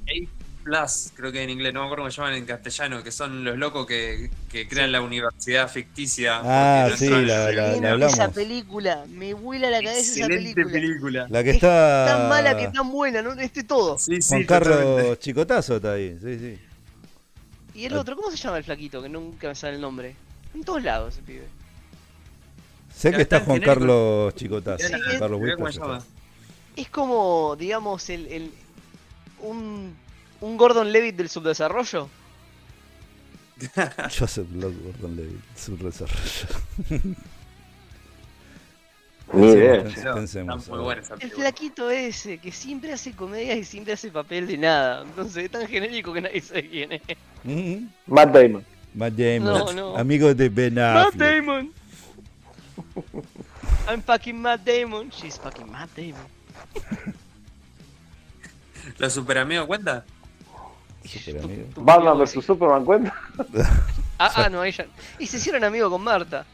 Speaker 2: A Plus, creo que en inglés, no me acuerdo cómo se llaman en castellano, que son los locos que, que crean la universidad ficticia.
Speaker 1: Ah,
Speaker 2: porque
Speaker 1: sí,
Speaker 2: no entran
Speaker 1: la-
Speaker 2: en
Speaker 1: la-
Speaker 2: universidad.
Speaker 1: la hablamos.
Speaker 5: Esa película, me vuela la cabeza esa
Speaker 2: Excelente
Speaker 5: película.
Speaker 2: película.
Speaker 1: La que
Speaker 5: Es
Speaker 1: está.
Speaker 5: Tan mala que tan buena, ¿no? Este todo.
Speaker 2: Sí, sí,
Speaker 1: Juan Carlos
Speaker 2: totalmente.
Speaker 1: Chicotazo está ahí, sí, sí.
Speaker 5: Y el otro, ¿cómo se llama el flaquito? Que nunca me sale el nombre. En todos lados, el pibe.
Speaker 1: Sé
Speaker 2: Ya
Speaker 1: que
Speaker 2: está
Speaker 1: está
Speaker 2: en
Speaker 1: Juan
Speaker 2: genérico.
Speaker 1: Carlos Chicotazo.
Speaker 5: Sí,
Speaker 1: Juan
Speaker 5: es-
Speaker 1: Carlos
Speaker 2: Mirá cómo
Speaker 1: Whiplash
Speaker 2: se
Speaker 1: está.
Speaker 2: llama.
Speaker 5: Es como, digamos, el. el- un, un Gordon Levitt del subdesarrollo.
Speaker 1: Joseph Block, Gordon Levitt, su desarrollo.
Speaker 3: Ni idea.
Speaker 2: No,
Speaker 1: Pensemos.
Speaker 2: está muy buena esa
Speaker 5: El
Speaker 2: película.
Speaker 5: flaquito ese, que siempre hace comedias y siempre hace papel de nada. Entonces es tan genérico que nadie sabe quién es.
Speaker 1: Mm,
Speaker 3: Matt Damon.
Speaker 1: Matt Damon,
Speaker 5: No, no.
Speaker 1: amigo de Ben
Speaker 5: Matt
Speaker 1: Affleck.
Speaker 5: Damon. I'm fucking Matt Damon. She's fucking Matt Damon.
Speaker 2: ¿Los superamigos cuenta?
Speaker 1: Super amigo.
Speaker 5: Tu- tu-
Speaker 3: Batman vs Superman cuenta.
Speaker 5: Ah, ah, no, ella. Y se hicieron amigos con Marta.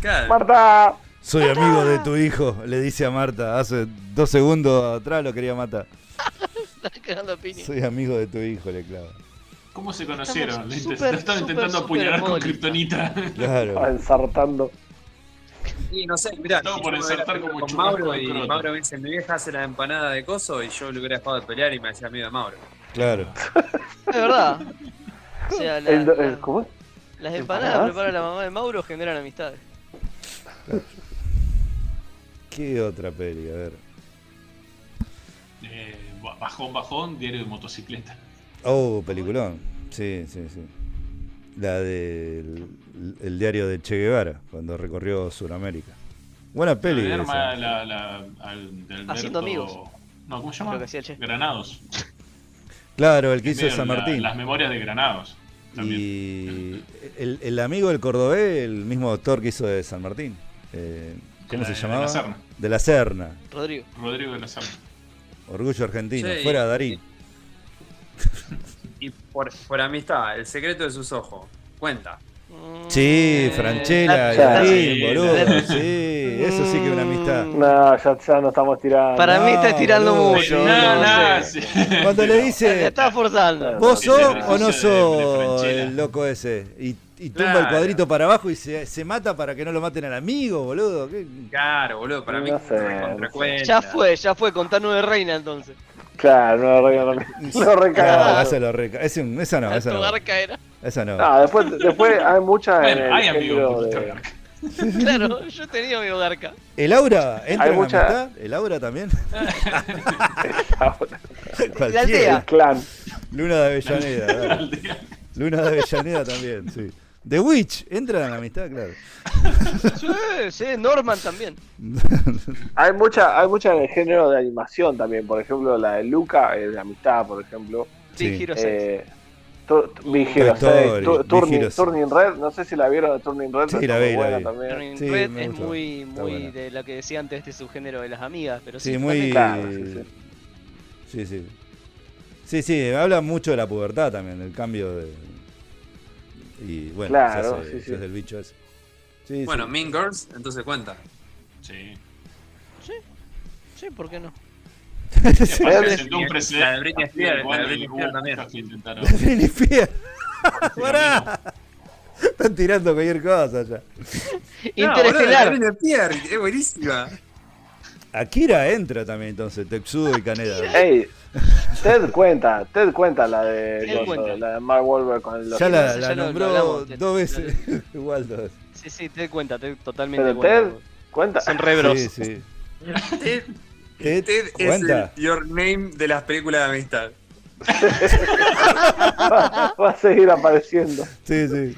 Speaker 2: Claro.
Speaker 3: Marta.
Speaker 1: Soy amigo de tu hijo, le dice a Marta. Hace dos segundos atrás lo quería matar.
Speaker 5: Estás cagando a piña.
Speaker 1: Soy amigo de tu hijo, le clava.
Speaker 4: ¿Cómo se conocieron? Lo
Speaker 5: Estamos
Speaker 4: intent-
Speaker 5: súper,
Speaker 4: lo estaban
Speaker 5: súper,
Speaker 4: intentando
Speaker 5: súper
Speaker 4: apuñalar con
Speaker 5: móviles.
Speaker 4: kriptonita.
Speaker 1: Claro.
Speaker 3: Estaba ensartando.
Speaker 2: Y no sé, mirá,
Speaker 4: Todo
Speaker 2: si yo
Speaker 4: por
Speaker 2: me
Speaker 4: ensartar
Speaker 2: hubiera
Speaker 4: como
Speaker 2: con
Speaker 4: churrasco
Speaker 2: Mauro
Speaker 4: de
Speaker 2: y
Speaker 4: croto.
Speaker 2: Mauro me dice, mi vieja hace la empanada de coso y yo le hubiera dejado de pelear y me hacía amigo de Mauro.
Speaker 1: Claro.
Speaker 5: Es verdad. O sea, la-
Speaker 3: El-
Speaker 5: la-
Speaker 3: el- ¿Cómo es?
Speaker 5: las
Speaker 3: ¿Empanadas?
Speaker 5: empanadas prepara la mamá de Mauro generan amistades.
Speaker 1: ¿Qué otra peli? A ver.
Speaker 4: Eh, ba- bajón, bajón, diario de motocicleta.
Speaker 1: Oh, peliculón. Sí, sí, sí. La del el diario de Che Guevara, cuando recorrió Sudamérica. Buena peli.
Speaker 4: Le arma
Speaker 1: esa.
Speaker 4: la- la- al- de Alberto-
Speaker 5: Haciendo amigos.
Speaker 4: No, ¿cómo se
Speaker 5: Lo que
Speaker 4: llama?
Speaker 5: hacía el Che.
Speaker 4: Granados.
Speaker 1: Claro, el que hizo
Speaker 4: Vean
Speaker 1: San
Speaker 4: la-
Speaker 1: Martín.
Speaker 4: las memorias de Granados. También.
Speaker 1: y el, el amigo del cordobés, el mismo doctor que hizo de San Martín. Eh, ¿Cómo
Speaker 4: De
Speaker 1: se
Speaker 4: la-
Speaker 1: llamaba?
Speaker 4: de la Serna.
Speaker 1: De la Serna.
Speaker 5: Rodrigo.
Speaker 4: Rodrigo de la Serna.
Speaker 1: Orgullo argentino.
Speaker 2: Sí.
Speaker 1: Fuera Darín.
Speaker 2: Y por, por amistad, el secreto de sus ojos. Cuenta.
Speaker 5: Mm,
Speaker 1: Sí,
Speaker 5: eh,
Speaker 1: Franchella y
Speaker 5: la-
Speaker 1: Darín,
Speaker 4: la-
Speaker 1: boludo.
Speaker 5: la-
Speaker 1: Sí, eso sí que es una amistad.
Speaker 5: Mm.
Speaker 3: No, ya, ya no estamos tirando.
Speaker 5: Para
Speaker 1: no,
Speaker 5: mí está estirando
Speaker 1: boludo.
Speaker 5: mucho.
Speaker 4: No,
Speaker 5: no
Speaker 4: no,
Speaker 5: sé.
Speaker 4: sí.
Speaker 1: Cuando le
Speaker 5: Se
Speaker 1: dice,
Speaker 5: está forzando.
Speaker 1: ¿vos
Speaker 4: Sí, sí,
Speaker 1: sos
Speaker 4: sí,
Speaker 1: o no
Speaker 4: sí, de
Speaker 1: sos
Speaker 4: Franchella.
Speaker 1: el loco ese? Y, y tumba el
Speaker 2: Claro.
Speaker 1: cuadrito para abajo y se, se mata para que no lo maten al amigo, boludo. ¿Qué?
Speaker 2: Claro, boludo, para mí
Speaker 3: No
Speaker 2: es
Speaker 3: sé,
Speaker 2: una
Speaker 3: no sé.
Speaker 2: contracuenta.
Speaker 5: Ya fue, ya fue, contando de reina entonces.
Speaker 3: Claro, no, re- no, re- no
Speaker 1: No,
Speaker 3: recagado.
Speaker 1: eso lo reca- es un- esa no, esa
Speaker 5: Alto
Speaker 1: no.
Speaker 5: Garca era.
Speaker 1: Esa no.
Speaker 3: No, después, después hay muchas en
Speaker 4: Bueno, hay
Speaker 3: el
Speaker 4: amigos
Speaker 3: género
Speaker 4: un poquito
Speaker 3: de...
Speaker 4: garca.
Speaker 5: Claro, yo tenía mi Garca.
Speaker 1: ¿El aura? ¿Entra
Speaker 3: Hay
Speaker 1: en
Speaker 3: mucha-
Speaker 1: amistad? ¿El aura también? Cualquiera.
Speaker 5: aldea.
Speaker 3: clan.
Speaker 1: Luna de Avellaneda. dale. Luna de Avellaneda también, sí. The Witch, entra en la amistad, claro.
Speaker 5: Sí, sí, Norman también.
Speaker 3: Hay mucha, hay mucha en el género de animación también, por ejemplo, la de Luca, eh, de Amistad, por ejemplo.
Speaker 1: Sí.
Speaker 5: Big Hero 6.
Speaker 3: Eh, tu- tu- Big Hero
Speaker 1: Toy
Speaker 3: 6,
Speaker 1: Story,
Speaker 3: tu-
Speaker 1: Big
Speaker 3: Turning,
Speaker 1: Hero 6.
Speaker 3: Turning Red, no sé si la vieron de Turning Red,
Speaker 1: Sí,
Speaker 3: pero
Speaker 1: la
Speaker 3: estuvo
Speaker 1: vi, la
Speaker 3: buena
Speaker 1: vi.
Speaker 3: también.
Speaker 5: Turning
Speaker 1: Sí,
Speaker 5: Red
Speaker 1: me
Speaker 5: es
Speaker 1: gustó.
Speaker 5: muy,
Speaker 1: Está
Speaker 5: muy
Speaker 1: buena.
Speaker 5: de lo que decía antes, este subgénero de las amigas, pero sí,
Speaker 1: Sí, muy.
Speaker 3: Claro, sí, sí.
Speaker 1: sí, sí. Sí, sí, habla mucho de la pubertad también, del cambio de. Y bueno,
Speaker 3: Claro,
Speaker 1: se hace-
Speaker 3: sí,
Speaker 1: se
Speaker 3: sí.
Speaker 1: hace el bicho ese. Sí,
Speaker 2: Bueno,
Speaker 1: sí.
Speaker 2: Mean Girls, entonces cuenta.
Speaker 4: Sí.
Speaker 5: Sí, ¿por qué no?
Speaker 1: Sí.
Speaker 4: Aparte
Speaker 3: Sí.
Speaker 4: sentó un
Speaker 2: La de
Speaker 4: precedente.
Speaker 2: Britney Spears, la de
Speaker 4: Cuando
Speaker 2: Britney
Speaker 4: hubo
Speaker 2: Spears también.
Speaker 4: muchos que intentaron.
Speaker 1: Britney Spears. Pará. Están tirando cualquier cosa ya.
Speaker 5: Interestelar.
Speaker 2: es buenísima.
Speaker 1: Akira entra también entonces, Texudo y Caneda.
Speaker 3: Ey, Ted cuenta, Ted cuenta la de,
Speaker 5: Ted
Speaker 3: coso,
Speaker 5: cuenta.
Speaker 3: la de Mark Wahlberg con los...
Speaker 1: Ya la,
Speaker 5: ya
Speaker 1: la
Speaker 5: lo- lo
Speaker 1: nombró
Speaker 5: hablamos, Ted.
Speaker 1: dos veces. Igual dos.
Speaker 5: Sí, sí, te cuenta, te, totalmente.
Speaker 3: Pero
Speaker 5: cuenta,
Speaker 3: Ted
Speaker 5: boludo.
Speaker 3: cuenta.
Speaker 5: Son re bros.
Speaker 1: Sí, sí.
Speaker 2: Ted,
Speaker 1: Ted,
Speaker 2: Ted es el
Speaker 1: cuenta.
Speaker 2: your name de las películas de amistad.
Speaker 3: Va, va a seguir apareciendo.
Speaker 1: Sí, sí.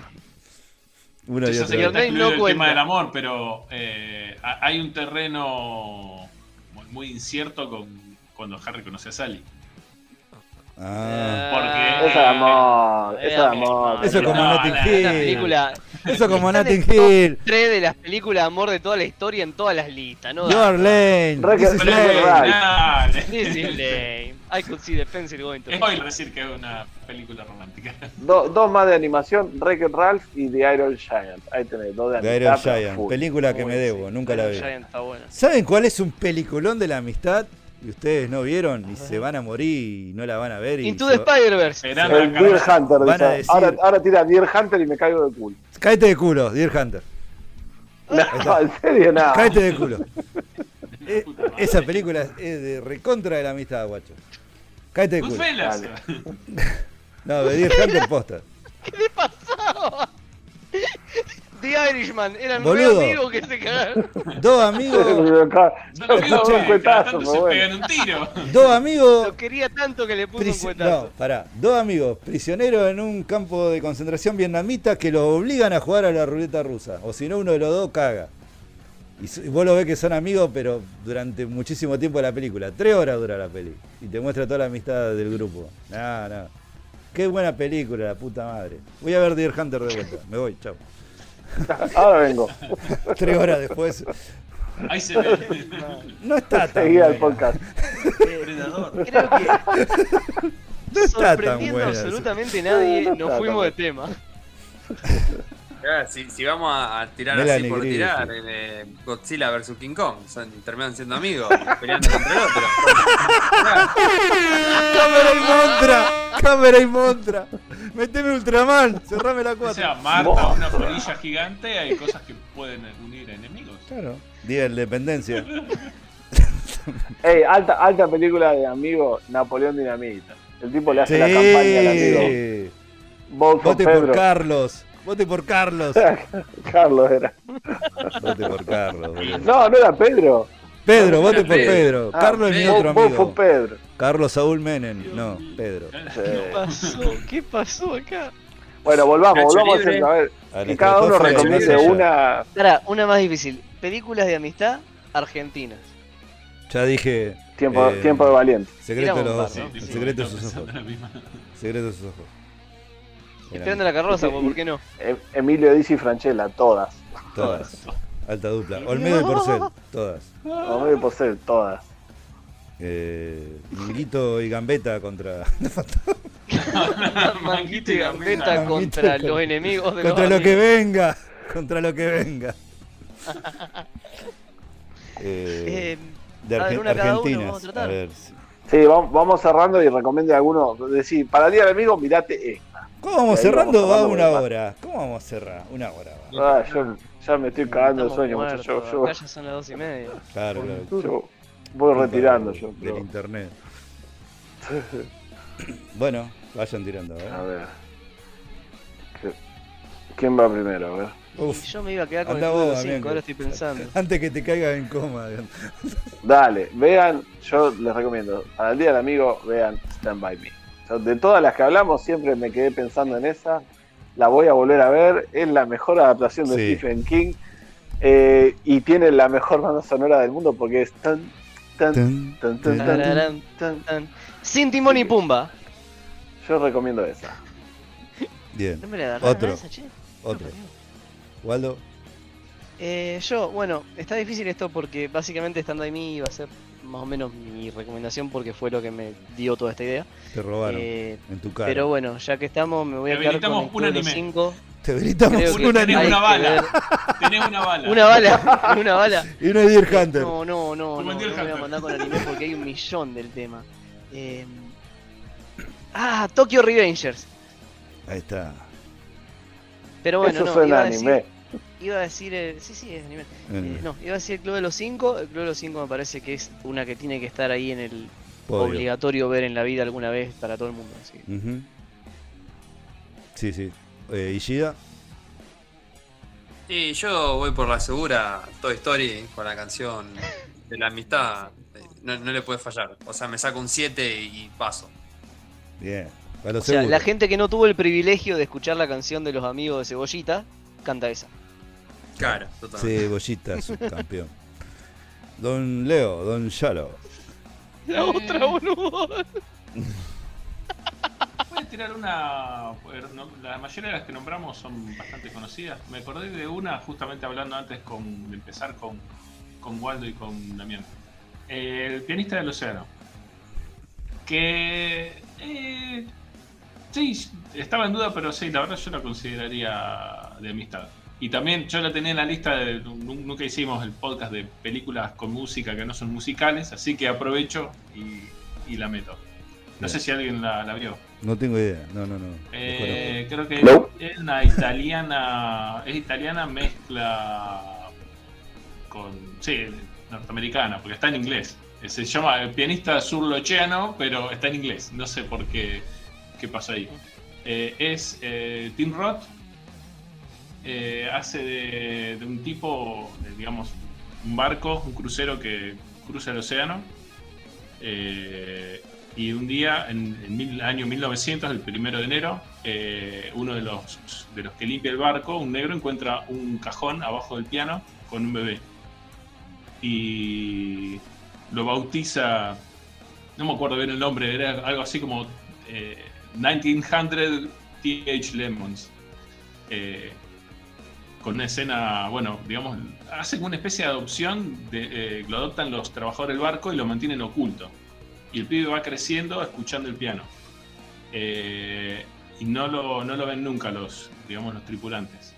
Speaker 1: Una y
Speaker 4: Eso
Speaker 1: otra.
Speaker 4: sería
Speaker 5: Señor
Speaker 4: está
Speaker 5: Ney no
Speaker 4: incluido el
Speaker 5: cuenta.
Speaker 4: tema del amor, pero eh, ha- hay un terreno muy, muy incierto con cuando Harry conoce a Sally.
Speaker 1: Ah.
Speaker 4: Porque-
Speaker 3: Eso es amor,
Speaker 5: Eh,
Speaker 3: eso es amor.
Speaker 1: Eso como
Speaker 4: No,
Speaker 1: Notting
Speaker 4: la-
Speaker 1: Hill.
Speaker 5: Una película.
Speaker 1: Eso como
Speaker 5: Está en
Speaker 1: Notting
Speaker 5: el top
Speaker 1: Hill.
Speaker 5: Tres de las películas de amor de toda la historia en todas las listas, ¿no?
Speaker 1: Your Lane.
Speaker 3: Re-
Speaker 1: This is
Speaker 3: re-
Speaker 4: eh,
Speaker 1: Lane.
Speaker 3: re-
Speaker 5: This is
Speaker 4: Spoiler
Speaker 5: lame. I could see the pencil going to.
Speaker 4: decir que es una película romántica.
Speaker 3: Do- dos más de animación, wreck Ralph y The Iron Giant. Ahí tenés, dos de
Speaker 1: The
Speaker 3: amistad,
Speaker 1: Iron
Speaker 3: pero
Speaker 1: Giant.
Speaker 3: full.
Speaker 1: Película que
Speaker 5: Uy,
Speaker 1: me
Speaker 5: sí,
Speaker 1: debo. Nunca la
Speaker 5: Iron
Speaker 1: vi.
Speaker 5: Giant está buena.
Speaker 1: ¿Saben cuál es un peliculón de la amistad? Y ustedes no vieron y se van a morir y no la van a ver. Y
Speaker 5: Into the
Speaker 1: se-
Speaker 5: Spider-Verse.
Speaker 4: Verán
Speaker 3: El
Speaker 4: la cara.
Speaker 3: Deer Hunter.
Speaker 1: Van a
Speaker 3: dice.
Speaker 1: decir-
Speaker 3: ahora, ahora tira Deer Hunter y me caigo de culo.
Speaker 1: Cáete de culo, Dear Hunter.
Speaker 3: No, en serio, nada.
Speaker 1: Cáete de culo. Eh,
Speaker 4: Puta madre.
Speaker 1: esa película es de recontra de la amistad, guacho. Cáete de culo.
Speaker 4: Goodfellas.
Speaker 1: No, de Dear Hunter posta.
Speaker 5: ¿Qué le pasaba? The Irishman. Eran
Speaker 1: Boludo.
Speaker 5: re amigos que se cagaron.
Speaker 1: Dos amigos,
Speaker 4: Son amigos
Speaker 3: Son
Speaker 4: que cada tanto
Speaker 3: cuetazos,
Speaker 4: se
Speaker 3: pero bueno.
Speaker 4: pegan un tiro.
Speaker 1: dos amigos
Speaker 5: Lo quería tanto que le puso un
Speaker 1: Prisi-
Speaker 5: cuetazo.
Speaker 1: no, pará. Dos amigos prisioneros en un campo de concentración vietnamita que los obligan a jugar a la ruleta rusa. O si no, uno de los dos caga. Y s- vos lo ves que son amigos, pero durante muchísimo tiempo de la película. Tres horas dura la peli. Y te muestra toda la amistad del grupo. No, no. Qué buena película, la puta madre. Voy a ver Deer Hunter de vuelta. Me voy, chao.
Speaker 3: Ahora vengo.
Speaker 1: Tres horas después.
Speaker 4: Ahí se ve.
Speaker 1: No está tan
Speaker 3: Seguí al
Speaker 1: buena.
Speaker 3: podcast.
Speaker 4: Predador.
Speaker 5: Creo que
Speaker 1: No está tan
Speaker 5: sorprendiendo
Speaker 1: buena.
Speaker 5: a absolutamente nadie,
Speaker 3: No, no
Speaker 5: nos
Speaker 3: está
Speaker 5: fuimos
Speaker 3: tan
Speaker 5: de tema.
Speaker 2: Ah, Si, si vamos a, a tirar
Speaker 1: Melanie
Speaker 2: así por
Speaker 1: Griffith.
Speaker 2: tirar, eh, Godzilla vs King Kong, son, terminan siendo amigos, peleando contra el otro.
Speaker 1: Cámara y montra. Cámara y montra. Meteme Ultraman. Cerrame la
Speaker 4: O
Speaker 1: cuatro.
Speaker 4: sea, Marta, una polilla gigante, hay cosas que pueden unir a enemigos.
Speaker 1: Claro. Día de la independencia.
Speaker 3: Ey, alta, alta película de amigo Napoleón Dinamita. El tipo le hace la campaña al amigo.
Speaker 1: Sí.
Speaker 3: Vote for
Speaker 1: Vote por
Speaker 3: Pedro.
Speaker 1: Carlos. Vote por Carlos.
Speaker 3: Carlos era.
Speaker 1: Vote por Carlos. boludo.
Speaker 3: No, no era Pedro.
Speaker 1: Pedro, vote por
Speaker 2: Pedro.
Speaker 1: Pedro.
Speaker 3: Ah,
Speaker 1: Carlos es mi
Speaker 2: Pedro.
Speaker 1: otro
Speaker 3: Vote for
Speaker 1: amigo.
Speaker 3: Pedro.
Speaker 1: Carlos Saúl Menem. No, Pedro.
Speaker 3: Sí.
Speaker 5: ¿Qué pasó? ¿Qué pasó acá?
Speaker 3: Bueno, volvamos,
Speaker 2: Cacho
Speaker 3: volvamos
Speaker 2: libre.
Speaker 3: a ver.
Speaker 1: A
Speaker 3: Que
Speaker 1: la
Speaker 3: cada uno
Speaker 1: estratosfera
Speaker 3: recomiende
Speaker 1: ya.
Speaker 3: una.
Speaker 5: Pará, una más difícil. Películas de amistad argentinas.
Speaker 1: Ya dije.
Speaker 3: Tiempo,
Speaker 1: eh,
Speaker 3: tiempo de valiente.
Speaker 1: Secreto de los
Speaker 5: Tiramos
Speaker 1: ojos.
Speaker 5: un par,
Speaker 1: El secreto de sus ojos.
Speaker 4: La misma.
Speaker 1: Secreto de sus ojos.
Speaker 5: Esperando la carroza, po, ¿por qué no?
Speaker 3: Em- Emilio Dizzy y Franchella, todas.
Speaker 1: Todas. Alta dupla. Olmedo y Porcel. Todas.
Speaker 3: No me posee todas.
Speaker 1: Eh, Minguito y Gambeta contra.
Speaker 5: Manguito y
Speaker 4: Gambetta.
Speaker 5: Gambetta
Speaker 1: Manguito y
Speaker 5: contra
Speaker 1: Gambetta.
Speaker 5: los enemigos de
Speaker 1: Contra
Speaker 5: los
Speaker 1: lo que
Speaker 5: amigos.
Speaker 1: venga. Contra lo que venga. Eh,
Speaker 5: Eh,
Speaker 1: de
Speaker 5: a ver,
Speaker 1: Argen-
Speaker 5: una cada uno,
Speaker 1: Argentinas.
Speaker 5: vamos a tratar.
Speaker 1: a ver, sí.
Speaker 3: Sí, vam- vamos cerrando y recomiende a alguno. Decir, para el día del amigo, mirate esta.
Speaker 1: ¿Cómo vamos
Speaker 3: Ahí vamos
Speaker 1: cerrando? Va
Speaker 3: cerrando
Speaker 1: una
Speaker 3: porque-
Speaker 1: hora. ¿Cómo vamos a cerrar? Una hora va.
Speaker 3: Ah, yo ya me estoy cagando de
Speaker 5: estamos
Speaker 3: sueño,
Speaker 5: muertos,
Speaker 3: muchachos. Yo,
Speaker 5: acá ya son las dos y media.
Speaker 1: Claro, claro.
Speaker 3: yo- yo voy retirando yo.
Speaker 1: Del
Speaker 3: creo.
Speaker 1: internet. Bueno, vayan tirando,
Speaker 3: A
Speaker 1: ¿eh?
Speaker 3: ver. ¿Qué- ¿Quién va primero? A ver.
Speaker 1: Uf,
Speaker 5: Yo me iba a quedar con
Speaker 1: Andá
Speaker 5: el
Speaker 1: vos,
Speaker 5: número
Speaker 1: amigo.
Speaker 5: 5, ahora estoy pensando.
Speaker 1: antes que te caigas en coma.
Speaker 3: Dale, vean, yo les recomiendo, al día del amigo, vean Stand By Me. Yo, de todas las que hablamos, siempre me quedé pensando en esa. La voy a volver a ver, es la mejor adaptación de
Speaker 1: Sí.
Speaker 3: Stephen King eh, y tiene la mejor banda sonora del mundo porque es tan,
Speaker 1: Tan,
Speaker 3: tan, tan, tan, tan, tan,
Speaker 5: Tararán,
Speaker 3: tan.
Speaker 5: tan. Sin Timón y Pumba.
Speaker 3: Yo recomiendo esa.
Speaker 1: Bien,
Speaker 5: No me la agarraron a
Speaker 1: Otro.
Speaker 5: esa, che.
Speaker 1: otro. Waldo,
Speaker 5: Eh, yo, bueno, está difícil esto porque básicamente estando ahí mí va a ser más o menos mi recomendación porque fue lo que me dio toda esta idea.
Speaker 1: te robaron
Speaker 5: Eh,
Speaker 1: en tu cara.
Speaker 5: pero bueno, ya que estamos, me voy a quedar con
Speaker 4: Habilitamos
Speaker 5: el
Speaker 4: un
Speaker 5: Club de los
Speaker 4: anime.
Speaker 5: cinco.
Speaker 1: te gritamos
Speaker 5: Creo que
Speaker 1: una,
Speaker 5: hay
Speaker 4: Tenés una
Speaker 5: que
Speaker 4: bala.
Speaker 5: ver-
Speaker 4: Tenés una bala.
Speaker 5: Una bala, una bala.
Speaker 1: y una Deer Hunter.
Speaker 5: No, no, no, no,
Speaker 4: Como
Speaker 5: no
Speaker 4: el
Speaker 5: me
Speaker 4: Deer
Speaker 5: voy a
Speaker 4: Hunter.
Speaker 5: mandar con anime porque hay un millón del tema. Eh, ah, Tokyo Revengers.
Speaker 1: Ahí está.
Speaker 5: Pero bueno,
Speaker 3: Eso
Speaker 5: no,
Speaker 3: suena
Speaker 5: iba,
Speaker 3: a
Speaker 5: a decir,
Speaker 3: anime.
Speaker 5: iba a decir, eh, sí, sí, es anime. Eh,
Speaker 1: En
Speaker 5: no, iba a decir el Club de los Cinco. El Club de los Cinco me parece que es una que tiene que estar ahí en el
Speaker 1: podio.
Speaker 5: obligatorio ver en la vida alguna vez para todo el mundo. así que-
Speaker 1: Ujú. Sí, sí. Eh, Ishida,
Speaker 2: Y yo voy por la segura, Toy Story, con la canción de la amistad. eh, No, no le puede fallar. O sea, me saco un 7 y paso.
Speaker 1: bien. A lo
Speaker 5: O sea,
Speaker 1: seguro.
Speaker 5: la gente que no tuvo el privilegio de escuchar la canción de los amigos de Cebollita, canta esa.
Speaker 2: Claro, totalmente.
Speaker 1: Sí, Bollita, subcampeón. Don Leo, Don Yalo.
Speaker 5: La otra, boludo.
Speaker 4: Puedes tirar una. pues, no, La mayoría de las que nombramos son bastante conocidas. Me acordé de una justamente hablando antes con de empezar con, con Waldo y con Damián. Eh, el pianista del océano. Que. eh, sí, estaba en duda, pero sí, la verdad yo la consideraría de amistad. Y también yo la tenía en la lista de. nu- Nunca hicimos el podcast de películas con música que no son musicales, así que aprovecho y, y la meto. No sé si alguien la, la vio.
Speaker 1: No tengo idea. No, no, no.
Speaker 4: Eh, creo que
Speaker 3: No.
Speaker 4: es una italiana. Es italiana mezcla con. Sí, norteamericana, porque está en inglés. Eh, Se llama el pianista surlocheano, pero está en inglés. No sé por qué. qué pasó ahí. Eh, es eh, Tim Roth. eh, hace de, de un tipo, de, digamos, un barco, un crucero que cruza el océano. Eh, y un día, en, en mil- año 1900, el primero de enero, eh, uno de los, de los que limpia el barco, un negro, encuentra un cajón abajo del piano con un bebé. Y lo bautiza, no me acuerdo bien el nombre, era algo así como eh, 1900 TH Lemons. Eh, con una escena, bueno, digamos, hacen una especie de adopción, de, eh, lo adoptan los trabajadores del barco y lo mantienen oculto y el pibe va creciendo escuchando el piano. Eh, y no lo, no lo ven nunca los, digamos, los tripulantes.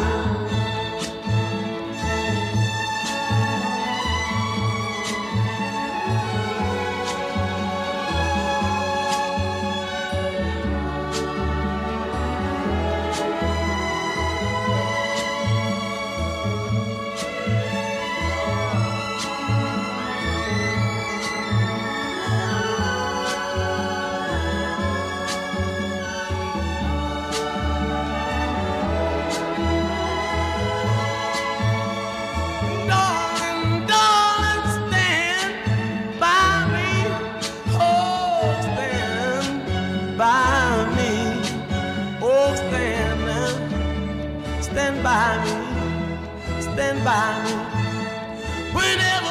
Speaker 7: Darling, darling, stand by me. Oh, stand by me. Oh, stand now. Stand by me. Stand by me. Whenever